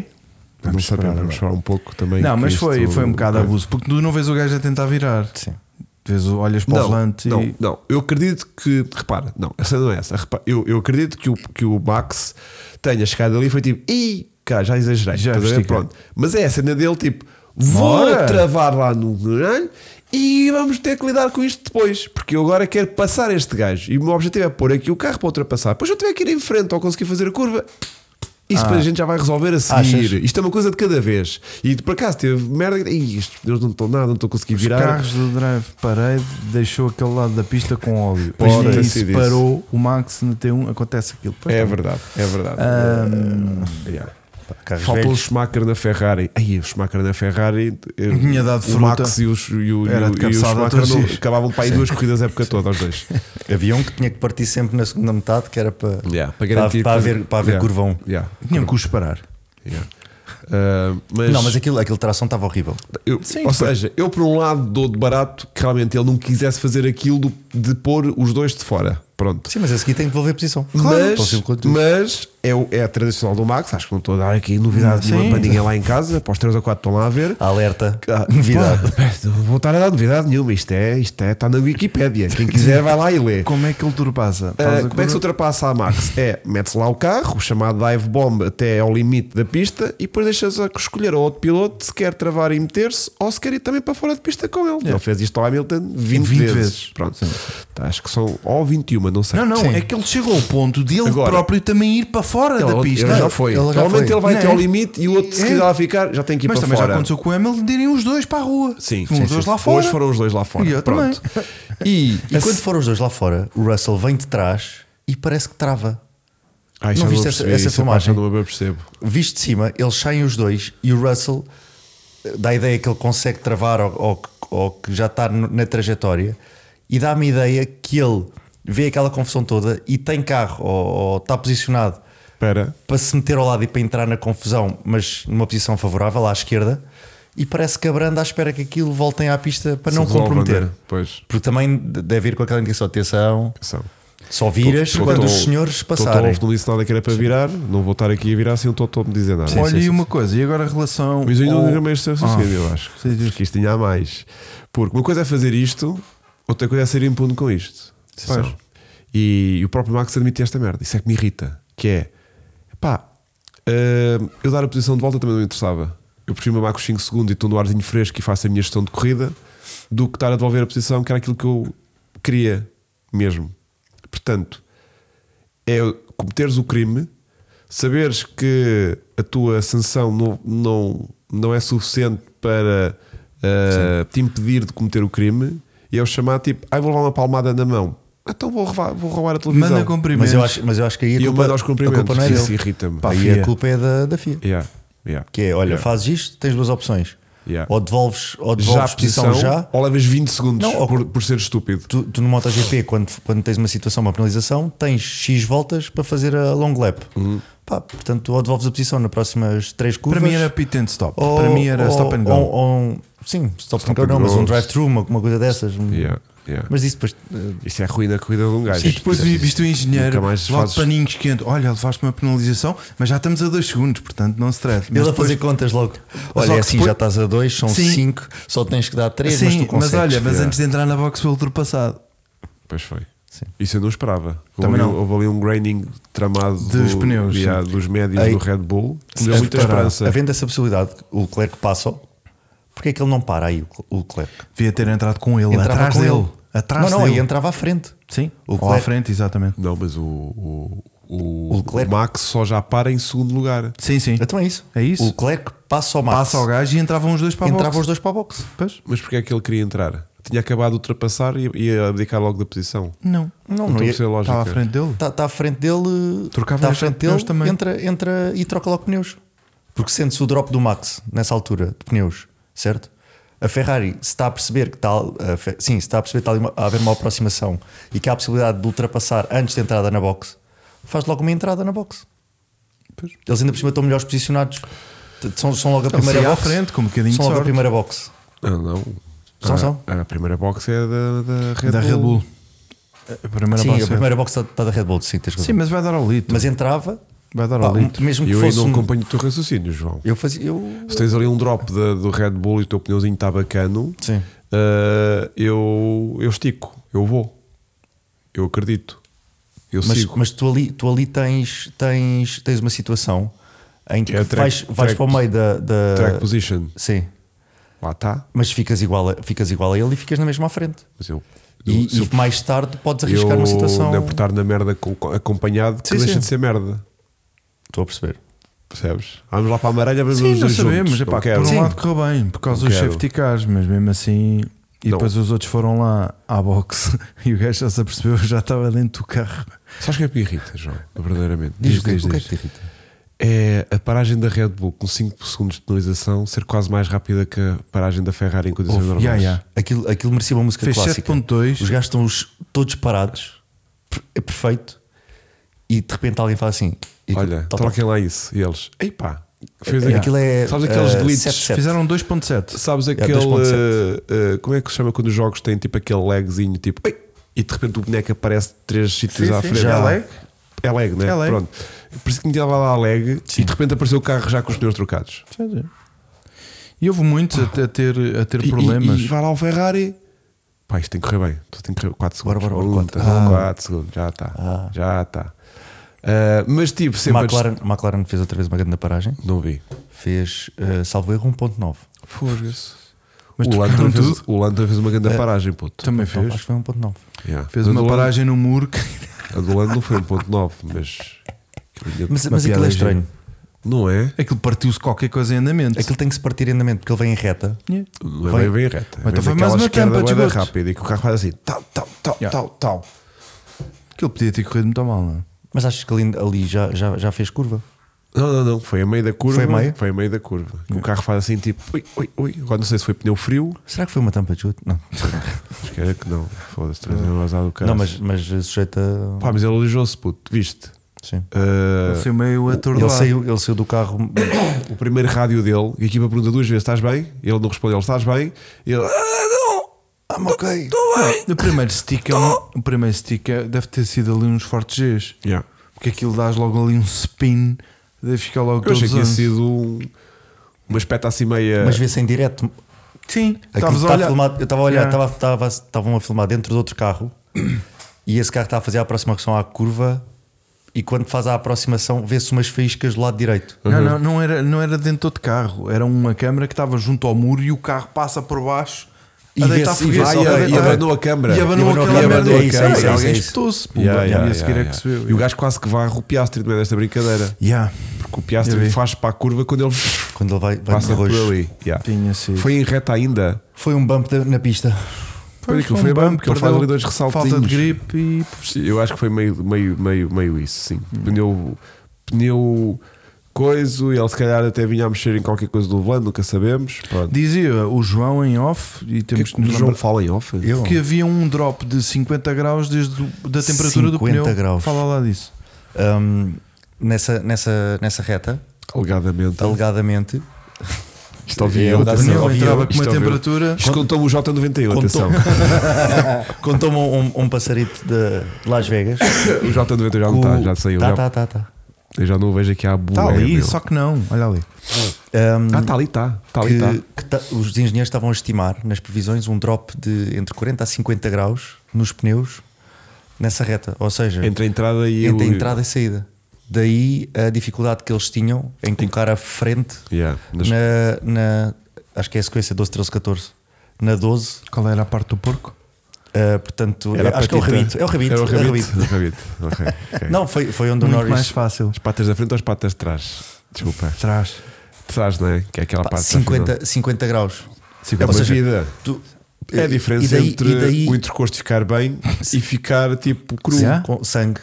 não sabemos,
Vamos esperar
vamos
agora.
falar um pouco também.
Não,
que
mas
isto-
foi, foi um bocado
coisa.
abuso, porque tu não vês o gajo a tentar virar.
Sim.
Vês, o- olhas para o
Não,
volante
não,
e.
não, eu acredito que. Repara, não, essa não é essa. Repa- eu, eu acredito que o, que o Max tenha chegado ali e foi tipo, ih, cara, já exagerei.
Já
estás a ver?
estiquei.
Pronto. Mas é a cena dele, tipo, vou
Bora.
travar lá no. E vamos ter que lidar com isto depois, porque eu agora quero passar este gajo e o meu objetivo é pôr aqui o carro para ultrapassar. Depois eu tiver que ir em frente ou conseguir fazer a curva. Isso
Ah.
depois a gente já vai resolver a seguir.
Achas?
Isto é uma coisa de cada vez. E por acaso teve merda. Ih, estes pneus não estão nada, não estou a conseguir
Os
virar.
carros do Drive Parade deixou aquele lado da pista com óleo.
Pois
Pois
tem
e
sido
se
isso.
parou o Max no T1, acontece aquilo. Pois
É
tá.
verdade, é verdade.
Ahm,
Eh, yeah.
Pá, carros
Faltou o
velhos.
Schumacher na Ferrari. Aí o Schumacher na Ferrari. eh,
Tinha dado
o
fruta.
Max e, os, e o,
Era
e o-
de
e o
cabeçada
Schumacher
todos
não-
os dias.
acabavam para aí duas corridas a época toda, aos dois.
Havia um que tinha que partir sempre na segunda metade, que era para,
Yeah, para
para-
garantir
para
que-
haver, para haver
yeah.
curvão.
Yeah,
Tinham que os parar.
yeah. Ah, mas,
Não, mas aquilo, aquele tração estava horrível.
eu- ou seja, eu por um lado dou de barato que realmente ele não quisesse fazer aquilo do- de pôr os dois de fora. Pronto.
Sim, mas a seguir tem que devolver a posição. Então, Tão
Mas,
simples quanto isso.
mas é, o- é a tradicional do Max. Acho que não estou a dar aqui novidade
Sim.
nenhuma para ninguém lá em casa. Para os 3 ou 4 estão lá a ver.
Alerta,
Ah,
novidade.
pá, não vou estar a dar novidade nenhuma. Isto é, isto é, está na Wikipédia. Quem quiser vai lá e lê.
Como é que ele ultrapassa? Faz
Ah,
a
como é que se
curva?
ultrapassa a Max? É, metes lá o carro, o chamado dive bomb até ao limite da pista e depois deixas a escolher ao outro piloto se quer travar e meter-se ou se quer ir também para fora de pista com ele. Ele fez isto ao Hamilton 20,
20
É. vezes.
vezes.
Pronto. Tá, acho que são ou 21, não sei.
Não, não,
Sim.
é que ele chegou ao ponto de ele
Agora-
próprio também ir para fora
Ele,
da
ele
pista.
já foi.
Ele já
Normalmente
foi.
ele vai
Não
até
é?
ao limite e o outro, se
É.
quiser lá ficar, já tem que ir
Mas
para
também
fora.
já aconteceu com o Hamilton de irem os dois para a rua.
Sim,
Foram
sim,
os dois
sim.
lá fora.
Hoje foram os dois lá fora.
E eu
Pronto. E,
E quando foram os dois lá fora, o Russell vem de trás e parece que trava.
Ai,
Não
já
viste
percebi Ah,
essa- essa
isso, pá,
filmagem?
Já não eu percebo.
Visto de cima, eles saem os dois e o Russell eh, dá a ideia que ele consegue travar ou, ou que- ou que já está no- na trajetória e dá-me a ideia que ele vê aquela confusão toda e tem carro ou, ou está posicionado
Espera.
para se meter ao lado e para entrar na confusão, mas numa posição favorável à esquerda. E parece que a branda à espera que aquilo voltem à pista para não
se resolve,
comprometer.
né? Pois.
Porque também de- deve ir com aquela indicação: atenção,
São.
só viras
Totó-
quando os senhores
Totó
passarem.
Wolff não disse nada que era para virar, não vou estar aqui a virar assim sem o Totó me dizer nada.
Olha, e uma coisa, e agora a relação.
Mas eu ainda
ao-
não mais ser sucedido, eu acho.
Então, sim, sim.
Porque isto tinha a mais. Porque uma coisa é fazer isto, outra coisa é ser impune com isto.
Pois.
Só. E o próprio Max admite esta merda. Isso é que me irrita. Que é pá, hum, eu dar a posição de volta também não me interessava. Eu prefiro mamar com os 5 segundos e estou no arzinho fresco e faço a minha gestão de corrida do que estar a devolver a posição, que era aquilo que eu queria mesmo. Portanto, é cometeres o crime, saberes que a tua sanção não, não, não é suficiente para ah, te impedir de cometer o crime, e é o chamar tipo, ai vou levar uma palmada na mão, então vou roubar, vou roubar a televisão.
Manda cumprimentos.
Mas eu, acho, mas eu acho que aí a
E eu
culpa,
mando aos
a
cumprimentos.
culpa não é
Isso
dele.
irrita-me.
Pá,
Aí
FIA.
a culpa é da, da FIA.
Yeah, yeah.
Que é, olha,
Yeah.
fazes isto, tens duas opções.
Yeah.
Ou devolves, ou
já a
devolves
posição,
posição já.
ou levas 20 segundos
Não, ou-
por, por ser estúpido.
Tu, tu no MotoGP, quando, quando tens uma situação, uma penalização, tens X voltas para fazer a long lap. Pá, portanto, ou devolves a posição nas próximas três
Para
curvas.
mim era pit and stop.
ou-
Para mim era
ou-
stop and go.
ou- ou- sim, stop, and go,
and
não, mas
go.
um drive-thru, uma, uma coisa dessas.
Yeah, yeah.
Mas isso depois. eh,
Isso é ruim da corrida de um
oh.
gajo.
E depois vi- viste o engenheiro
Nunca mais
lá de
fazes-
paninhos quente. Olha, levaste uma penalização, mas já estamos a dois segundos, portanto não se stress. Mas
Ele a
depois-
fazer contas logo. Olha,
só
é
que
assim,
depois-
já estás a dois, são
Sim.
cinco, só tens que dar três, mas
Sim,
tu
mas,
consegues.
olha, mas
yeah.
antes de entrar na box foi ultrapassado.
Pois foi.
Sim.
Isso eu não esperava.
Também
houve,
não.
houve ali um graining tramado
Dos
do-
pneus,
yeah, dos médios
Aí-
do Red Bull. Que me deu
Se
muita
parar,
esperança.
Havendo essa possibilidade, o Leclerc passa, porque é que ele não para aí, o Leclerc?
Devia ter entrado com ele,
Entrava
atrás
com
dele.
ele.
Atrás
não, não,
dele.
aí entrava à frente.
Sim,
O
ou à
Leclerc-
frente, exatamente.
Não, mas o, o, o,
O Leclerc-
o Max só já para em segundo lugar.
Sim, sim.
Então é isso.
É isso.
O Leclerc passa ao Max.
Passa ao gajo e entravam os dois para a
Entrava
boxe.
os dois para a boxe.
Pois?
Mas porquê é que ele queria entrar? Tinha acabado de ultrapassar e ia abdicar logo da posição.
Não.
Não estou
Não, não
a
ia.
perceber a lógica.
Estava à frente dele.
Está Tá, à frente dele.
Trocava
tá à
os
frente
pneus
dele.
também.
Entra, entra e troca logo pneus. Porque sente-se o drop do Max nessa altura de pneus, certo? A Ferrari se está a perceber que está, a Fe- sim, se está a perceber que está ali uma- a haver uma aproximação e que há a possibilidade de ultrapassar antes da entrada na box, faz logo uma entrada na box. Eles ainda por cima estão melhores posicionados. T- São, são logo a primeira
saem à
box.
frente, com um bocadinho
são
de
logo a
sorte.
primeira box.
Ah, não.
São,
Ah,
são.
A, primeira box é da, da Red
Da
Bull.
Red Bull. A primeira
Tá, sim,
boxe
a
é-
primeira box está, está da Red Bull, sim, tens razão.
Sim, mas vai dar ao lito.
Mas é- Tá, entrava,
Vai dar
pá,
ao lito.
mesmo
E
que
eu aí
fosse.
não
um-
acompanho o teu raciocínio, João.
eu fazia. Eu,
Se tens ali um drop da- do Red Bull e o teu pneuzinho está bacano,
Sim.
ah, eu, eu estico, eu vou. Eu acredito. Eu
mas,
sigo.
mas tu ali, tu ali tens, tens, tens uma situação em que
É a track-
vais, vais
track-
é para o meio da. da
Track position.
Sim.
Lá está.
Mas ficas igual, a, ficas igual a ele e ficas na mesma à frente.
Mas eu.
E,
eu- se
e
eu-
mais tarde podes arriscar
eu
uma situação.
Não é por estar na merda co- co- acompanhado que
Sim,
deixa
sim.
de ser merda.
Estou a perceber.
Percebes? Vamos lá para a amarelha, vamos os
Sim, não
dois
sabemos.
juntos.
epá,
Não
que
quero.
por um
Sim.
lado correu bem, por causa
Não
dos
quero.
safety cars, mas mesmo assim. E
Não.
depois os outros foram lá à boxe e o gajo já se apercebeu, já estava dentro do carro.
Sabes o que é que me irrita, João? Verdadeiramente.
Diz, o que-
diz,
o que é
diz.
que te irrita?
É a paragem da Red Bull com 5 segundos de penalização ser quase mais rápida que a paragem da Ferrari em condições normais.
Yeah, yeah.
Aquilo, aquilo merecia uma música
Fez
clássica.
7.2.
Os gajos estão os- todos parados, per- é perfeito, e de repente alguém fala assim: e aquilo-
Olha,
tá- tá-
troquem lá isso. E eles, ei pá, fez
É,
aqui-
aquilo é,
Sabes aqueles
eh, é,
glitches?
7-7.
Fizeram 2.7.
Sabes aquele.
2.7.
eh, eh, como é que se chama quando os jogos têm tipo aquele lagzinho tipo. "Ei!" E de repente o boneco aparece três sítios
Sim,
à
sim.
frente.
Já é lag?
É lag, né?
É lag.
Pronto. Por isso que me tinha lá a lag e de repente apareceu o carro já com os pneus trocados.
E houve muitos a, a ter, a ter
E- e-
problemas.
E, vai lá o Ferrari. Pá, isto tem que correr bem. Só tem que correr 4
Bora,
segundos.
bora, bora,
Um,
quatro. Ah.
dois, quatro segundos. Já está. Já está. Ah, mas tipo, sempre. a dist-
McLaren, McLaren fez outra vez uma grande paragem,
Não vi.
fez, eh, salvo erro, 1.9.
Foda-se.
Mas
o
trocaram
Lando fez,
tudo.
o Lando fez uma grande paragem, puto.
É. Também
Então,
fez.
Acho que foi 1.9.
Yeah.
Fez
A
uma
do Lando-
paragem no muro que
A do Lando não foi 1.9, mas.
Mas,
Uma
mas aquilo
piada
é
gira.
estranho.
Não é?
aquilo partiu-se qualquer coisa em andamento.
Aquilo tem que se partir em andamento porque ele vem em reta.
Yeah.
Não é bem,
Vai-
bem reta.
Então
Vem
foi mais
daquela
uma
esquerda
tampa de
bué da
esgoto.
rápida e que o carro faz assim. Tal, tal, tal,
Yeah.
tal, tal.
Aquilo podia ter corrido muito mal, não é?
Mas achas que ali, ali já, já, já fez curva?
Não, não, não. Foi a meio da curva.
Foi a meio?
Foi a meio da curva. Que O carro faz assim tipo. Ui, ui, ui. Agora não sei se foi pneu frio.
Será que foi uma tampa de chute? Não,
Acho que era que não. Foda-se, três anos vazado o cara.
não mas, mas sujeita.
Pá, mas ele alijou-se, puto. Viste?
Sim.
Ah,
Ele saiu é? meio
Ele
atordoado.
saiu, ele saiu do carro.
o primeiro rádio dele, e a equipa pergunta duas vezes: estás bem? Ele não respondeu: estás bem? E ele. "Ah,
I'm ok.
O primeiro stick, é um- o primeiro stick é- deve ter sido ali uns fortes Gs.
Yeah.
Porque aquilo dás logo ali um spin, daí fica logo
Eu achei
todos
que tinha
anos.
sido um, uma espeta assim meia.
Mas vê-se em direto.
Sim,
Aquilo
estavas a
tá
está
olhar.
filmado- eu estava a olhar,
Yeah.
estava- estava- estavam a filmar dentro de outro carro e esse carro está a fazer a aproximação à curva. E quando faz a aproximação, vê-se umas faíscas do lado direito.
Uhum.
Não, não, não era, não era dentro de outro carro, era uma câmara que estava junto ao muro e o carro passa por baixo.
E
a
vê-se-
deitar
e
foguete,
vê-se-
a
ah, yeah,
deitar-
e abanou a câmara.
E abanou
E abanou a
aquela
câmara,
merda.
é isso, é isso, é
Alguém
isso.
espetou-se. pô.
Yeah, yeah,
E a seguir é
yeah,
que se
yeah.
viu.
E o gajo quase que vai a Piastri no meio desta brincadeira.
Yeah.
Porque o
Eu
Piastri
vi.
faz para a curva quando ele
Quando ele vai, vai
passa
de
por
roxo.
ali. Yeah.
Tinha sido.
Foi em reta ainda.
Foi um bump da- na pista.
Foi, aquilo,
um
foi bem,
bump,
porque ele faz
perdeu
ali dois ressaltinhos.
Falta de gripe e.
Eu acho que foi meio, meio, meio, meio isso, sim. Pneu, pneu coiso, e ele se calhar até vinha a mexer em qualquer coisa do volante, nunca sabemos. Pronto.
Dizia o João em off, e
O que é
temos
que
que nos
o João
lembrar
fala em off?
Eu?
que havia um drop de 50 graus desde o- da temperatura do
50
pneu.
graus.
Fala lá disso.
Ahm, Um, nessa, nessa, nessa reta,
Então.
Alegadamente.
alegadamente,
Isto ouvi
É,
eu.
o
O
Daniel
atenção.
pneu
ouvi
entrava
eu,
com uma
Isto é ouvi eu.
temperatura.
Isto contou-me o J91, atenção.
contou- contou-me um, um passarinho de, de Las Vegas.
O J91 já não está, já saiu.
Tá,
já,
tá, tá, tá.
Eu já não o vejo aqui à boa.
é
Está ali,
meu.
só que não. Olha ali.
Ahm,
Ah, está ali, está. Está ali,
Um, que,
está.
que ta- os engenheiros estavam a estimar nas previsões um drop de entre 40 a 50 graus nos pneus nessa reta, ou seja,
Entre
entre,
a entrada e
a
o-
entrada e saída. Daí a dificuldade que eles tinham em colocar a frente
Yeah, nas-
na, na- acho que é a sequência 12, 13, 14, na 12,
Qual era a parte do porco?
ah, portanto,
Era
acho que é o
patita.
rabito, é o rabito,
Era o
é o
rabito.
rabito.
o rabito. Ok, ok.
Não, foi, foi onde o
Muito mais
Norris
fácil.
As patas da frente ou as patas de trás? Desculpa.
Trás.
De trás, não é? Que é aquela
pá,
parte.
50, 50 graus.
É uma
Ou seja,
vida.
tu-
É a diferença
e daí-
entre
e daí-
o intercosto ficar bem e ficar tipo cru.
Sim. Yeah.
com sangue,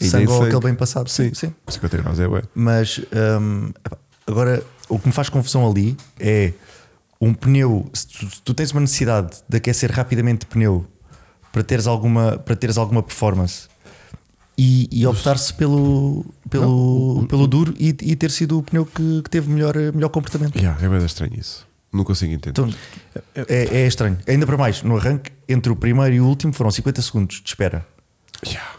E
sangue
nem
ou
sangue.
aquele bem passado.
Sim.
sim.
50 graus é bem.
Mas hum, epá, agora o que me faz confusão ali é um pneu. Se tu, se tu tens uma necessidade de aquecer rapidamente o pneu para teres alguma, para teres alguma performance e, e optar-se pelo, pelo, pelo duro e, e ter sido o pneu que, que teve melhor, melhor comportamento.
Yeah, é bem estranho isso. Não consigo entender.
Então, é, é estranho. Ainda para mais, no arranque, entre o primeiro e o último foram 50 segundos de espera.
Yeah.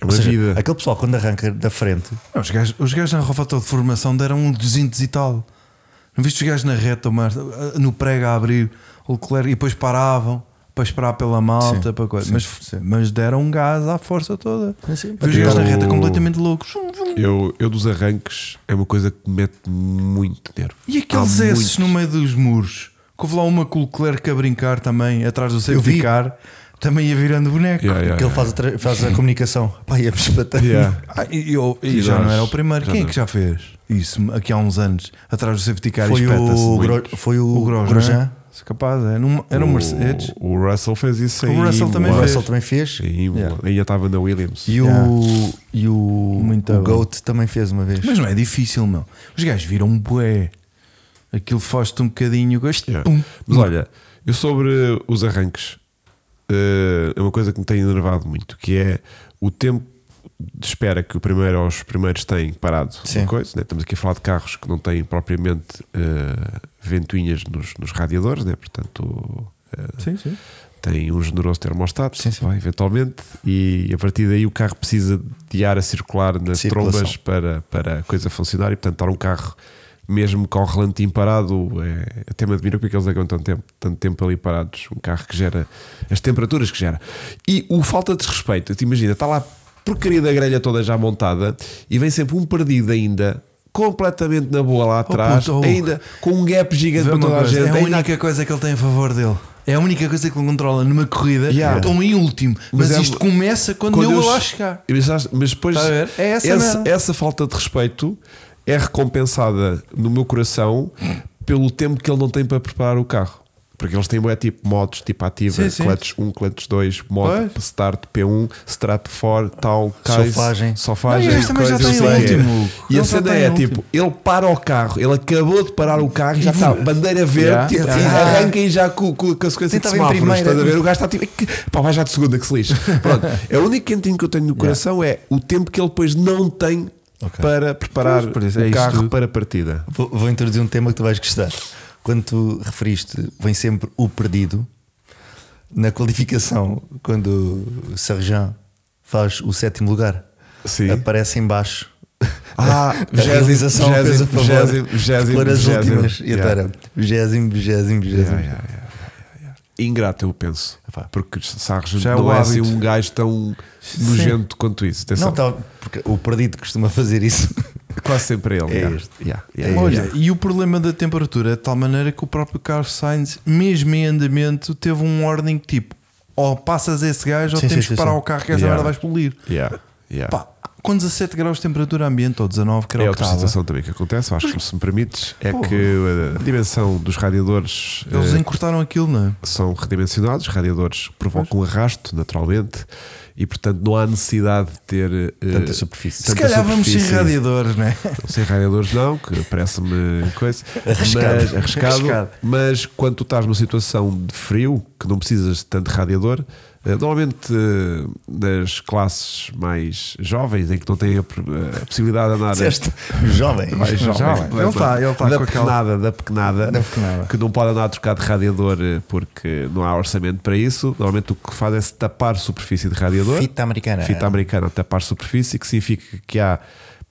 É
Ou
uma
seja,
vida.
aquele pessoal quando arranca da frente
Não, Os gajos, os gajos na rota de formação deram um 200 e tal. Não viste os gajos na reta, mas, ah, no prego a abrir o Leclerc e depois paravam para esperar pela malta,
Sim,
para coisa.
sim,
mas,
sim.
mas deram um gás à força toda.
É assim,
Vi os gajos na
Eu-
reta completamente loucos.
Eu, eu dos arranques é uma coisa que me mete muito nervo.
E aqueles
Há
S no meio dos muros. Que Houve lá uma com o Leclerc a brincar também, atrás do
vi.
safety car, também ia virando boneco.
Yeah, yeah,
que ele faz a, tra- faz a comunicação. Pá, íamos bater.
Yeah.
Ah, e eu, e
Que
já não
idades.
era o primeiro.
Já
Quem é
não.
que já fez isso aqui há uns anos, atrás do safety car? e
Foi
espeta-se
o,
muito.
Gro- foi o,
o Grosjean.
Grosjean.
Se capaz, era um, era um Mercedes.
O, o Russell fez isso
O
em
Russell também
O
Imola.
Russell também fez.
Em Imola.
Yeah.
Ainda estava na Williams.
E o,
Yeah.
e o,
Muito
o
bom.
Goat também fez uma vez.
Mas não é difícil, meu. Os gajos viram um bué. Aquilo foste um bocadinho, gosto.
Yeah.
Pum.
Mas olha, eu sobre os arranques, eh, é uma coisa que me tem enervado muito, que é o tempo de espera que o primeiro aos primeiros têm parado.
Sim.
Uma Coisa, né? Estamos aqui a falar de carros que não têm propriamente eh, ventoinhas nos, nos radiadores, né? portanto eh,
Sim, sim.
tem um generoso termostato, vai, eventualmente, e a partir daí o carro precisa de ar a circular nas
Circulação.
trombas para, para a coisa funcionar e, portanto, estar um carro mesmo com o relantinho parado, é, até me admira porque é que eles aguentam tanto tempo, tanto tempo ali parados. Um carro que gera as temperaturas que gera. E o falta de respeito, te imagina, está lá a porcaria da grelha toda já montada e vem sempre um perdido ainda. Completamente na boa lá atrás,
puto, oh.
ainda com um gap gigante
Vê
para
uma
toda a
coisa,
gente,
é a
ainda
única coisa que ele tem a favor dele. É a única coisa que ele controla numa corrida.
Yeah.
Estão em último. Mas,
Mas é-
isto começa quando, eu lá chegar.
Mas, sabes- mas depois
Está a ver? É essa
essa,
merda.
essa falta de respeito é recompensada no meu coração pelo tempo que ele não tem para preparar o carro. Porque eles têm é tipo modos, tipo ativa,
Sim, sim.
clutch 1, clutch 2, modo start P1, strat 4, tal, case,
Sofagem.
sofagem
Não, e este também já
coisa,
tem
não sei
o
o quê.
último.
E
Ele
a
já
cena
tem
é
o
tipo, ele para o carro, ele acabou de parar o carro, já está bandeira verde,
Yeah.
tipo,
Yeah.
e arranca e já com, com, com a sequência de
Tentava em
semáforos,
primeira.
estás a ver? ver, o gajo está tipo, "Ai, que- pá, vai já de segunda que se lixe. Pronto, é o único cantinho que eu tenho no coração é o tempo que ele depois não tem para preparar
Pois, por isso, é
o
isso
carro
tudo.
para a partida.
Vou, vou introduzir um tema que tu vais gostar. Quando tu referiste, vem sempre o perdido. Na qualificação, quando o Sarjan faz o sétimo lugar,
Sim.
aparece em baixo.
Ah,
a realização fez a favor.
vigésimo, vigésimo,
Declara as
vigésimo.
últimas. E
Yeah.
até era vigésimo, vigésimo, vigésimo.
Yeah, yeah, yeah, yeah, yeah. Ingrato, eu penso.
Epá.
Porque Sarres
Já é
não
o
é assim
hábito.
um gajo tão nojento quanto isso. Atenção,
Não, tá, porque o perdido costuma fazer isso.
Quase sempre ele.
É
yeah.
este.
Yeah, yeah,
É
yeah,
Olha,
yeah.
e o problema da temperatura é de tal maneira que o próprio Carlos Sainz, mesmo em andamento, teve um warning tipo: ou passas esse gajo
Sim,
ou temos
sim,
que
sim,
parar
sim.
o carro que essa
Yeah.
merda vai explodir.
Yeah, yeah.
Pá, com 17 graus de temperatura ambiente ou 19, que
É
era o que
outra
estava,
situação também que acontece, eu acho que se me permites, é
Porra.
que eh, a dimensão dos radiadores
eles
eh,
encurtaram aquilo, não é?
são redimensionados, radiadores provocam arrasto naturalmente e portanto não há necessidade de ter eh,
Tanta superfície.
tanta
Se calhar vamos sem
superfície.
radiadores, não é?
Sem radiadores não, que parece-me coisa
Arriscado.
Mas, arriscado,
Arriscado.
mas quando tu estás numa situação de frio que não precisas de tanto radiador eh, Normalmente eh, nas classes mais jovens em que não têm a, pr- a possibilidade de andar
Disseste, jovem.
mais jovem.
jovem. Ele tá- ele tá
da,
com aquela-
pequenada, da pequenada,
Da pequenada.
que não pode andar a trocar de radiador eh, porque não há orçamento para isso. Normalmente o que faz é se tapar superfície de radiador.
Fita americana.
Fita americana, tapar superfície, que significa que há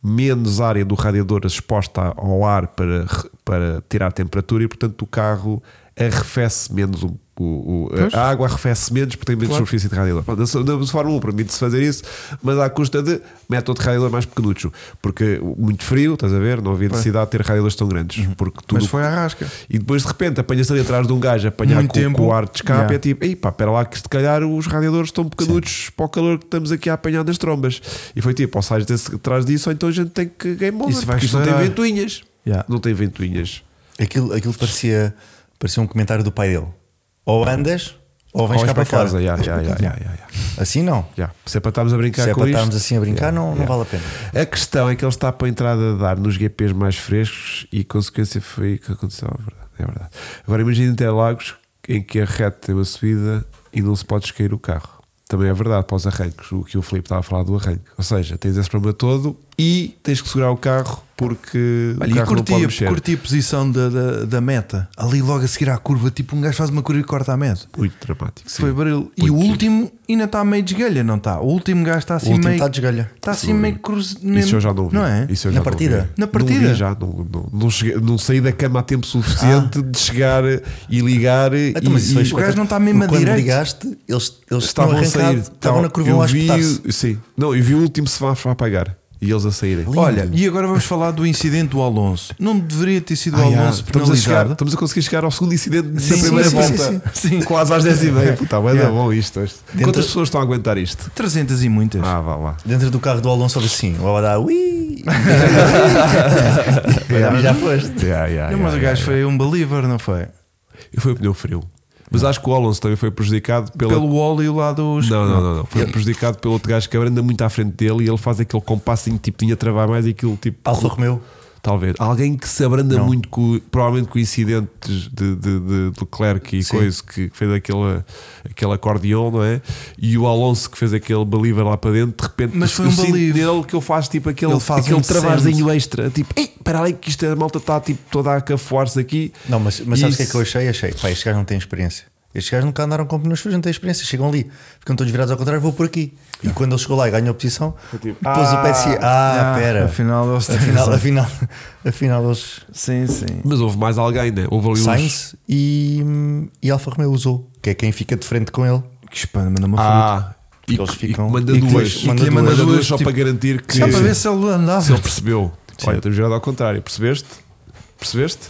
menos área do radiador exposta ao ar para, re- para tirar a temperatura e, portanto, o carro arrefece menos o. o- o-
Pois.
a água arrefece menos porque tem menos
Claro.
superfície de radiador. Pronto, Na na Fórmula 1 permite-se fazer isso, mas à custa de método de radiador mais pequenucho, porque muito frio, estás a ver? Não havia necessidade de ter radiadores tão grandes, porque tu
Uhum. Mas
no-
foi à rasca.
e depois de repente apanhas ali atrás de um gajo a apanhar
Muito
com,
tempo.
com o ar de escape
Yeah.
é tipo, ei pá, espera lá que se calhar os radiadores estão pequenutos para o calor que estamos aqui a apanhar nas trombas. E foi tipo, ou sais desse, atrás disso, ou então a gente tem que game over,
Isso vai
porque isto não tem
estourar.
ventoinhas.
Yeah.
Não tem ventoinhas.
Aquilo, aquilo parecia, parecia um comentário do pai dele. Ou andas, ou vens
Ou
cá para fora.
casa, yeah, yeah, yeah, yeah, yeah, yeah.
Assim não.
Yeah. Se é para estarmos a brincar
Se é
com
para
isto,
estarmos assim a brincar, não, não vale a pena.
A questão é que ele está para a entrada de ar nos GPs mais frescos e consequência foi o que aconteceu. É verdade. É verdade. Agora imagina Interlagos em que a reta tem uma subida e não se pode escair o carro. Também é verdade para os arranques, o que o Filipe estava a falar do arranque. Ou seja, tens esse problema todo e tens que segurar o carro porque
Olha,
o
e
carro não
curti,
pode
a-
mexer.
curti a posição da, da, da meta. Ali logo a seguir à curva, tipo um gajo faz uma curva e corta a meta.
Muito dramático. sim.
Foi barulho. E o último ainda está meio desgalha, não está? O último gajo está assim
O último
meio.
tá
está desgalha.
Está assim meio cruz.
Isso eu já não vi.
Não é?
Isso eu já
Na
não vi.
partida?
Na
Não
partida?
vi já, não, não, não cheguei- não saí da cama a tempo suficiente de chegar e ligar. e,
Então, mas isso
e-
foi
o gajo
tá
não está
espetacular.
mesmo a
Quando
direito.
ligaste, eles, eles
estavam
estavam
a sair. Então,
arrancados, estavam na curva um
eu
a
vi,
espetar-se.
Sim, não, eu vi o último semáforo a apagar. e eles a saírem.
Olha, e agora vamos falar do incidente do Alonso. Não deveria ter sido o
Ah, yeah.
Alonso
estamos, a chegar,
penalizado.
estamos a conseguir chegar ao segundo incidente
Sim,
da
sim,
primeira
sim,
volta.
sim, sim.
Quase às 10h30. Puta, mas
Yeah.
é bom isto. hoje. Quantas pessoas estão a aguentar isto?
300 e muitas.
Ah, vá lá.
Dentro do carro do Alonso, ouve assim: o Abadá, ui! Olha, Já foste.
Yeah, yeah, yeah,
Não, mas o
yeah,
gajo foi um believer, não foi?
yeah. Foi o pneu frio. Mas acho que o Alonso também foi prejudicado pela.
Pelo óleo lá dos.
Não, não, não, não. Foi prejudicado pelo outro gajo que anda muito à frente dele e ele faz aquele compassinho tipo tinha a travar mais e aquilo tipo.
Alfa Romeo.
Talvez. Alguém que se abranda muito, com, provavelmente com incidentes de, de, de, de Leclerc e
Sim.
coisa que fez aquele, aquele acordeão, não é? E o Alonso que fez aquele believer lá para dentro, de repente,
Mas foi
eu
um
sinto
believe.
nele que ele faz tipo aquele,
Ele faz
aquele
um
travazinho extra, tipo, ei, espera aí que isto a malta está tipo toda a cafuar-se aqui.
Não, mas, mas
E
sabes o que é
isso-
que eu achei? Achei, pá, estes gajos não têm experiência. Estes gajos nunca andaram com pneus frios, não têm experiência. Chegam ali, ficam todos virados ao contrário, vou por aqui. E quando ele chegou lá e ganhou a posição,
tipo,
depois o PSI,
Ah,
ah, pera.
Afinal, eles têm
Afinal,
razão.
afinal, afinal eles.
Sim, sim.
Mas houve mais alguém, né? Houve ali uns-
Sainz e, e Alfa Romeo usou, que é quem fica de frente com ele.
Que espana, manda uma fruta.
Ah, e,
Porque eles
que- e
ficam-
que manda
e que-
duas.
e que lhe manda duas,
só
tipo-
para garantir que.
Só para ver se ele andava.
se ele percebeu. Olha, temos virado ao contrário. Percebeste? Percebeste?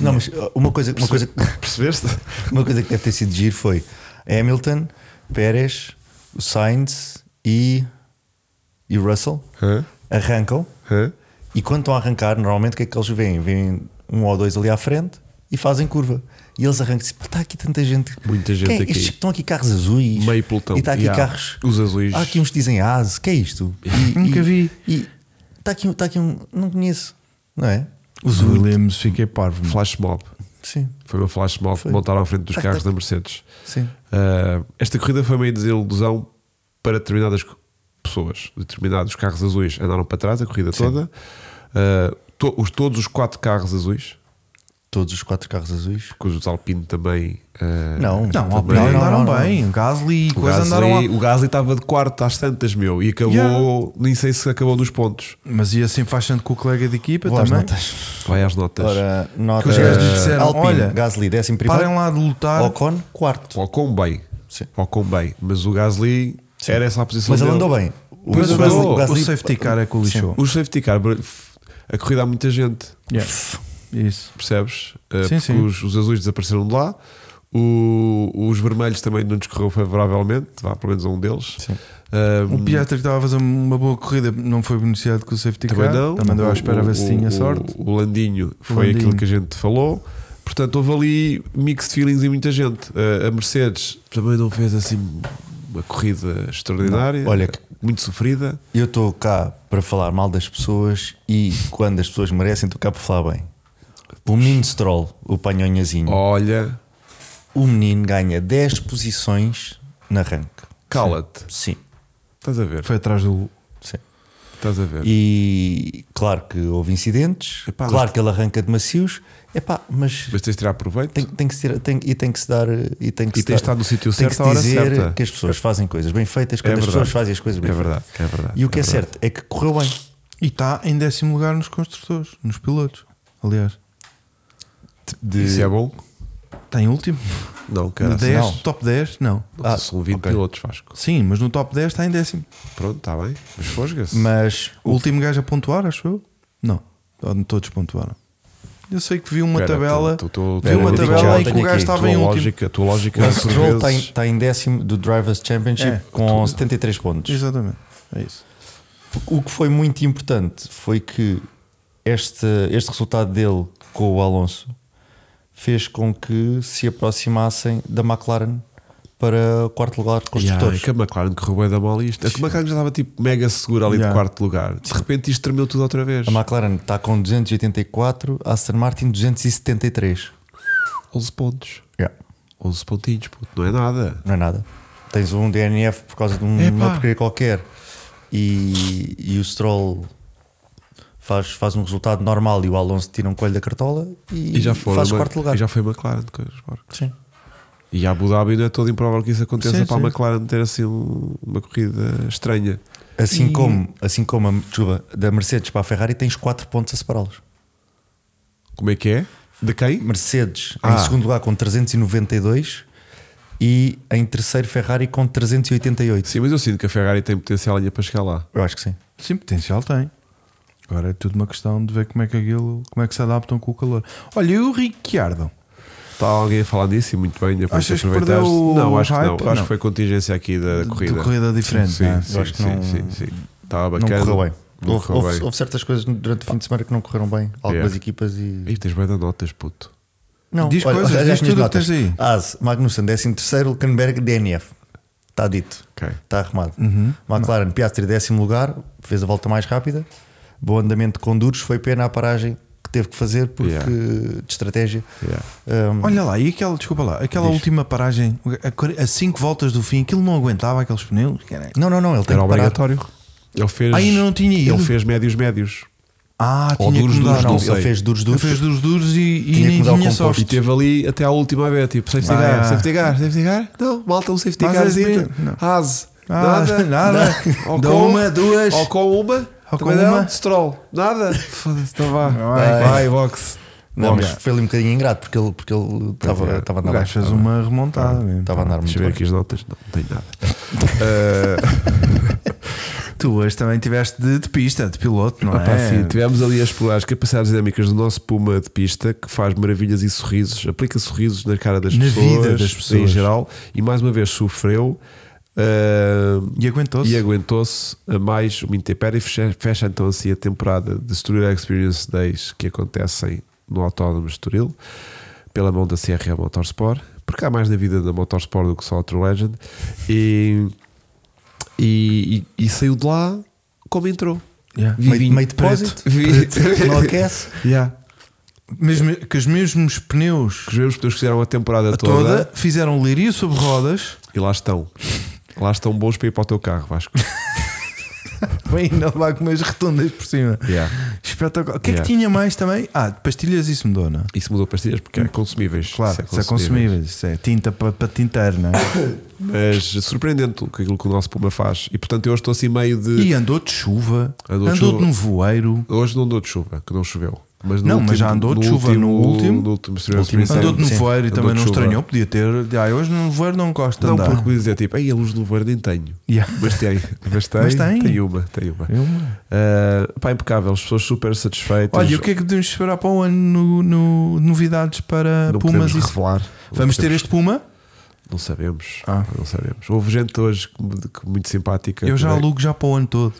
Não, mas ah, uma coisa, uma coisa,
Percebeste?
uma coisa que deve ter sido giro foi Hamilton, Pérez, o Sainz e, e o Russell
Hã?
arrancam.
Hã?
E quando estão a arrancar, normalmente o que é que eles veem? Vêm um ou dois ali à frente e fazem curva. E eles arrancam e dizem: "Pá, está aqui tanta gente.
Muita gente
Quem é-
aqui.
Estes, estão aqui carros azuis.
Meio pelotão.
E está aqui
Yeah.
carros.
Os azuis.
Há aqui uns que dizem ASE. que é isto? E-
Nunca
e-
vi.
E está aqui, um- está aqui um. Não conheço. Não é?
Os Williams, fiquei parvo. meu.
Flash mob.
Sim.
Foi uma flash mob que
Foi.
montaram à frente dos
Tac,
carros
tac.
da Mercedes.
Sim.
Ah, esta corrida foi uma desilusão para determinadas pessoas. Determinados carros azuis andaram para trás a corrida toda. Ah, to- os, todos os quatro carros azuis,
Todos os quatro carros azuis.
porque os Alpine também. ah,
Não.
Não,
Também.
ao primeiro
Não, não,
andaram
não,
bem. O Gasly e
O
coisa
Gasly,
andaram lá.
o Gasly estava de quarto às tantas, meu, e acabou,
Yeah.
nem sei se acabou nos pontos.
Mas ia assim fazendo com o colega de equipa
Boas
também.
notas.
Vai às notas.
Ora,
Que os
notas.
gajos lhe disseram,
Alpine,
olha,
Gasly, décimo
Parem
primeiro.
lá de lutar.
Ocon, quarto.
Ao quão bem.
Sim.
Ao quão bem. Mas o Gasly era essa a posição.
Mas ele
dele.
andou bem. O,
Pois
o
andou.
Gasly- o
O
O
Gasly-
safety car é que o lixou.
O safety car, a corrida há muita gente,
Yeah. Isso.
percebes? Uh,
Sim,
porque
sim.
Os, os azuis desapareceram de lá. O- os vermelhos também não descorreu favoravelmente, vá pelo menos a um deles. Um,
O Piastri que estava a fazer uma boa corrida não foi beneficiado com o safety
também
car.
não.
Também deu à
O-
espera a ver se
o-
tinha
o-
sorte.
O Landinho foi
Landinho.
aquilo que a gente falou. Portanto, houve ali mixed feelings em muita gente. Uh, a Mercedes também não fez assim uma corrida extraordinária,
Não. Olha que-
muito sofrida.
Eu estou cá para falar mal das pessoas e quando as pessoas merecem, estou cá para falar bem. O menino Stroll, o panhonhazinho,
Oh. Olha,
o menino ganha 10 posições na rank.
cala-te,
Sim,
estás a ver,
Foi atrás do.
sim.
estás a ver.
E claro que houve incidentes,
É. Epá,
claro
mas-
que ele arranca de macios, epá, mas
Mas tens de tirar proveito.
tem, tem que se tirar- tem- e tem que se dar e tem que
E tens de
se dar-
estar no sítio
tem que
certo
se
à hora
dizer
certa. É
que as pessoas fazem coisas bem feitas quando as
verdade.
pessoas fazem as coisas bem
É verdade,
feitas.
é verdade.
E o que é,
verdade.
certo é que correu bem.
E está em décimo lugar nos construtores, nos pilotos. Aliás,
De-
Isso é bom?
está em último.
Não, cara.
No 10,
Não.
top 10, não. Ah,
Nossa, são 20
ok.
pilotos, Vasco.
Sim, mas no top 10 está em décimo.
Pronto, está bem. Mas fosga-se.
Mas
O último gajo a pontuar, acho eu? Não. Todos pontuaram. Eu sei que vi uma
Espera,
tabela.
tu- tu- tu-
vi uma
tu-
tabela
tu-
em que
tenho
o gajo
aqui,
a
estava
tua
em último.
lógica, a tua lógica
O
às
Stroll está em,
vezes-
tá em décimo do Drivers' Championship
É,
com 73 pontos.
Exatamente. É isso.
O que foi muito importante foi que este, este resultado dele com o Alonso fez com que se aproximassem da McLaren para o quarto lugar de
Yeah,
construtores.
que a McLaren correu bem da mal isto. A McLaren já estava tipo mega segura ali
Yeah.
de quarto lugar. De repente isto tremeu tudo outra vez.
A McLaren está com 284, a Aston Martin 273.
11 pontos.
Yeah,
11 pontinhos, puto. Não é nada.
Não é nada. Tens um DNF por causa de um-
Epá.
uma porcaria qualquer e, e o Stroll faz, faz um resultado normal e o Alonso tira um coelho da cartola e,
E já foi.
faz
a Ma-
quarto lugar.
E já foi a McLaren. coisas, bora.
Sim.
E a Abu Dhabi não é todo improvável que isso aconteça
Sim,
para
sim.
a McLaren ter assim um- uma corrida estranha.
Assim,
E-
como, assim como a, desculpa, da Mercedes para a Ferrari, tens 4 pontos a separá-los.
Como é que é? De quem?
Mercedes
Ah.
em segundo lugar com 392 E em terceiro, Ferrari com 388.
Sim, mas eu sinto que a Ferrari tem potencial ainda para chegar lá.
Eu acho que sim.
Sim, potencial tem. Agora é tudo uma questão de ver como é que aquilo, como é que se adaptam com o calor. Olha, e o Ricciardo?
Está alguém a falar disso e muito bem, ainda por isso
Achas que perdeu
aproveitaste.
o
Não, acho que não.
hype?
Acho
Não.
que foi contingência aqui da
de
corrida.
corrida diferente,
Sim,
não é?
sim,
Eu acho que
sim,
não-
sim, sim. Estava
Não
bacana.
correu bem.
Não
houve,
correu
houve-
bem.
houve certas coisas durante o fim de semana que não correram bem. Algumas
Yeah.
equipas e.
Ih, tens bem de notas, puto.
Não,
Diz coisas,
as
diz
minhas
tudo o que tens
notas.
aí.
Haas, Magnussen, 13 terceiro, Hülkenberg, DNF. Está Tá dito.
Ok.
Está arrumado.
Uhum.
McLaren, Piastri, décimo lugar, fez a volta mais rápida. Bom andamento com duros, foi pena a paragem que teve que fazer porque
Yeah.
de estratégia.
Yeah.
Um,
Olha lá, e aquela, desculpa lá, aquela última paragem, a quar- a 5 voltas do fim, aquilo não aguentava aqueles pneus? caralho.
não, não, não, ele tem
Era
que parar.
obrigatório. Ele fez.
Ah, ainda não tinha
Ele
ido.
fez médios-médios.
Ah,
Ou
tinha
duros,
que mudar.
duros,
não
não,
sei.
ele fez duros,
Ele
duros.
fez dos duros e, e
Tinha que
nem
mudar o
tinha
composto.
sorte.
E teve ali até à última a ver, tipo, safety
Ah,
car,
yeah.
safety car, safety car. Não, malta, um safety
Mas
carzinho.
é- não.
Haas.
Ah,
nada,
nada.
Ou
Dá
com
uma, duas.
Ou com uma.
Ou
também
com
não.
uma.
Stroll. Nada. Foda-se, então vá.
Vai.
Vai, box.
Não, mas
Olha.
foi ali um bocadinho ingrato porque ele, porque ele estava
é.
estava a
O
andar bem.
gajo fez uma remontada então. mesmo.
Estava a andar muito
Deixa eu ver
bem.
aqui as notas. Não, não tenho nada.
Tu hoje também tiveste de, de pista, de piloto, não
Ah, pá,
é?
sim, tivemos ali a explorar as capacidades dinâmicas do nosso Puma de pista que faz maravilhas e sorrisos, aplica sorrisos na cara das
Na
pessoas,
vida das
em
pessoas.
geral, e mais uma vez sofreu. ah,
E aguentou-se.
e aguentou-se a mais uma intempérie. Fecha, fecha então assim a temporada de Estoril Experience Days que acontecem no Autódromo de Estoril pela mão da CRA Motorsport, porque há mais na vida da Motorsport do que só a True Legend. E, e, e- e saiu de lá como entrou.
Yeah.
Meio, meio de preto,
Depósito. Vi-
preto, não aquece.
Yeah.
Mesmo, que os mesmos pneus
Que os mesmos pessoas que fizeram a temporada
toda,
toda,
fizeram lirio sobre rodas.
e lá estão. Lá estão bons para ir para o teu carro, Vasco.
ainda lá com umas retundas por cima.
Yeah.
Espetacular. O que é que
Yeah.
tinha mais também? Ah, de pastilhas e semedona.
Isso mudou pastilhas porque é consumíveis.
Claro,
Isso é
isso é consumível, isso é tinta para, para tintar, não é?
Mas surpreendente o que aquilo que o nosso Puma faz. E portanto eu hoje estou assim meio de.
E andou de chuva,
Andou
andou,
de chuva.
de nevoeiro,
Hoje não andou de chuva, que não choveu. Mas no
Não,
último-
mas já andou de
no
chuva no último-
No último, Extreme
último
Experience.
andou de
sim.
nevoeiro e
Andou
também
de
não
chuva.
estranhou, podia ter. Ah, hoje no nevoeiro não gosto de
Não,
andar.
porque podia dizer tipo, ei, a luz do nevoeiro nem tenho.
Yeah.
Mas tem, mas tem,
Mas tem.
tem. uma, tem uma.
É uma.
Ah, pá, impecável, as pessoas super satisfeitas.
Olha, e o que é que podemos esperar para o ano no, no- novidades para
não
Pumas?
podemos
e-
revelar.
Vamos ter este Puma?
Não sabemos.
Ah.
Não sabemos. Houve gente hoje que me- que muito simpática.
Eu já
Não é?
alugo já para o ano todo.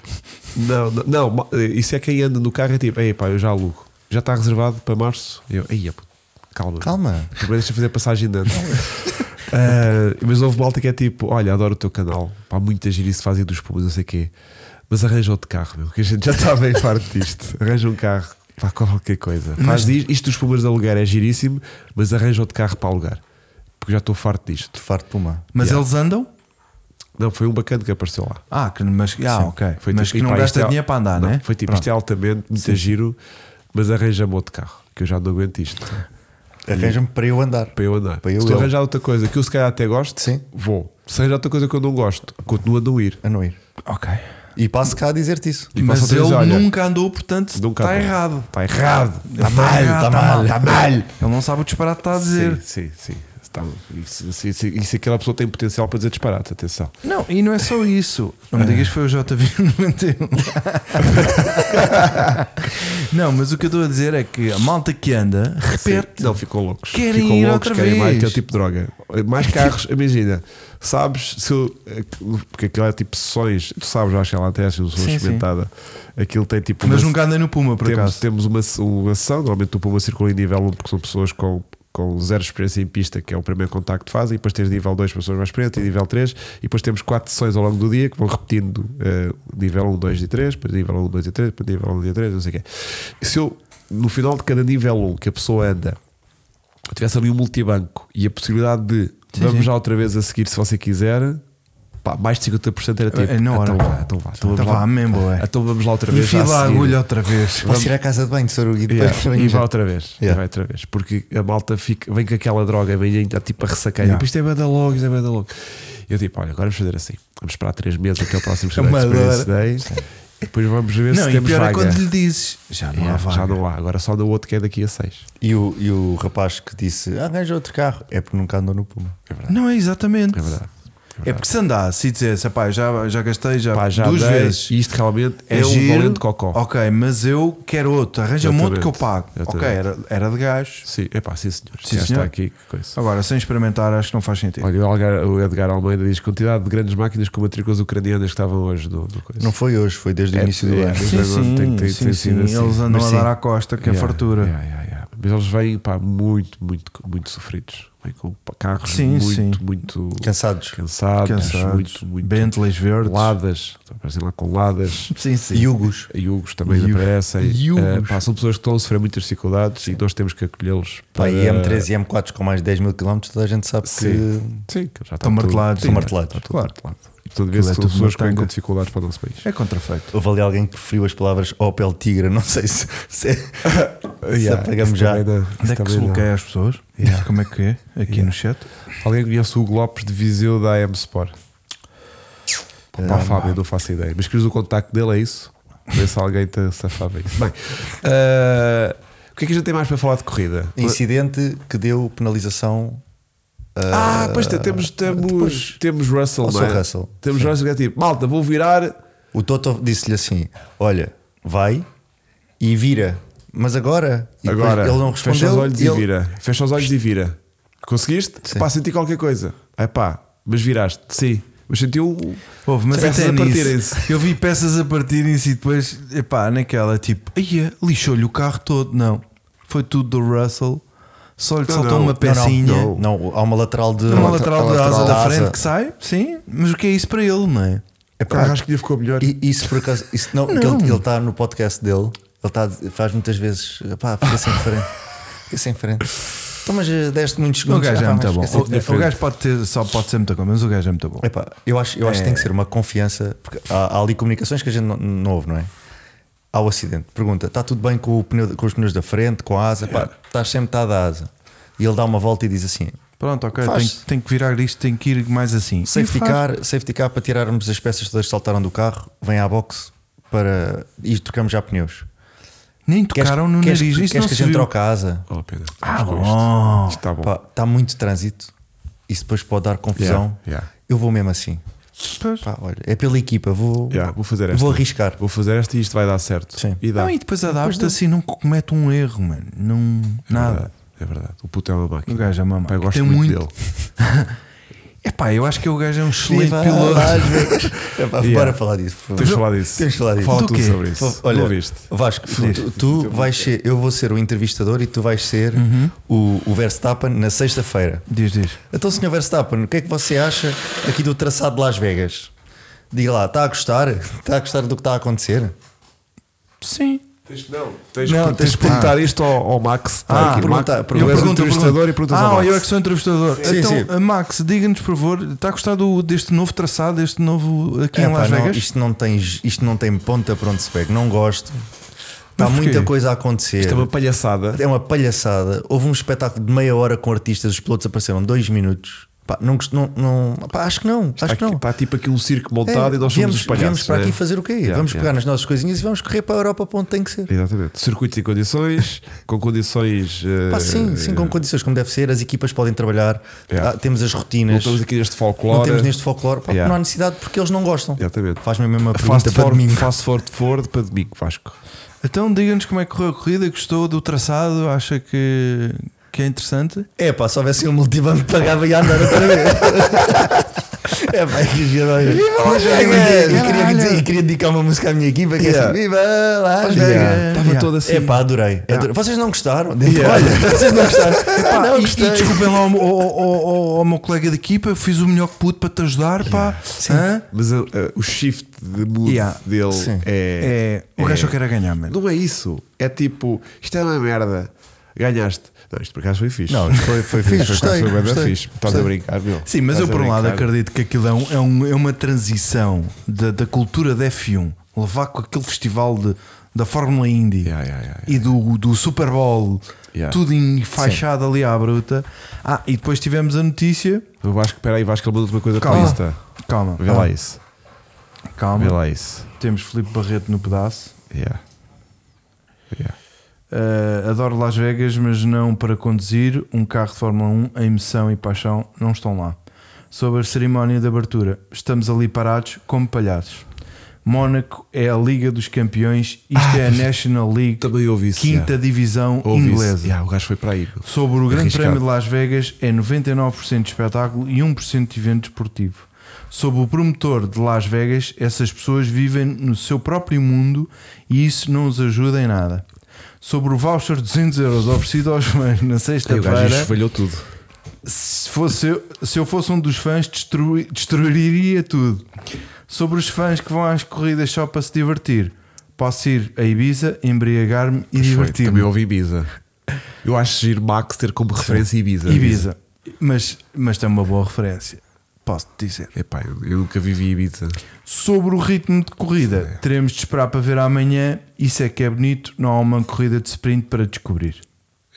Não, não, não, ma- isso é quem anda no carro é tipo, ei pá, eu já alugo. Já está reservado para março. Eu, ei, puto, calma.
Calma.
Primeiro deixa eu fazer passagem de ano. Ah, mas houve malta que é tipo: Olha, adoro o teu canal, pá, muita giro isso fazem dos pumas, não sei o quê. Mas arranja outro carro, meu, que a gente já está bem farto disto. Arranja um carro, pá, qualquer coisa. Faz isto, isto dos pumas de alugar é giríssimo, mas arranja outro carro para alugar, porque já estou farto disto.
De farto de puma.
Mas
Yeah.
eles andam?
Não, foi um bacana que apareceu lá.
Ah, que, mas, ah ok.
Foi
mas
tipo,
que não
"Epá, isto
gasta
é-
dinheiro para andar, não é?
Foi tipo,
Pronto.
isto é altamente, muito giro, mas arranja-me outro carro, que eu já não aguento isto.
Arranja-me para eu andar.
Para eu andar.
Para eu
se tu
eu.
arranjar outra coisa que eu se calhar até gosto,
Sim.
vou. Se arranjar outra coisa que eu não gosto, continuo a não ir.
A não ir.
Ok.
E passo cá a dizer-te isso.
E
Mas
passa
ele
três, olha,
nunca andou, portanto
nunca
está
andou.
errado.
Está errado. Está
mal, tá mal,
está mal.
Ele não sabe o disparate que está a dizer.
Sim, sim, sim. Está- isso, isso, isso, isso aquela pessoa tem potencial para dizer disparate, atenção.
Não, e não é só isso. Não me digas que foi o JV91. não, mas o que eu estou a dizer é que a malta que anda repete.
Sim. Não, ficam loucos.
Querem
ficam
ir
loucos,
outra
querem mais,
vez.
que é o tipo de droga. Mais carros, imagina. Sabes se eu. Porque aquilo é tipo sessões. Tu sabes, eu acho que ela até acha uma pessoa
Sim, sim.
experimentada. Aquilo tem tipo.
Mas
uma-
nunca andei no Puma, por
temos,
acaso.
temos uma, uma sessão, normalmente tu põe uma circula em nível 1 porque são pessoas com, com zero experiência em pista, que é o primeiro contacto que fazem, e depois tens nível 2 pessoas mais experientes, e nível 3, e depois temos quatro sessões ao longo do dia que vão repetindo eh, nível 1, 2 e 3, depois nível 1, 2 e 3, depois nível 1, 2 e 3, não sei o quê. E se eu, no final de cada nível 1 que a pessoa anda, eu tivesse ali um multibanco e a possibilidade de vamos já outra vez a seguir se você quiser. Pá, mais de 50% era tipo.
É na hora.
Então vá, então vá.
Então
vamos lá.
vá mesmo, é.
Então vamos lá outra vez. já a
Enfila a
seguir.
agulha outra vez.
Posso ir à casa de banho, Soru, e depois
Yeah,
também
E
já-
vai outra vez, e
Yeah.
vai outra vez, porque a malta fica, vem com aquela droga, vem ainda tipo a ressacar,
Yeah.
tipo, isto é banda logo, isto é banda logo. Eu tipo, olha, agora vamos fazer assim, vamos esperar 3 meses até o próximo
Uma
Experience Day Depois vamos ver
Não,
se
e
temos
pior é
vaga.
quando lhe dizes já não há
Yeah,
vaga.
já não há, agora só do outro que é daqui a 6.
E o, e o rapaz que disse "Ah, arranja outro carro é porque nunca andou no Puma.
Não é exatamente.
É verdade.
É porque se andasse e dissesse, "Epá, já, já gastei já,
Pá, já
Ah, duas
dei,
vezes.
E isto realmente é,
É
um
giro,
valente cocó.
Ok, mas eu quero outro, arranja um outro que eu pago.
Exatamente.
Ok, era, era de gajo.
Sim, epá, sim senhor.
Sim,
já
senhor.
está aqui, que coisa.
Agora, sem experimentar, acho que não faz sentido.
Olha, o Algar- o Edgar Almeida diz quantidade de grandes máquinas com matrículas ucranianas que estavam hoje no, no coisa.
Não foi hoje, foi desde o
É,
início do
é,
ano.
mas agora tem- tem- tem sido assim.
Eles andam
Mas
a
sim.
dar à costa, que é
Yeah,
fartura.
yeah, yeah, yeah. Mas eles vêm pá, muito, muito, muito sofridos. Vêm com carros
Sim,
muito,
sim.
muito
Cansados.
cansados,
Cansados.
muito, muito
Bentleys verdes.
ladas. Aparecem lá com ladas.
Sim, sim.
Yugos.
Iugos também
Iugos.
aparecem.
Iugos.
Eh, pá, são pessoas que estão a sofrer muitas dificuldades e nós temos que acolhê-los.
Pá,
para-
e M3 e M4 com mais de 10 mil km, toda a gente sabe
Sim, sim, que já está
Estão
tudo-
martelados.
sim,
Estão martelados.
está tudo
Claro.
martelado. E portanto,
Aquilo
vê-se
é
que são
tudo
pessoas
uma
que vêm
tanga.
com dificuldades para o nosso país.
É contrafeito.
que houve ali alguém que preferiu as palavras Opel Tigra, não sei se, se, é se
Yeah,
apagamos
isso
já.
também não- isso
Onde é que
também
se
não.
bloqueia as pessoas? Como é que é? Aqui no chat.
Alguém conhece o Hugo Lopes de Viseu da AM Sport? Para a
Ah,
Fábio, não faço ideia. Mas queres o contacto dele, é isso? Vê se alguém te safava isso. Bem, ah, o que é que a gente tem mais para falar de corrida?
Incidente que deu penalização.
Ah,
ah,
pois tem- temos, temos,
depois-
temos Russell,
Ao
não é?
seu Russell.
Temos Russell que é tipo, malta, vou virar.
O Toto disse-lhe assim: Olha, vai e vira. Mas agora, E depois
Agora,
ele não respondeu.
fecha os olhos
ele-
e vira. Fecha os olhos e vira. Conseguiste?
Sim.
Pá, senti qualquer coisa. É pá, mas viraste, sim. Mas sentiu.
Houve, mas
Peças
até
a
nisso,
partirem-se.
eu vi peças a partirem-se e depois, epá, naquela tipo, ia, lixou-lhe o carro todo. Não, foi tudo do Russell, só lhe
Não,
saltou
não,
uma
não,
pecinha,
Não, não, há uma lateral de.
uma lateral da asa
lateral
da frente que sai, sim, mas o que é isso para ele, não é?
É
Pá, acho que lhe ficou melhor.
E isso por acaso, isso não, porque Ele, ele está no podcast dele, ele tá, faz muitas vezes, pá, fica sem frente, fica sem frente. Então, mas eh, deste muitos
O
segundos.
gajo é
pá,
muito
mas
bom.
esquece de-
O, o gajo pode ter, só pode ser muito bom, mas o gajo é muito bom.
Epá, eu acho, eu acho que
É.
tem que ser uma confiança, porque há, há ali comunicações que a gente não, não ouve, não é? Há o acidente, pergunta: está tudo bem com, o pneu- com os pneus da frente, com a asa?
É.
Pá, estás sempre está da asa. E ele dá uma volta e diz assim:
Pronto, ok,
Faz.
tem, tem que virar isto, tem que ir mais assim.
safety
E faz.
car, safety car para tirarmos as peças todas que saltaram do carro, vem à box para e trocamos já pneus.
Nem tocaram no
queres,
nariz, isto
queres
não se
que a gente
viu.
troca a asa?
Vale a pena. Vamos
Ah,
com isto.
bom.
Isto está bom.
Pá, está muito trânsito. Isso depois pode dar confusão.
Yeah, yeah.
Eu vou mesmo assim.
Pois.
Pá, olha, é pela equipa, vou,
Yeah, vou fazer esta.
vou arriscar.
Vou fazer esta e isto vai dar certo.
Sim.
E dá.
Não, e depois adapta-se assim, não comete um erro, mano. Não,
É
nada.
verdade, É verdade. O puto é uma máquina.
O gajo é uma
Pá, eu
máquina.
gosto
Tem
muito,
muito-
dele.
É pá, eu acho que o gajo é um excelente
Viva
piloto.
Las Vegas. É pá,
Yeah.
Bora falar disso. por favor.
Temos de falar disso.
Temos de falar disso.
Fala
Do
tu
quê?
sobre isso.
Olha,
não ouviste?
Vasco, tu, tu vais ser, eu vou ser o entrevistador e tu vais ser
Uhum.
o, o Verstappen na sexta-feira.
Diz, diz.
Então, Sr. Verstappen, o que é que você acha aqui do traçado de Las Vegas? Diga lá, está a gostar? Está a gostar do que está a acontecer?
Sim.
Tens que não. Tens,
Não,
que, tens
tens
de
que-
perguntar isto ao, ao Max. Está
Ah,
aqui.
pergunta-
Max,
pergunta-
tu és o
pergunta-
entrevistador e perguntas
ah,
ao
eu é
Max.
que sou entrevistador.
Sim,
então,
sim.
Max, diga-nos, por favor, está a gostar do, deste novo traçado, deste novo
é
aqui em
Epá,
Las
não,
Vegas?
isto, não tem, isto não tem ponta para onde se pega. Não gosto. Há
Mas porquê?
muita coisa a acontecer.
Isto é uma palhaçada.
É uma palhaçada. Houve um espetáculo de meia hora com artistas, os pilotos apareceram dois minutos. Pá, não, gost- não, não- pá, acho que não.
Está
acho que
aqui-
não.
Está tipo aqui um circo
É,
montado e nós somos
viemos,
os palhaços.
viemos para
né?
aqui fazer o quê?
Yeah,
vamos
yeah.
pegar nas nossas coisinhas e vamos correr para a Europa para onde tem que ser.
Exatamente. Circuito e condições, com condições. eh,
Pá, sim, sim, com condições como deve ser, as equipas podem trabalhar,
Yeah.
Ah, temos as
Não
rotinas,
estamos aqui neste folclore.
não temos neste folclore, Pá,
Yeah.
não há necessidade porque eles não gostam.
Exatamente.
Faz-me a mesma
Fast
pergunta para
forward,
mim.
fast forward, forward para domingo, Vasco.
Então, diga-nos como é que correu a corrida, gostou do traçado, acha que, que é interessante?
É pá, se houvesse um multibanco pagava e ia andar outra vez. É pá, que giro. olha.
Las
Eu
Vegas,
queria- eu queria,
caralho.
dizer- eu queria dedicar uma música à minha equipa que é
Yeah.
assim: Viva
Yeah.
Las Vegas.
Estava
yeah.
todo assim.
É pá, adorei. adorei. Vocês não gostaram?
Yeah.
Olha, vocês não gostaram.
Pá,
Ah, não,
e, e
gostei.
desculpem lá ao, ao- ao- ao- ao meu colega de equipa, eu fiz o melhor que pude para te ajudar, pá. Hã?
Mas uh, uh, o shift de mood
Yeah.
dele
Sim.
é,
É, o gajo só quer é ganhar, mano.
Não é isso. É tipo, isto é uma merda. Ganhaste. Não, isto por acaso foi fixe.
Não, isto foi- foi fixe,
Isto por acaso
gostei,
foi bem da
gostei,
fixe. Estás a brincar, meu.
Sim, mas
Estás
eu
a
por um lado
brincar.
acredito que aquilo é, um- é um- é uma transição da, da cultura da F1, levar com aquele festival de, da Fórmula Indy
Yeah, yeah, yeah,
e do, do Super Bowl,
Yeah.
tudo enfaixado ali à bruta. Ah, e depois tivemos a notícia.
Eu acho que, espera aí, Vasco, ele mandou uma coisa para o
Calma,
Insta.
calma,
Vê lá isso.
calma.
Vê lá isso.
Temos Filipe Barreto no pedaço.
Yeah. Yeah.
Uh, adoro Las Vegas, mas não para conduzir. Um carro de Fórmula 1, a emoção e paixão não estão lá. Sobre a cerimónia de abertura, estamos ali parados como palhaços. Mónaco é a Liga dos Campeões, isto é a National League,
Ah, também ouvi isso,
quinta
já.
divisão
Ouvi isso.
inglesa.
Yeah, o gajo foi para aí. meu.
Sobre o Grande
Arriscado.
Prémio de Las Vegas, é 99% de espetáculo e 1% de evento desportivo. Sobre o promotor de Las Vegas, essas pessoas vivem no seu próprio mundo e isso não os ajuda em nada. Sobre o voucher de 200 euros oferecido aos fãs
E
na
o gajo
sexta-feira,
espalhou tudo.
se, fosse eu- se eu fosse um dos fãs, destrui- destruiria tudo. Sobre os fãs que vão às corridas só para se divertir, posso ir a Ibiza, embriagar-me e
Pois foi, Também
divertir-me.
ouvi Ibiza. Eu acho giro Max ter como referência Ibiza.
Ibiza. Mas, mas tem uma boa referência. Posso-te dizer.
Epá, eu, eu nunca vivi Ibiza.
Sobre o ritmo de corrida, teremos de esperar para ver amanhã. Isso é que é bonito. Não há uma corrida de sprint para descobrir.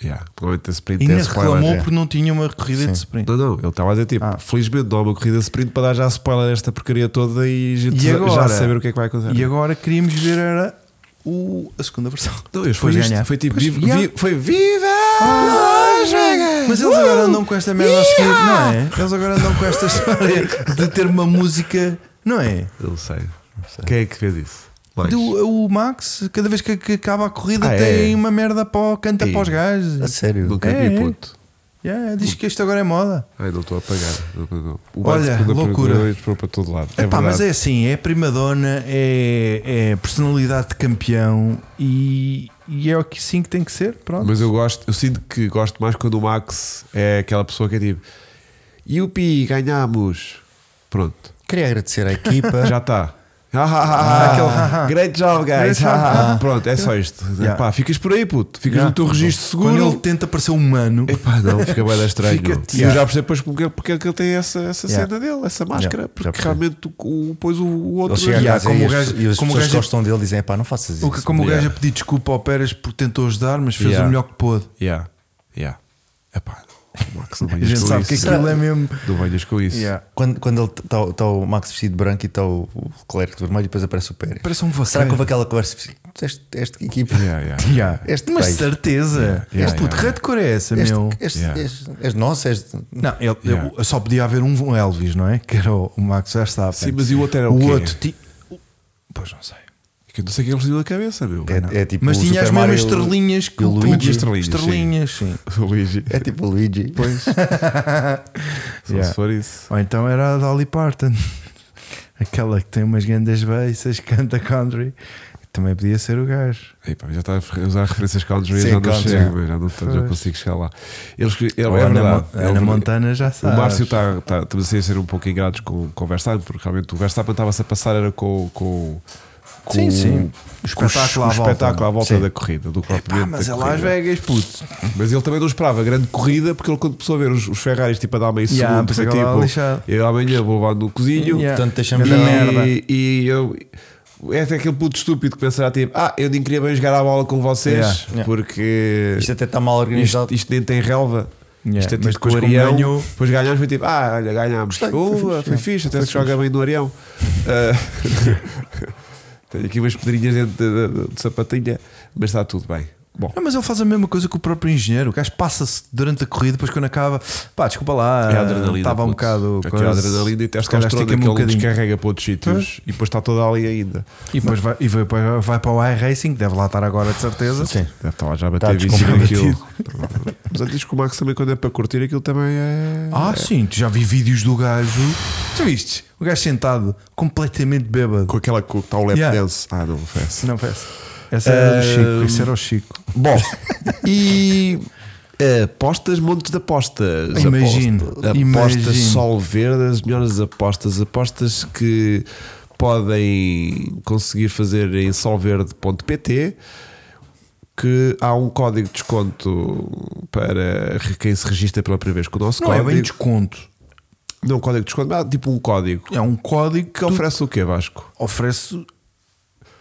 Yeah, provavelmente a sprint
Ainda
é spoiler.
reclamou
é.
porque não tinha uma corrida de sprint.
Não, não, ele estava a dizer tipo,
Ah.
felizmente não há uma corrida sprint para dar já spoiler desta porcaria toda e a gente
E
já- já
agora?
saber o que é que vai acontecer.
E agora queríamos ver era o, a segunda versão.
Não, eles foi,
Depois
isto,
ganhar.
foi tipo, Ah,
Pois, Ah,
viva,
yeah.
vi- foi viva! Las Vegas!
Mas eles agora
Uh!
andam com esta merda a seguir,
Yeehaw!
não é? Eles agora andam com esta história de ter uma música, não é?
Eu não sei. Quem é que fez isso? Mais.
Do, o Max, cada vez que, que acaba a corrida,
Ah,
tem
é?
uma merda para o- canta
Ei.
para os
A
gajos.
sério.
Nunca
É,
vi,
é.
puto.
Yeah, diz que isto agora é moda.
Ai, não estou a pagar. Não, não, não. O
Olha,
Max, quando
loucura.
apagou, entrou para todo lado. É
Epá,
verdade.
mas é assim, é primadona, é, é personalidade de campeão e, e é o que sim que tem que ser. Pronto.
Mas eu gosto, eu sinto que gosto mais quando o Max é aquela pessoa que é tipo Yupi, ganhámos. Pronto,
Queria agradecer à equipa.
já está. Aquele great job, guys.
Great job.
Ah, ah. Pronto, é só isto.
Yeah.
Pá, ficas por aí, puto. Ficas
Yeah.
no teu registro seguro.
Quando ele tenta parecer humano,
Epá, não, fica bem estranho.
Fica-
E eu
Yeah.
já percebo depois porque, porque é que ele tem essa, essa
Yeah.
cena dele, essa máscara.
já
Porque
percebi.
realmente o, o, pois o, o outro.
Ele chega a
Yeah,
casa
como
e
o
as,
gajo-
e as
como o
pessoas
gajo-
que gostam dele dizem: "É pá, não faças isso.
o que, como o gajo
Yeah.
a pedir desculpa ao Pérez porque tentou ajudar, mas fez
Yeah.
o melhor que pôde.
Yeah. Yeah. Epá, não, o Max não
A
venhas
gente
com
sabe que
isso.
aquilo é mesmo.
Não venhas com isso.
Yeah.
Quando, quando ele está tá o Max vestido de branco e está o Leclerc de vermelho e depois aparece o Pérez.
Parece um vaqueiro.
Será que houve aquela conversa? Tu és- és de que equipa?
Yeah, yeah.
Yeah.
Este
mas
país.
certeza.
yeah,
este puto
yeah.
red cor é essa,
Este,
meu.
este,
Yeah.
és- és nosso, és de-
Não, ele-
Yeah.
eu- só podia haver um Elvis, não é? Que era o, o Max Verstappen.
Sim, mas e o outro era o quê?
outro ti- o- Pois não sei.
É Que eu não sei o que eles tinham na cabeça, meu.
É, é tipo
mas
o
tinha
Super
as mesmas
Mario
estrelinhas que
e o
o
Luigi.
Luigi.
Estrelinhas, sim.
Estrelinhas, sim.
O Luigi.
É tipo o Luigi.
Pois. Só
Yeah.
se for isso.
Ou então era a Dolly Parton, aquela que tem umas grandes baixas, canta country. Também podia ser o gajo.
Epá, já estava a usar referências country e
Sim,
já não
country.
chego, mas já não já
Pois.
consigo chegar lá. Eles, que- é, é
Ou Ana
verdade.
Mon-
é
Ana
verdade.
Montana já
O
sabe.
Márcio tá- está, está, estamos a ser um pouco ingratos com, com o Verstappen, porque realmente o Verstappen estava-se a passar era com, com, com
Sim, sim.
O
espetáculo
espetáculo,
à
o
volta.
espetáculo à volta
Sim.
da corrida, do
Pá,
propriamente.
mas
da
é
corrida.
Las Vegas, puto.
Mas ele também não esperava grande corrida, porque ele quando começou a ver os, os Ferraris tipo a dar meio
Yeah,
segundo,
pensei
foi
que ele estava
tipo,
lixado.
eu amanhã vou levar no cozinho
Yeah.
Portanto, deixamos
Grande
aí-
merda.
e, e eu. É até aquele puto estúpido que pensará tipo, ah, eu nem queria bem jogar a bola com vocês
Yeah.
Yeah.
porque
Isto até está mal organizado.
isto, isto nem tem relva.
Yeah,
Isto é
mas
tipo com
depois
o
como
Arião.
ganhou-
Depois ganhámos, foi tipo, ah, olha, ganhámos. Boa, foi, fixe, até se joga bem no Arião. Ah, tenho aqui umas pedrinhas dentro de, de- de sapatilha, mas está tudo bem. Bom,
Não, mas ele faz a mesma coisa que o próprio engenheiro. O gajo passa-se durante a corrida, depois quando acaba, pá, desculpa lá,
é a adrenalina. É
estava um
puto.
bocado.
Aquela adrenalina e
se
testosterona
calhar
que
estica-me
ele
um bocadinho.
descarrega para outros sítios e depois está toda ali ainda.
E depois vai, e vai, para- vai para o iRacing, deve lá estar agora de certeza.
Sim.
Deve estar lá já a bater
Está
vício naquilo.
descombatido.
Tá Mas eu diz que o Max também, quando é para curtir, aquilo também é.
Ah, sim, tu já vi vídeos do gajo. Já viste? O gajo sentado, completamente bêbado.
Com aquela que está o lap
Yeah.
dance. Ah, não, foi essa.
Não, Eh, peço. Essa era do Chico, isso era o Chico.
Bom, e eh, apostas, montes de apostas.
Imagino,
Aposta- Apostas
imagino.
sol verde, as melhores apostas. Apostas que podem conseguir fazer em solverde.pt. Que há um código de desconto para quem se registra pela primeira vez com o nosso
Não
código.
é bem desconto.
Não, código de desconto, mas há tipo um código.
É um código que
Que oferece o quê, Vasco?
oferece.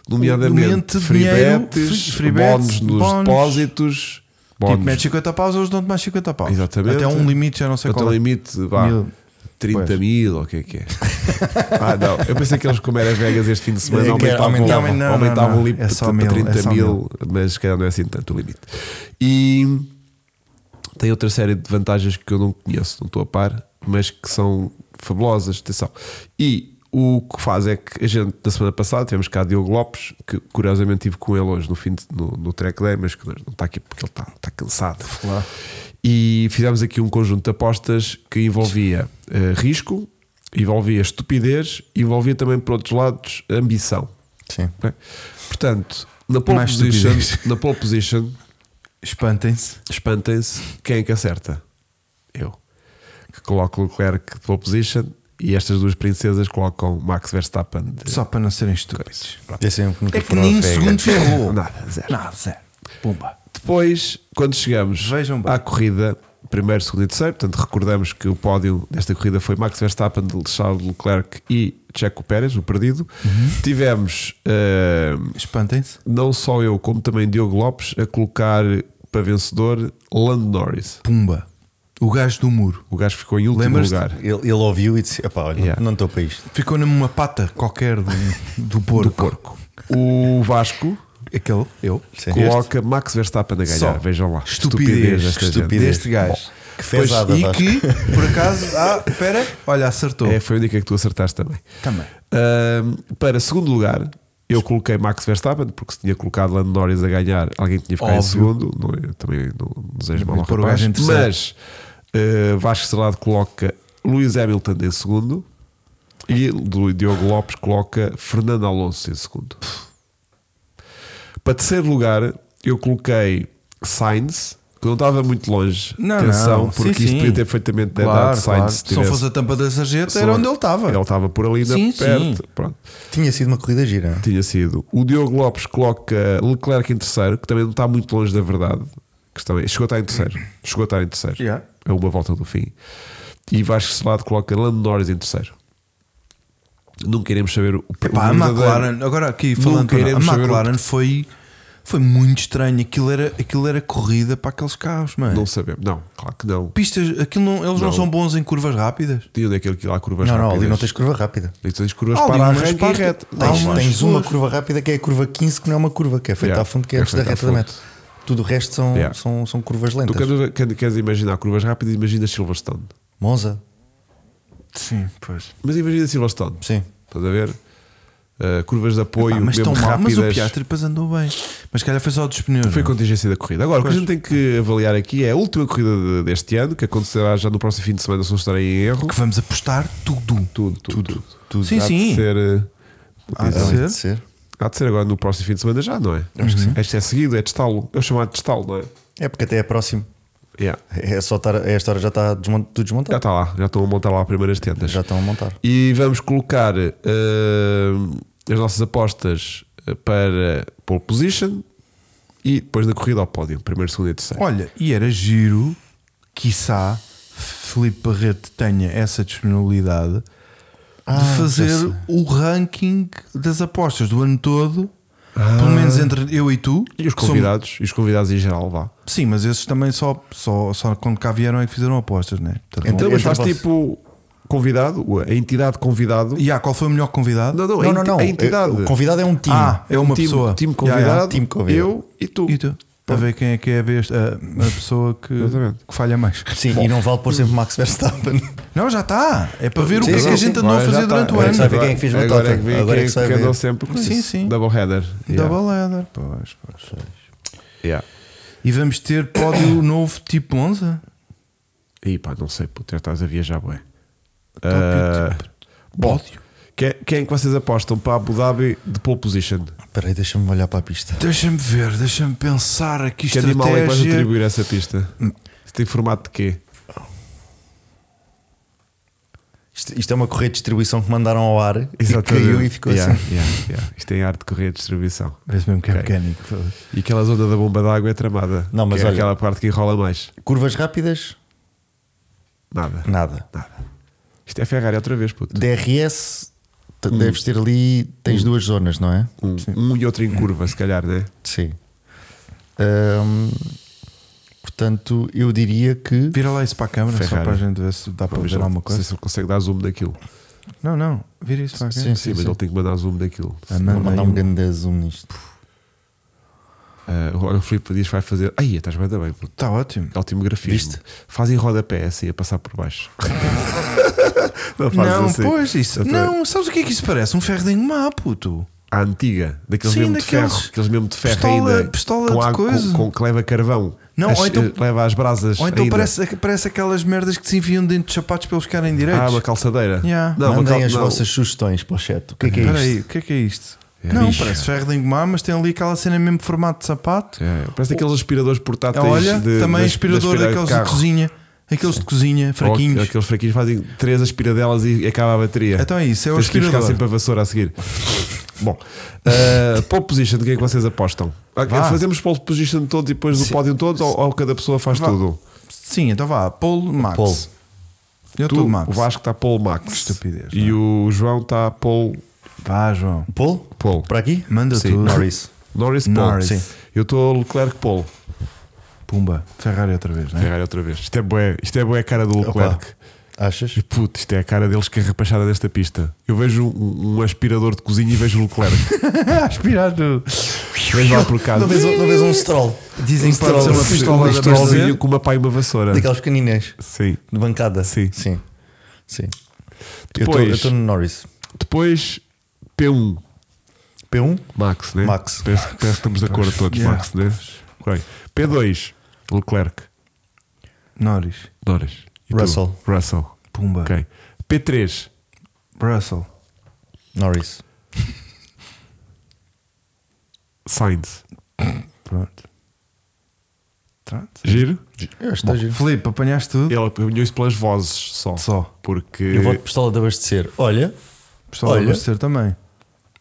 tipo,
Nomeadamente
Nomeadamente
free
dinheiro,
bets,
free bets,
bónus nos
bónus.
depósitos.
Tipo,
bónus
metes 50 paus, eles dão-te mais 50 paus.
Exatamente.
Até um limite, já não sei
Até
qual
um
é.
limite, vá.
Mil.
30
Pois.
mil, ou o que é que é? ah, não. Eu pensei que eles, como era Vegas este fim de semana,
É que era-
aumentavam,
aumentava.
aumentavam,
Não, não, não.
o limite
É só
para
mil,
30
é só
mil,
mil.
mas se calhar não é assim tanto o limite. E tem outra série de vantagens que eu não conheço, não estou a par, mas que são fabulosas, atenção. E o que faz é que a gente, na semana passada, tivemos cá Diogo Lopes, que curiosamente estive com ele hoje no fim de- no, no track day, mas que não está aqui porque ele está, está cansado. E fizemos aqui um conjunto de apostas que envolvia eh, risco, envolvia estupidez, envolvia também, por outros lados, ambição.
Sim.
não é? Portanto, na pole,
Mais
position,
estupidez.
na pole position,
Espantem-se.
espantem-se, quem é que acerta? Eu. Que coloco o Leclerc de pole position e estas duas princesas colocam Max Verstappen de
Só para não serem estúpidos.
Esse é um
É que nem um segundo ferrou.
nada, zero.
Nada, zero. Pumba.
Depois, quando chegamos
Vejam bem.
à corrida, primeiro, segundo e terceiro, portanto, recordamos que o pódio desta corrida foi Max Verstappen, Charles Leclerc e Checo Pérez, o perdido.
Uhum.
Tivemos eh,
Espantem-se.
não só eu, como também Diogo Lopes a colocar para vencedor Lando Norris.
Pumba. O gajo do muro.
O gajo ficou em último
Lembras-te?
lugar.
Ele, ele ouviu e disse: "Epá, olha,
Yeah.
não estou para isto.
Ficou numa pata qualquer do, do porco. Do porco.
O Vasco
Aquele, eu.
Sim.
coloca Max Verstappen a ganhar.
Só.
Vejam lá.
Estupidez,
desta gente.
estupidez.
Deste gajo.
Que fezada,
e
Vasco.
que, por acaso, ah, pera, olha, acertou.
É, foi a única que tu acertaste também.
Também.
Ahm, para segundo lugar, eu coloquei Max Verstappen, porque se tinha colocado Lando Norris a ganhar, alguém tinha ficado em
Óbvio.
segundo. Não, eu também não desejo mal ao
pôr o
rapaz.
gajo em terceiro.
Mas ah, Vasco Estrelado coloca Luiz Hamilton em segundo e do Diogo Lopes coloca Fernando Alonso em segundo. Para terceiro lugar, eu coloquei Sainz, que não estava muito longe.
Não,
Atenção,
não.
porque
Sim,
isto
sim.
podia ter perfeitamente dado
Claro,
Sainz
claro.
se
Se não
tivesse-
fosse a tampa da sarjeta, era onde ele estava.
ele estava por ali na
Sim,
perto.
sim.
Pronto.
Tinha sido uma corrida gira.
Tinha sido. O Diogo Lopes coloca Leclerc em terceiro, que também não está muito longe da verdade. Que também chegou a estar em terceiro. Chegou a estar em terceiro.
Yeah.
É uma volta do fim. E Vasco Selado coloca Lando Norris em terceiro. Não queremos saber o
Pá, a
o verdadeiro-
McLaren, agora aqui
Não
falando,
queremos
a
saber o-
McLaren foi, foi muito estranho. Aquilo era, aquilo era corrida para aqueles carros,
é?
mano.
Não sabemos. Não, claro que não.
Pistas, aquilo não, eles não.
Não.
são bons em curvas rápidas.
E onde é que ele que lá curvas
Não, não,
rápidas?
ali não tens curva rápida.
Ali tens curvas
Ah, ali
para
umas
arranque e
partes-
reta.
Há
Tens,
umas
tens uma
duas.
curva rápida que é a curva 15, que não é uma curva, que é feita
Yeah,
à fundo, que
que
é
é
antes da
feita à
reta da
fundo.
meta. Tudo o resto são,
Yeah.
são, são curvas
Tu
lentas.
quando, quando queres imaginar curvas rápidas, imagina Silverstone.
Monza,
Sim, pois.
Mas imagina Silverstone.
sim.
Estás a ver? Uh, curvas de apoio,
mas
mesmo
tão mal. Mas o
rápidas.
Piastri depois andou bem. Mas calhar foi só dos pneus.
Foi
não? é?
contingência da corrida. Agora, o
Pois.
que a gente tem que avaliar aqui é a última corrida de- deste ano, que acontecerá já no próximo fim de semana, se não estarei em erro.
Que vamos apostar tudo.
Tudo, tudo, tudo.
Sim,
Há
sim.
De ser, uh,
Há de
Ah,
ser.
há de ser.
há de ser agora no próximo fim de semana, já, não é? Este é seguido, é testalo. É o chamado testalo, não é?
É porque até é próximo.
Yeah.
Então.
É só estar, é esta hora já está desmon- tudo
Já
desmontado.
está lá, já estão a montar lá as primeiras tendas.
Já estão a montar.
E vamos colocar uh, as nossas apostas uh, para pole position e depois na corrida ao pódio, primeiro, segundo e terceiro.
Olha, e era giro, quiçá, Felipe Barreto tenha essa disponibilidade
Ah,
de fazer o ranking das apostas do ano todo, pelo menos entre eu e tu.
Ah. E os
que somos-
convidados, e os convidados em geral, vá.
Sim, mas esses também só, só, só quando cá vieram é que fizeram apostas, né? Portanto,
Então,
Entre
mas faz
vocês.
tipo convidado, a entidade convidado.
E há, qual foi o melhor convidado?
Não, não, a
Não,
enti-
não, não.
A entidade.
O convidado é um time.
Ah, é uma
time,
pessoa.
Time
Já, já.
convidado,
time convidado.
eu e tu.
E tu? Para ver quem é que é a, besta- a- a pessoa que,
Exatamente.
que falha mais.
Sim, e não vale por sempre Max Verstappen.
Não, já está. É para ver o
Sim,
que é
sim,
que a
sim.
gente andou a
Agora já
fazer
tá.
durante o
Agora
ano.
já
Sabe
vai-
quem é que fez
Agora
batota.
é que vem
Agora é
quem
que
é
sai
que
ver.
andou sempre com
Sim,
isso.
sim.
Double header. Yeah.
Double header. Pois, pois, pois.
Yeah.
E vamos ter pódio novo tipo 11?
E pá, não sei, puto, já estás a viajar Ah, bem.
Top tipo.
Bom,
pódio.
que- quem é que vocês apostam para Abu Dhabi de pole position?
Espera aí, deixa-me olhar para a pista.
Deixa-me ver, deixa-me pensar aqui
Que animal é que vais
estratégia.
atribuir a essa pista? Isto tem formato de quê?
Isto, isto é uma correia de distribuição que mandaram ao ar e caiu e ficou
Yeah,
assim.
yeah, yeah. Isto tem arte de correr de distribuição.
Parece mesmo que é
Ok.
mecânico.
E aquela zona da bomba d'água é tramada.
Não, mas
que é
olha-
aquela parte que enrola mais.
Curvas rápidas,
Nada.
nada.
Nada. Isto é Ferrari outra vez, puto.
DRS, t-
Hum.
deves ter ali, tens duas zonas, não é?
Um, um e outro em curva, se calhar, né?
Sim. Ahm, Portanto, eu diria que.
Vira lá isso para a câmera só
Ferrari.
para a gente ver se dá para
Mas
ver
ele-
alguma coisa.
Não sei se ele consegue dar zoom daquilo.
Não, não, vira isso para a câmera.
Sim,
Sim,
sim,
mas
sim.
ele tem que mandar zoom daquilo.
Ah,
Vou
manda
mandar
aí
um
um-
grande zoom nisto.
Ah, Olha, o Filipe Dias vai fazer. Aí, estás bem também. puto.
Está Tá ótimo.
Ótimo grafismo.
Viste?
Fazem rodapé assim a passar por baixo. não fazes
Não,
assim.
pois isso.
Eu tô-
Não, sabes o que é que isso parece? Um ferro de engomar, puto.
A antiga, daqueles
Sim,
mesmo
daqueles-
de ferro, aqueles mesmo de ferro
pistola-
ainda.
pistola
com
de
água-
coisa.
Com, com que leva carvão.
Não,
As-
ou então-
eh, leva as brasas.
Ou então
ainda.
parece, parece aquelas merdas que se enfiam dentro dos sapatos para eles ficarem direitos.
Ah, uma calçadeira.
Yeah.
Não, uma
Mandem
cal-
as
não.
vossas sugestões para o chat. O que é que é
Espera
isto?
aí, o que é que é isto?
É
não,
bicho.
parece ferro de engomar, mas tem ali aquela cena mesmo de formato de sapato. Ah,
É, parece aqueles aspiradores portáteis.
Olha,
de-
também
de-
inspirador
de aspirar
daqueles de,
carro.
cozinha. Aqueles de cozinha,
Ou
fraquinhos.
Aqueles fraquinhos fazem três aspiradelas e acaba a bateria.
Então é isso, é o
Tens que ir buscar
aspirador.
sempre a vassoura a seguir. Bom, uh, pole position, de quem é que vocês apostam? Ah,
Vá.
Fazemos pole position todos e depois o pódio todos ou, ou cada pessoa faz
Vá.
tudo?
Sim, então vá, Paulo Max.
Polo.
Eu
Tu,
estou Max.
o Vasco está pole max.
Estupidez, é?
E o João está pole.
Vá, João.
Polo?
Polo.
Para aqui?
Manda
Sim.
tudo.
Norris.
Norris pole.
Norris. Sim.
Eu estou Leclerc pole.
Pumba, Ferrari outra vez, né?
Ferrari outra vez. Isto é bué, isto é bué a cara do Leclerc.
Achas?
E puto, isto é a cara deles que é rapachada desta pista. Eu vejo um, um aspirador de cozinha e vejo o Leclerc.
Aspirar tudo.
Vejo lá por casa.
Não vês, um- não vês um stroll?
Dizem
Um
que pode ser
stroll-
uma pistola
um
da
pistolzinho
Mercedes.
com uma pá e uma vassoura.
Daquelas pequeninas.
Sim.
De bancada.
Sim.
Sim. Sim.
Depois-
Eu estou no Norris.
Depois, P1,
P1?
Max, né?
Max.
Penso, penso que estamos de acordo todos,
Yeah.
Max, né? Ok. P2, Leclerc,
Norris.
Norris. E tu?
Russell.
Russell.
Pumba.
Ok. P3,
Russell.
Norris.
Sainz.
Pronto. Pronto.
Giro?
Eu acho que está giro.
Filipe, apanhaste tudo?
Ele apanhou-se pelas vozes só.
Só.
Porque.
Eu vou de pistola de abastecer. Olha,
Pistola
Olha.
de abastecer também.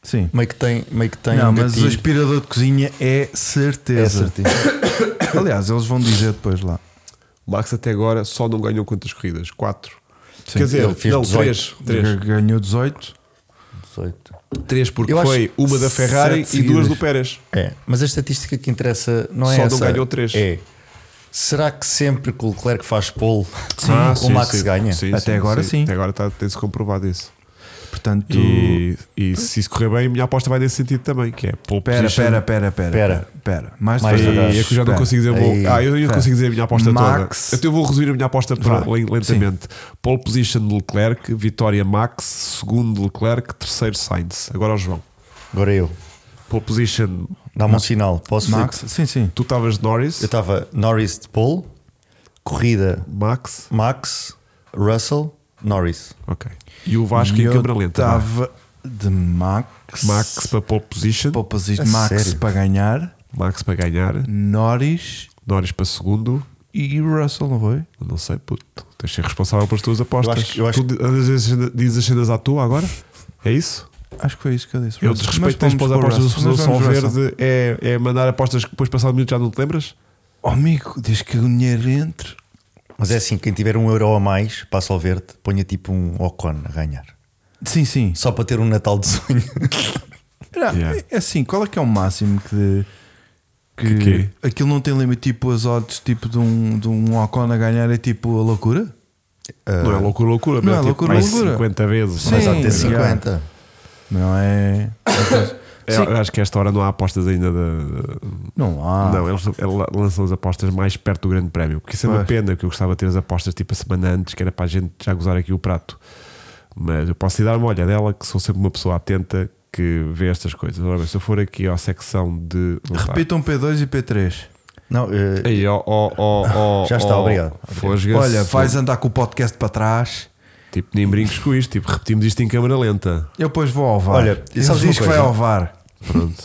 Sim.
meio que tem, meio que tem
Não,
um
mas o
gatilho.
aspirador de cozinha é
É
certeza.
certinho.
Aliás, eles vão dizer depois lá.
O Max até agora só não ganhou quantas corridas? 4.
Sim.
Quer dizer,
Ele fez
não,
18.
3. 3.
Ganhou 18.
18.
3 porque
Eu acho
foi uma da Ferrari
sete
e duas
seguidas.
do Pérez.
É, mas a estatística que interessa não é
Só não
essa.
ganhou três.
É. Será que sempre que o Leclerc faz pole,
Ah,
o
sim,
Max
sim.
ganha?
Sim,
Até agora sim.
Até agora tá- tem-se comprovado isso.
Portanto,
E, e se isso correr bem, a minha aposta vai nesse sentido também, que é pole
Pera,
position.
pera, pera, pera,
Pera.
pera, pera. Mais, Mais
Mais
E
atrás.
é que eu já não consigo dizer. o
Aí.
meu- Ah, eu, eu não
Espera.
consigo dizer a minha aposta
Max.
toda. Então eu vou resumir a minha aposta para,
Vá.
lentamente: pole position de Leclerc, vitória Max, segundo Leclerc, terceiro Sainz. Agora o João.
Agora eu.
Pole position,
Dá-me um sinal. Posso
Max, sim, sim.
tu estavas Norris,
Eu estava Norris de pole, corrida
Max,
Max, Russell, Norris.
ok. E o Vasco
E
em
eu
câmera lenta. vá.
Estava de Max.
é? Max para pole position,
Poupas isto,
A
Max
sério?
para ganhar.
Max para ganhar,
Norris
Norris para segundo.
e Russell, não foi?
Não sei, puto. Tens de ser responsável pelas tuas apostas.
Eu acho que- eu acho
Tu di- andas a agenda- dizes as cenas à tua agora? É isso?
Acho que foi isso que eu disse.
Eu
Russell.
desrespeito
Mas
tens pelas
vamos
apostas do
pôr Russell,
Senhor Sol
mas vamos Russell.
Verde é, é mandar apostas que depois passado um minuto já não te lembras?
Oh, amigo, diz que o dinheiro entre.
Mas é assim, quem tiver um euro a mais, passa ao verde, ponha tipo um Ocon a ganhar.
Sim, sim.
Só para ter um Natal de sonho.
Era-
Yeah.
É assim, qual é que é o máximo que. Que,
Que quê?
aquilo não tem limite, tipo as odds tipo de um, de um Ocon a ganhar é tipo a loucura?
não é loucura, loucura,
não
mas
é
tipo,
loucura,
mais
loucura.
50 vezes.
Sim.
Mas há de ter
sim.
50.
Não é?
É, eu acho que esta hora não há apostas ainda. De...
Não
Ah.
há.
Não, eles eles lançam as apostas mais perto do Grande Prémio. Porque isso é uma
Pois.
pena, que eu gostava de ter as apostas tipo a semana antes, que era para a gente já gozar aqui o prato. Mas eu posso lhe dar uma olha dela, que sou sempre uma pessoa atenta que vê estas coisas. Ora bem, se eu for aqui à secção de. não está.
Repitam P2 e P3.
Não, eh,
Aí, ó, ó, ó, ó,
Já está,
ó,
obrigado.
Fosga-se.
Olha, vais andar com o podcast para trás.
Tipo, nem brinques com isto. Tipo, repetimos isto em câmera lenta.
Eu depois vou ao VAR.
Olha,
ele
e sabes
diz
uma
que vai
coisa?
ao VAR.
Pronto.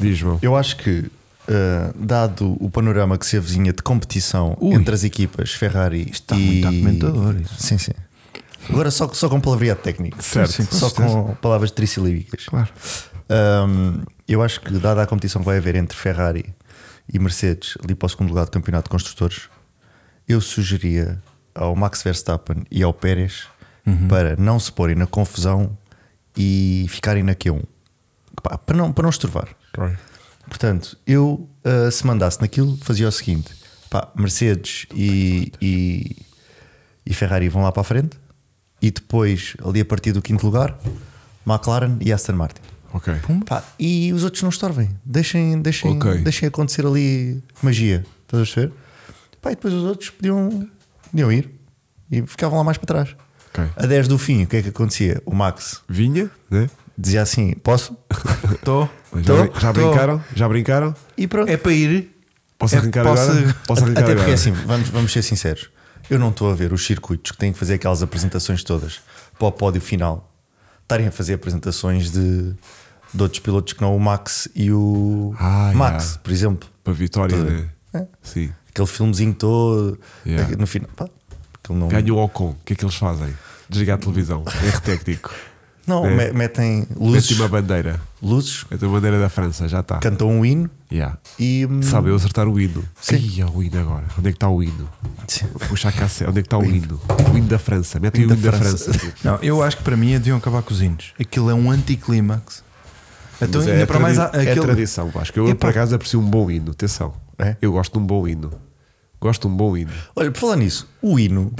Diz-me.
Eu acho que, eh, dado o panorama que se avizinha de competição
Ui.
entre as equipas Ferrari
está
e.
muito acumentador, isso.
Sim, sim. Agora só, só com palavreado técnico.
Certo. Sim,
só com palavras tricilíbicas.
Claro.
Ahm, eu acho que, dada a competição que vai haver entre Ferrari e Mercedes, ali para o segundo lugar do Campeonato de Construtores, eu sugeria ao Max Verstappen e ao Pérez
Uhum.
para não se porem na confusão e ficarem na Q1. Pá, Para não, para não estorvar. Portanto, eu, ah, se mandasse naquilo, fazia o seguinte: Pá, Mercedes e, e, e Ferrari vão lá para a frente. E depois, ali a partir do quinto lugar, McLaren e Aston Martin.
Ok.
Pá, e os outros não estorvem. Deixem, deixem,
Ok.
deixem acontecer ali magia. Estás a perceber? Pá, e depois os outros podiam, podiam ir e ficavam lá mais para trás.
Ok.
A 10 do fim, o que é que acontecia? O Max
Vinha, né?
dizia assim: Posso?
Estou.
Já,
Tô,
brin- já
tô.
brincaram? Já brincaram?
E pronto.
É para ir.
Posso
É,
arrancar
posso-
agora? Posso arrancar
Até
agora?
porque assim, vamos, vamos ser sinceros. Eu não estou a ver os circuitos que têm que fazer aquelas apresentações todas para o pódio final estarem a fazer apresentações de, de outros pilotos que não o Max e o
Ah,
Max,
yeah.
por exemplo.
Para a vitória,
Tudo.
né?
É.
Sim.
Aquele filmezinho todo eh,
Yeah.
no final. Pá, aquilo não,
Ganha o Ocon. O que é que eles fazem? Desligar a televisão. Erro técnico.
não
É.
me- metem
Mete
luzes,
uma bandeira.
luzes,
Mete a bandeira da França, já está.
cantam um hino
Yeah.
e. hum,
Sabe, eu acertar o hino.
Sim.
Sim. o hino agora. Onde é que está o hino?
sim.
Puxa a cassete. Onde é que está o hino? O hino da França. Mete o hino um da França. tipo.
Não, eu acho que para mim deviam acabar com os hinos. Aquilo é um anticlimax. Então,
Mas
ainda para mais. há-
tradi- é
aquele-
tradição, Vasco. Eu,
Epá.
por acaso, aprecio um bom hino. Atenção.
É?
Eu gosto de um bom hino. Gosto de um bom hino.
Olha, por falar nisso, o hino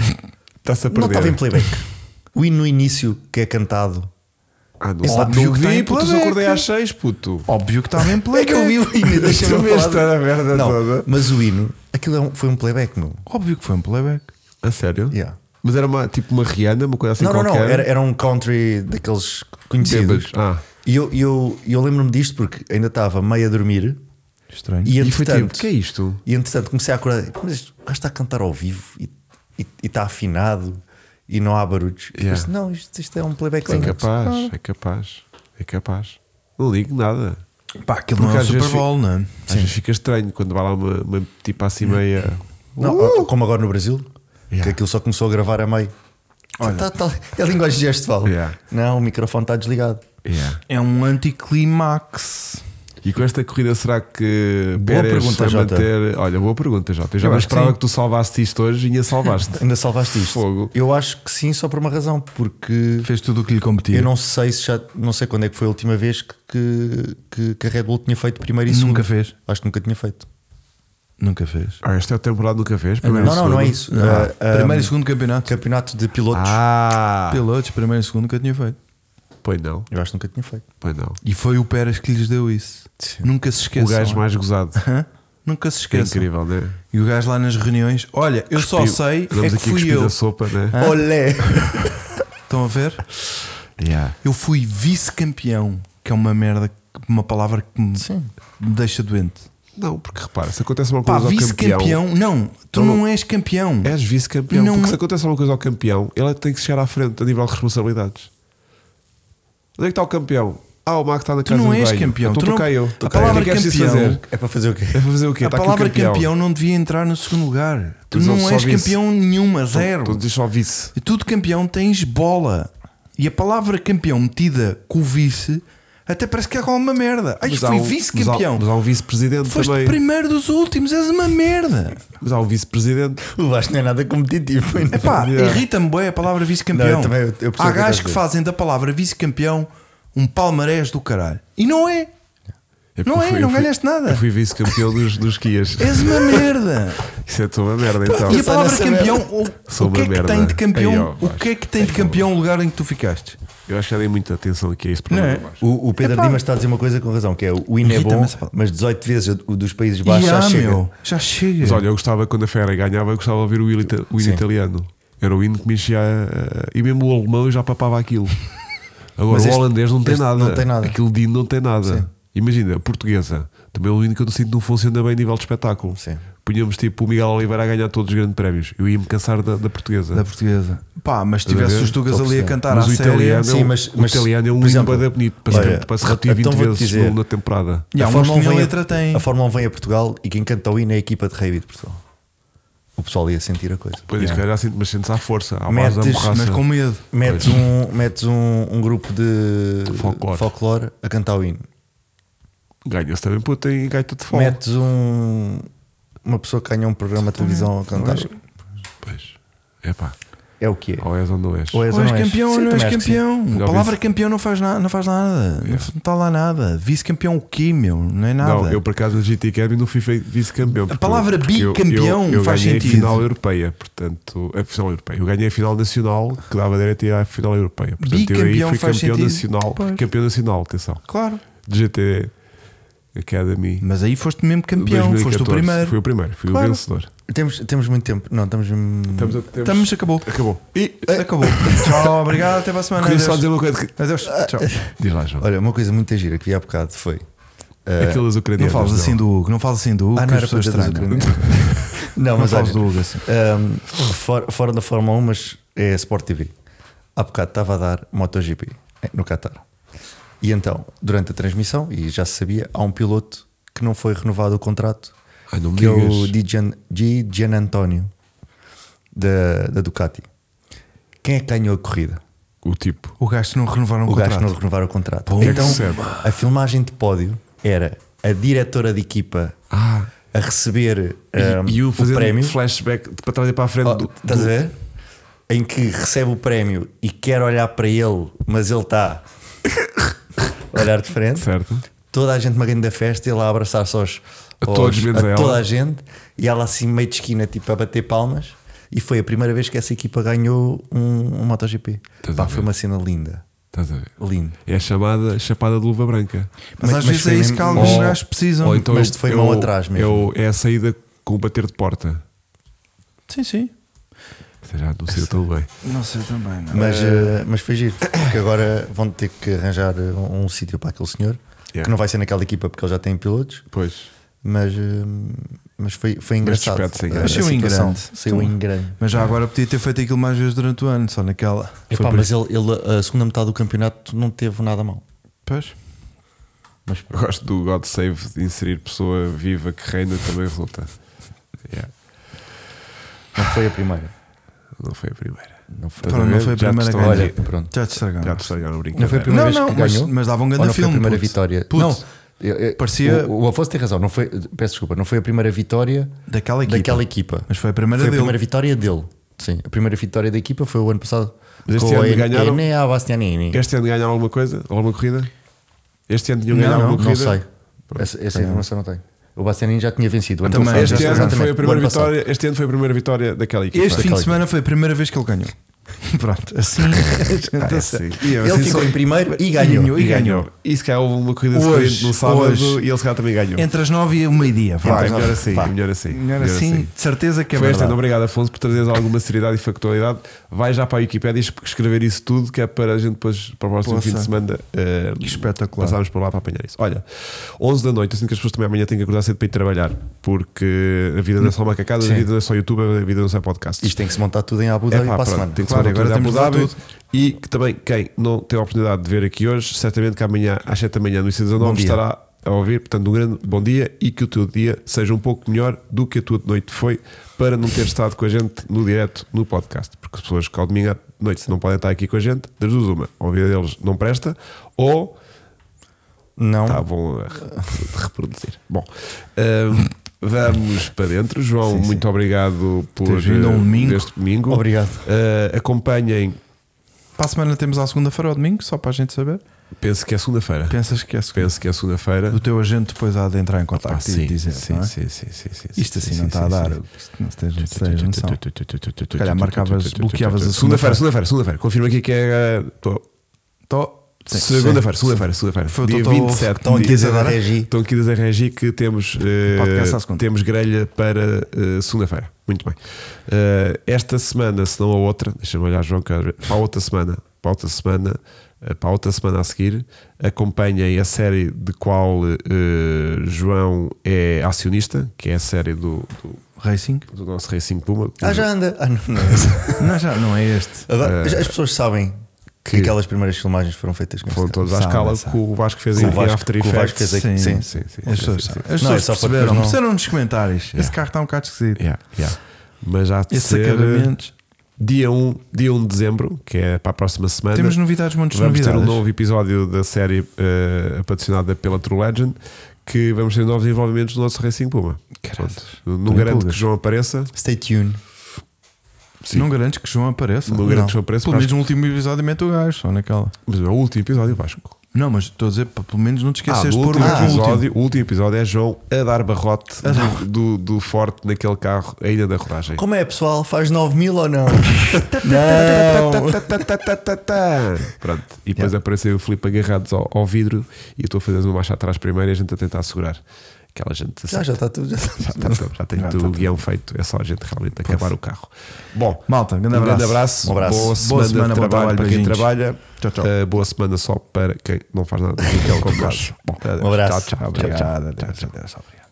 Está-se a
não
perder.
estava em playback. O hino no início que é cantado.
Ah, não,
É
sabe,
óbvio
não
que tem
vi, puto. Eu
playback.
acordei às seis, puto.
Óbvio que estava em play.
É que eu vi o hino,
Tu
deixa-me
vês
falar.
toda a merda
Não,
toda.
Mas o hino, aquilo é um- foi um playback, meu.
Óbvio que foi um playback.
A sério?
Yeah.
Mas era uma, tipo uma Rihanna, uma coisa assim
não, não,
qualquer.
não, era, era um country daqueles
Bêbados,
conhecidos.
ah.
E eu, eu, eu lembro-me disto porque ainda estava meio a dormir
Estranho.
e
E foi tipo,
entretanto,
o que é isto?
e entretanto comecei a acordar. Mas este gajo está a cantar ao vivo e e- e está afinado e não há barulhos. E
Yeah.
depois, não, isto, isto é um playback.
É capaz, é capaz, é capaz. Não ligo nada.
Pá, aquilo não
Porque
é o
às vezes
Super Bowl, não é?
Às vezes fica estranho quando vai lá uma, uma tipo assim meia.
Hum.
"Uh!"
Não, Como agora no Brasil, que
Yeah.
aquilo só começou a gravar a meio. Tá- tá- é a linguagem gestual.
Yeah.
Não, o microfone está desligado.
Yeah.
É um anticlimax.
E com esta corrida será que
Boa
Pérez
pergunta,
vai
Jota.
manter. Olha, boa pergunta, Jota. Eu já
Eu
não
acho que
esperava
sim.
que, tu salvaste isto hoje e a salvaste.
Ainda salvaste isto?
Fogo.
Eu acho que sim, só por uma razão, porque
Fez tudo o que lhe competia.
eu não sei se já não sei quando é que foi a última vez que, que, que- que a Red Bull tinha feito primeiro e segundo.
Nunca fez.
Acho que nunca tinha feito.
Nunca fez.
Ah, esta é a temporada nunca fez?
Não,
Primeiro
não,
e
não, é
segundo?
isso.
Ah,
Ah, ah,
primeiro e segundo campeonato.
campeonato de pilotos.
Ah!
Pilotos, primeiro e segundo que eu tinha feito.
Pois não,
Eu acho que nunca tinha feito.
pois não.
E foi o Pérez que lhes deu isso.
Sim.
Nunca se esqueçam.
o gajo mais gozado.
Hã? Nunca se
Que é
esqueçam.
incrível, né?
E o gajo lá nas reuniões, olha, eu só
Cuspiu-
sei
Andamos
é que
aqui a
fui
cuspir
eu.
da sopa,
Ah.
né?
Olé!
Estão a ver?
Yeah.
Eu fui vice-campeão, que é uma merda, uma palavra que me,
Sim.
me deixa doente.
Não, porque repara, se acontece uma
Pá,
coisa ao é, campeão,
vice-campeão, não, tu
Não,
não,
não.
és campeão.
És vice-campeão.
Não- é-
Porque se acontece alguma coisa ao campeão, ele tem que chegar à frente a nível de responsabilidades. Onde é que está o campeão? Ah, o Mac está na
Tu
casa
não
de
és
banho.
campeão,
Então
tu não-
tu caiu.
a palavra
o que é que é preciso
campeão-
fazer?
É para fazer o quê?
É para fazer o quê?
a
Está aqui o
palavra campeão.
campeão.
não devia entrar no segundo lugar. Tu
Mas
não,
não só
és
vice.
campeão nenhuma, zero.
Tu dizes Então, só vice.
E tu de campeão tens bola. E a palavra campeão metida com o vice até parece que é alguma merda. Ai,
Mas
fui
há um-
vice-campeão.
Mas há, mas há um vice-presidente
Foste
também.
primeiro dos últimos, és uma merda.
Mas há um vice-presidente.
O Vasco não é nada competitivo. ainda.
Epá,
Yeah.
irrita-me bem a palavra
Não,
vice-campeão.
eu também- eu- eu percebo o que
Há
estás a
gajos que
dizer.
fazem da palavra vice-campeão um palmarés do caralho. E não é.
porque
Não
eu
é,
fui-
não
eu fui-
ganhaste nada.
Eu fui vice-campeão dos, dos Kias.
És uma merda.
Isso é toda uma merda, então.
e a palavra
nessa
campeão,
merda.
o,
Sou
o que é
uma
que tem
merda.
de campeão?
Aí, ó,
o
Vasco.
que é que tem de campeão o lugar em que tu ficaste?
Eu acho que já dei muita atenção aqui a esse problema.
Não é?
Vasco.
O, o Pedro
Epá.
Dimas está a dizer uma coisa com razão: que é o hino é
Irrita-me
bom,
essa palavra.
mas 18 vezes o dos Países Baixos
Ya,
já chega.
ah, meu, já chega.
Mas olha, eu gostava quando a Fera ganhava, eu gostava de ouvir o hino, ita- o hino
É. Sim.
italiano. Era o hino que me enchia. eh, E mesmo o alemão eu já papava aquilo. Agora
Mas este-
o holandês não tem,
este
nada.
não tem nada.
Aquilo de hino não tem nada. Imagina, a portuguesa. Também é um hino que eu sinto que não funciona bem a nível de espetáculo.
Sim.
Punhamos tipo o Miguel Oliveira a ganhar todos os grandes prémios. Eu ia-me cansar da, da portuguesa.
da portuguesa. Pá, mas se tivesse
ver?
os Tugas
Estou a
ali a
perceber.
cantar
mas
à
o
séria,
italiano, é
Sim,
um-
mas-
o
mas,
italiano é um
por
hino
exemplo,
bem bonito para,
olha,
se, para se repetir
então
20
vou-te
vezes
dizer-
na temporada.
E há
a,
uns
Fórmula
que nem
1 vem
letra têm.
a, a Fórmula 1 vem a Portugal e quem canta o hino é a equipa de Rei de Portugal. O pessoal ia sentir a coisa.
Pois
Yeah.
yeah. já sinto, mas sentes à força, à base da
Metes-
borracha.
mas com medo.
Metes, um, metes um, um grupo de
Folclore.
folclore a cantar o hino.
Ganha-se também, pô, tem gaita de fome.
Metes um, uma pessoa que ganha um programa de televisão a cantar.
Pois, é pá.
É o que é.
Ou és ou não és.
Ou és,
Ou és campeão ou
Sim,
não és
também acho que sim.
Já
campeão. A
ouvi
palavra
isso.
campeão não faz, na, não faz nada. Não f- Não está lá nada. Vice-campeão o quê, meu? Não é nada.
Não, eu por acaso no GT Academy não fui fe- vice-campeão. porque
palavra
eu-
bicampeão
eu, eu, eu
faz
ganhei
sentido.
a final europeia, portanto, a final europeia. Eu ganhei a final nacional, que dava direito a ir à final europeia. Portanto, eu
Bicampeão
aí fui
faz
campeão
sentido.
nacional,
Pois.
campeão nacional, atenção.
Claro.
De GT Academy.
Mas aí foste mesmo campeão.
2014.
Foste o primeiro.
Fui o primeiro, fui
Claro.
o vencedor.
Temos, temos muito tempo. Não, estamos.
Estamos a, temos-
Estamos, acabou.
Acabou.
E, acabou. Tchau, obrigado. Até para a semana.
Queria só
Adeus.
dizer
Eh,
um uma coisa. que-
Adeus. Tchau.
Diz lá, João.
Olha, uma coisa muito gira que vi há bocado foi. eh,
Aquelas
Não
ucranianas.
falas assim do Hugo. Não falas assim do Hugo.
Ah,
que
não
as
era para
pessoas
dizer dos
estranham.
ucranianos. Não,
Não
mas
falas
olha,
do Hugo assim.
Um, fora, fora da Fórmula 1, mas é Sport TV. Há bocado estava a dar MotoGP eh, no Qatar. E então, durante a transmissão, e já se sabia, há um piloto que não foi renovado o contrato,
Ai, não me
que é o
digas.
Di Gian, Di Gian Antonio da, da Ducati. Quem é que ganhou a corrida?
O tipo.
O gajo não renovaram o,
o gajo
contrato.
não renovar o contrato.
Pô,
então,
é que serve.
a filmagem de pódio era a diretora de equipa
Ah.
a receber um,
E, e o
o
fazendo
prémio.
flashback de para trás e para a frente.
Oh,
do-
estás a
do-
ver? Em que recebe o prémio e quer olhar para ele, mas ele está a olhar de frente.
Certo.
Toda a gente magando da festa e ele a abraçar-se aos,
A
aos-
todos menos a ela.
toda a gente e ela assim meio de esquina, tipo a bater palmas. E foi a primeira vez que essa equipa ganhou um, um MotoGP.
Estás a
Pá,
ver?
foi uma cena linda.
Estás a ver?
Lindo.
É a chamada chapada de luva branca.
Mas, às vezes é
foi
isso que
mesmo-
alguns
Ou-
gajos precisam.
Ou então
mas
é o-
foi
é
mão
o-
atrás mesmo.
É, o- é a saída com o bater de porta.
Sim, sim.
Você já não saiu tão bem.
Não sei também. Não.
Mas, eh, mas foi giro, porque agora vão ter que arranjar eh, um, um sítio para aquele senhor,
Yeah.
que não vai ser naquela equipa porque ele já tem pilotos,
Pois.
mas, eh, mas foi, foi engraçado.
despede-se em grande.
eh,
Mas
a
saiu em
situação.
grande.
Saiu um
Então,
em grande.
Mas já agora podia ter feito aquilo mais vezes durante o ano, só naquela.
Epá, mas ele, ele, a segunda metade do campeonato não teve nada mal.
Pois.
Mas
Eu
pronto.
gosto do God Save de inserir pessoa viva que reina também resulta. Yeah.
não foi a primeira.
Não foi a primeira.
Não foi.
Estás
Pronto,
ver?
não foi
Já
a
te
primeira
estão a
que-
Então, Olha,
dizer-
pronto.
Já te estragaram.
Já te estragaram a brincar.
Não foi a primeira
Não,
vez
não,
que
mas-
ganhou.
mas dava um grande
Ou não foi
filme,
a primeira
puto.
vitória.
Puto.
Não. eu- eu-
Parecia-
O, o Afonso tem razão, não foi. Peço desculpa, não foi a primeira vitória
Daquela equipa.
daquela equipa.
Mas foi a primeira
Foi a
dele.
primeira vitória dele. Sim, a primeira vitória da equipa foi o ano passado.
Mas este
com
ano
a En-
ganharam?
Enea Bastianini.
Este ano ganharam alguma coisa? Alguma corrida? Este ano tinham
Não,
ganhado
não,
alguma
não
corrida?
sei. Essa, essa informação não tenho. O Bastianini já tinha vencido. o ano
Também,
passado.
já
Este
sei,
ano, foi a
Exatamente, o
primeira
ano passado.
vitória, este ano foi a primeira vitória daquela equipa.
Este fim
Daquela
de semana foi a primeira vez que ele ganhou. Pronto, assim.
Ah, é assim. E
Ele
assim
ficou
só-
em primeiro e ganhou.
E ganhou. E se calhar houve um uma corrida
Hoje,
hoje, no sábado
hoje.
e ele se calhar também ganhou.
Entre as nove e o meio-dia.
Pá,
vá.
melhor assim,
Pá.
melhor assim.
Melhor assim, de certeza que é
Foi este ano.
verdade.
Obrigado, Afonso, por trazeres alguma seriedade e factualidade. Vai já para a Wikipédia e escrever isso tudo, que é para a gente depois, para o próximo
Poça.
fim de semana, eh,
Que espetacular.
passarmos por lá para apanhar isso. Olha, 11 da noite, assim que as pessoas também amanhã têm que acordar cedo para ir trabalhar, porque a
Hum.
vida não é só macacada, a
Sim.
vida não é só YouTube, a vida não é só podcast.
Isto tem que se montar tudo em Abu
É
Dhabi
pá,
para a
pronto,
semana.
tem que
Claro,
ser
agora
agora temos
temos de dar
Dhabi,
tudo.
E que também, quem não tem a oportunidade de ver aqui hoje, certamente que amanhã às 7 da manhã no
Bom
IC19
dia.
estará a ouvir. Portanto, um grande bom dia e que o teu dia seja um pouco melhor do que a tua noite foi para não ter estado com a gente no direto, no podcast. Porque as pessoas que ao domingo à noite não podem estar aqui com a gente, das duas uma. A vida deles não presta ou
Não.
estavam a re- reproduzir. Bom, ahm, vamos para dentro. João, muito obrigado por
Teres vindo a um
eh,
domingo.
este domingo.
Obrigado.
Ah, acompanhem,
Para a semana temos à segunda-feira ou domingo, só para a gente saber.
penso que é segunda-feira.
Pensas que é segunda?
Penso que é segunda-feira.
O teu agente depois há de entrar em contato
Ah,
e dizer.
sim,
não é?
sim, sim, sim, sim, sim,
Isto assim
sim,
não está
sim,
a dar.
sim.
Isto não tens, não tens noção. calhar
Calhar
marcavas- bloqueavas
segunda-feira,
a segunda-feira.
segunda-feira, segunda-feira. Confirma aqui que é. eh, tô-
Tó- sim,
Segunda-feira,
sim.
segunda-feira, segunda-feira.
Foi o
Dia
Totó-
27.
Estão aqui a
dia-
dizer da
agora?
Regi.
Estão Então, aqui a dizer, Regi, que temos,
Um
eh,
Podcast à segunda.
temos grelha para eh, segunda-feira. Muito bem. Eh, esta semana, se não a outra, deixa-me olhar, João, que às vezes- para a outra semana, para a outra semana, eh, para a outra semana a seguir, acompanhem a série de qual eh, João é acionista, que é a série do, do,
Racing?
do nosso Racing Puma.
Ah, já anda. Ah, não, não.
Não, já não é este.
Agora, as- As pessoas sabem
que-
que, aquelas primeiras filmagens foram feitas com
Foram
este
todos à
Sabe,
escala
sabe.
que o Vasco fez
Com
em
o Vasco-
After
com o
Effects.
Vasco fez aqui. Sim,
Sim, sim, sim.
As pessoas,
sim, sim.
sabem. As
Não,
pessoas
é só para
perceberam,
depois não-
perceberam nos comentários. Esse carro está um bocado esquisito.
Yeah, yeah. Mas já há de
é
Esses
ser
acabamentos.
dia 1, dia 1 de dezembro, que é para a próxima semana.
Temos novidades, muitas
vamos ter
novidades.
um novo episódio da série eh, patrocinada pela True Legend. Que vamos ter novos desenvolvimentos do nosso Racing Puma. Pronto. Não
Tô em
garanto
pulgas.
que João apareça,
Stay tuned.
Sim.
Não garantes que João apareça.
Não garanto que João apareça,
Pelo
mas
menos no último episódio mete o gajo, só naquela.
Mas é o último episódio, Vasco. Ah,
Não, mas estou a dizer, pá, pelo menos não te esqueces de
do
pôr o
último
gajo no Ah, último.
episódio, o último episódio é João a dar barrote do, do, do forte naquele carro, a ilha da rodagem.
Como é, pessoal? Faz 9 mil ou não? não!
Tá-tá-tá-tá-tá-tá. Pronto, e depois apareceu o Filipe agarrados ao, ao vidro e eu estou a fazer uma marcha atrás primeiro e a gente a tentar segurar. Aquela gente
Já, já está tudo. Já está tudo.
Tá, tá, já tem tudo o guião feito, é só a gente realmente acabar o carro. Bom,
Malta, grande
um
abraço.
abraço.
Um abraço.
Boa
Boa
semana,
semana,
de trabalho
bom trabalho,
para quem
beijinhos.
trabalha.
Tchau, tchau.
Uh, boa semana só para quem não faz nada, que é o teu caso. Bom,
Um abraço.
Tchau, tchau.
Tchau, tchau.
Obrigado. Tchau, tchau. Obrigado.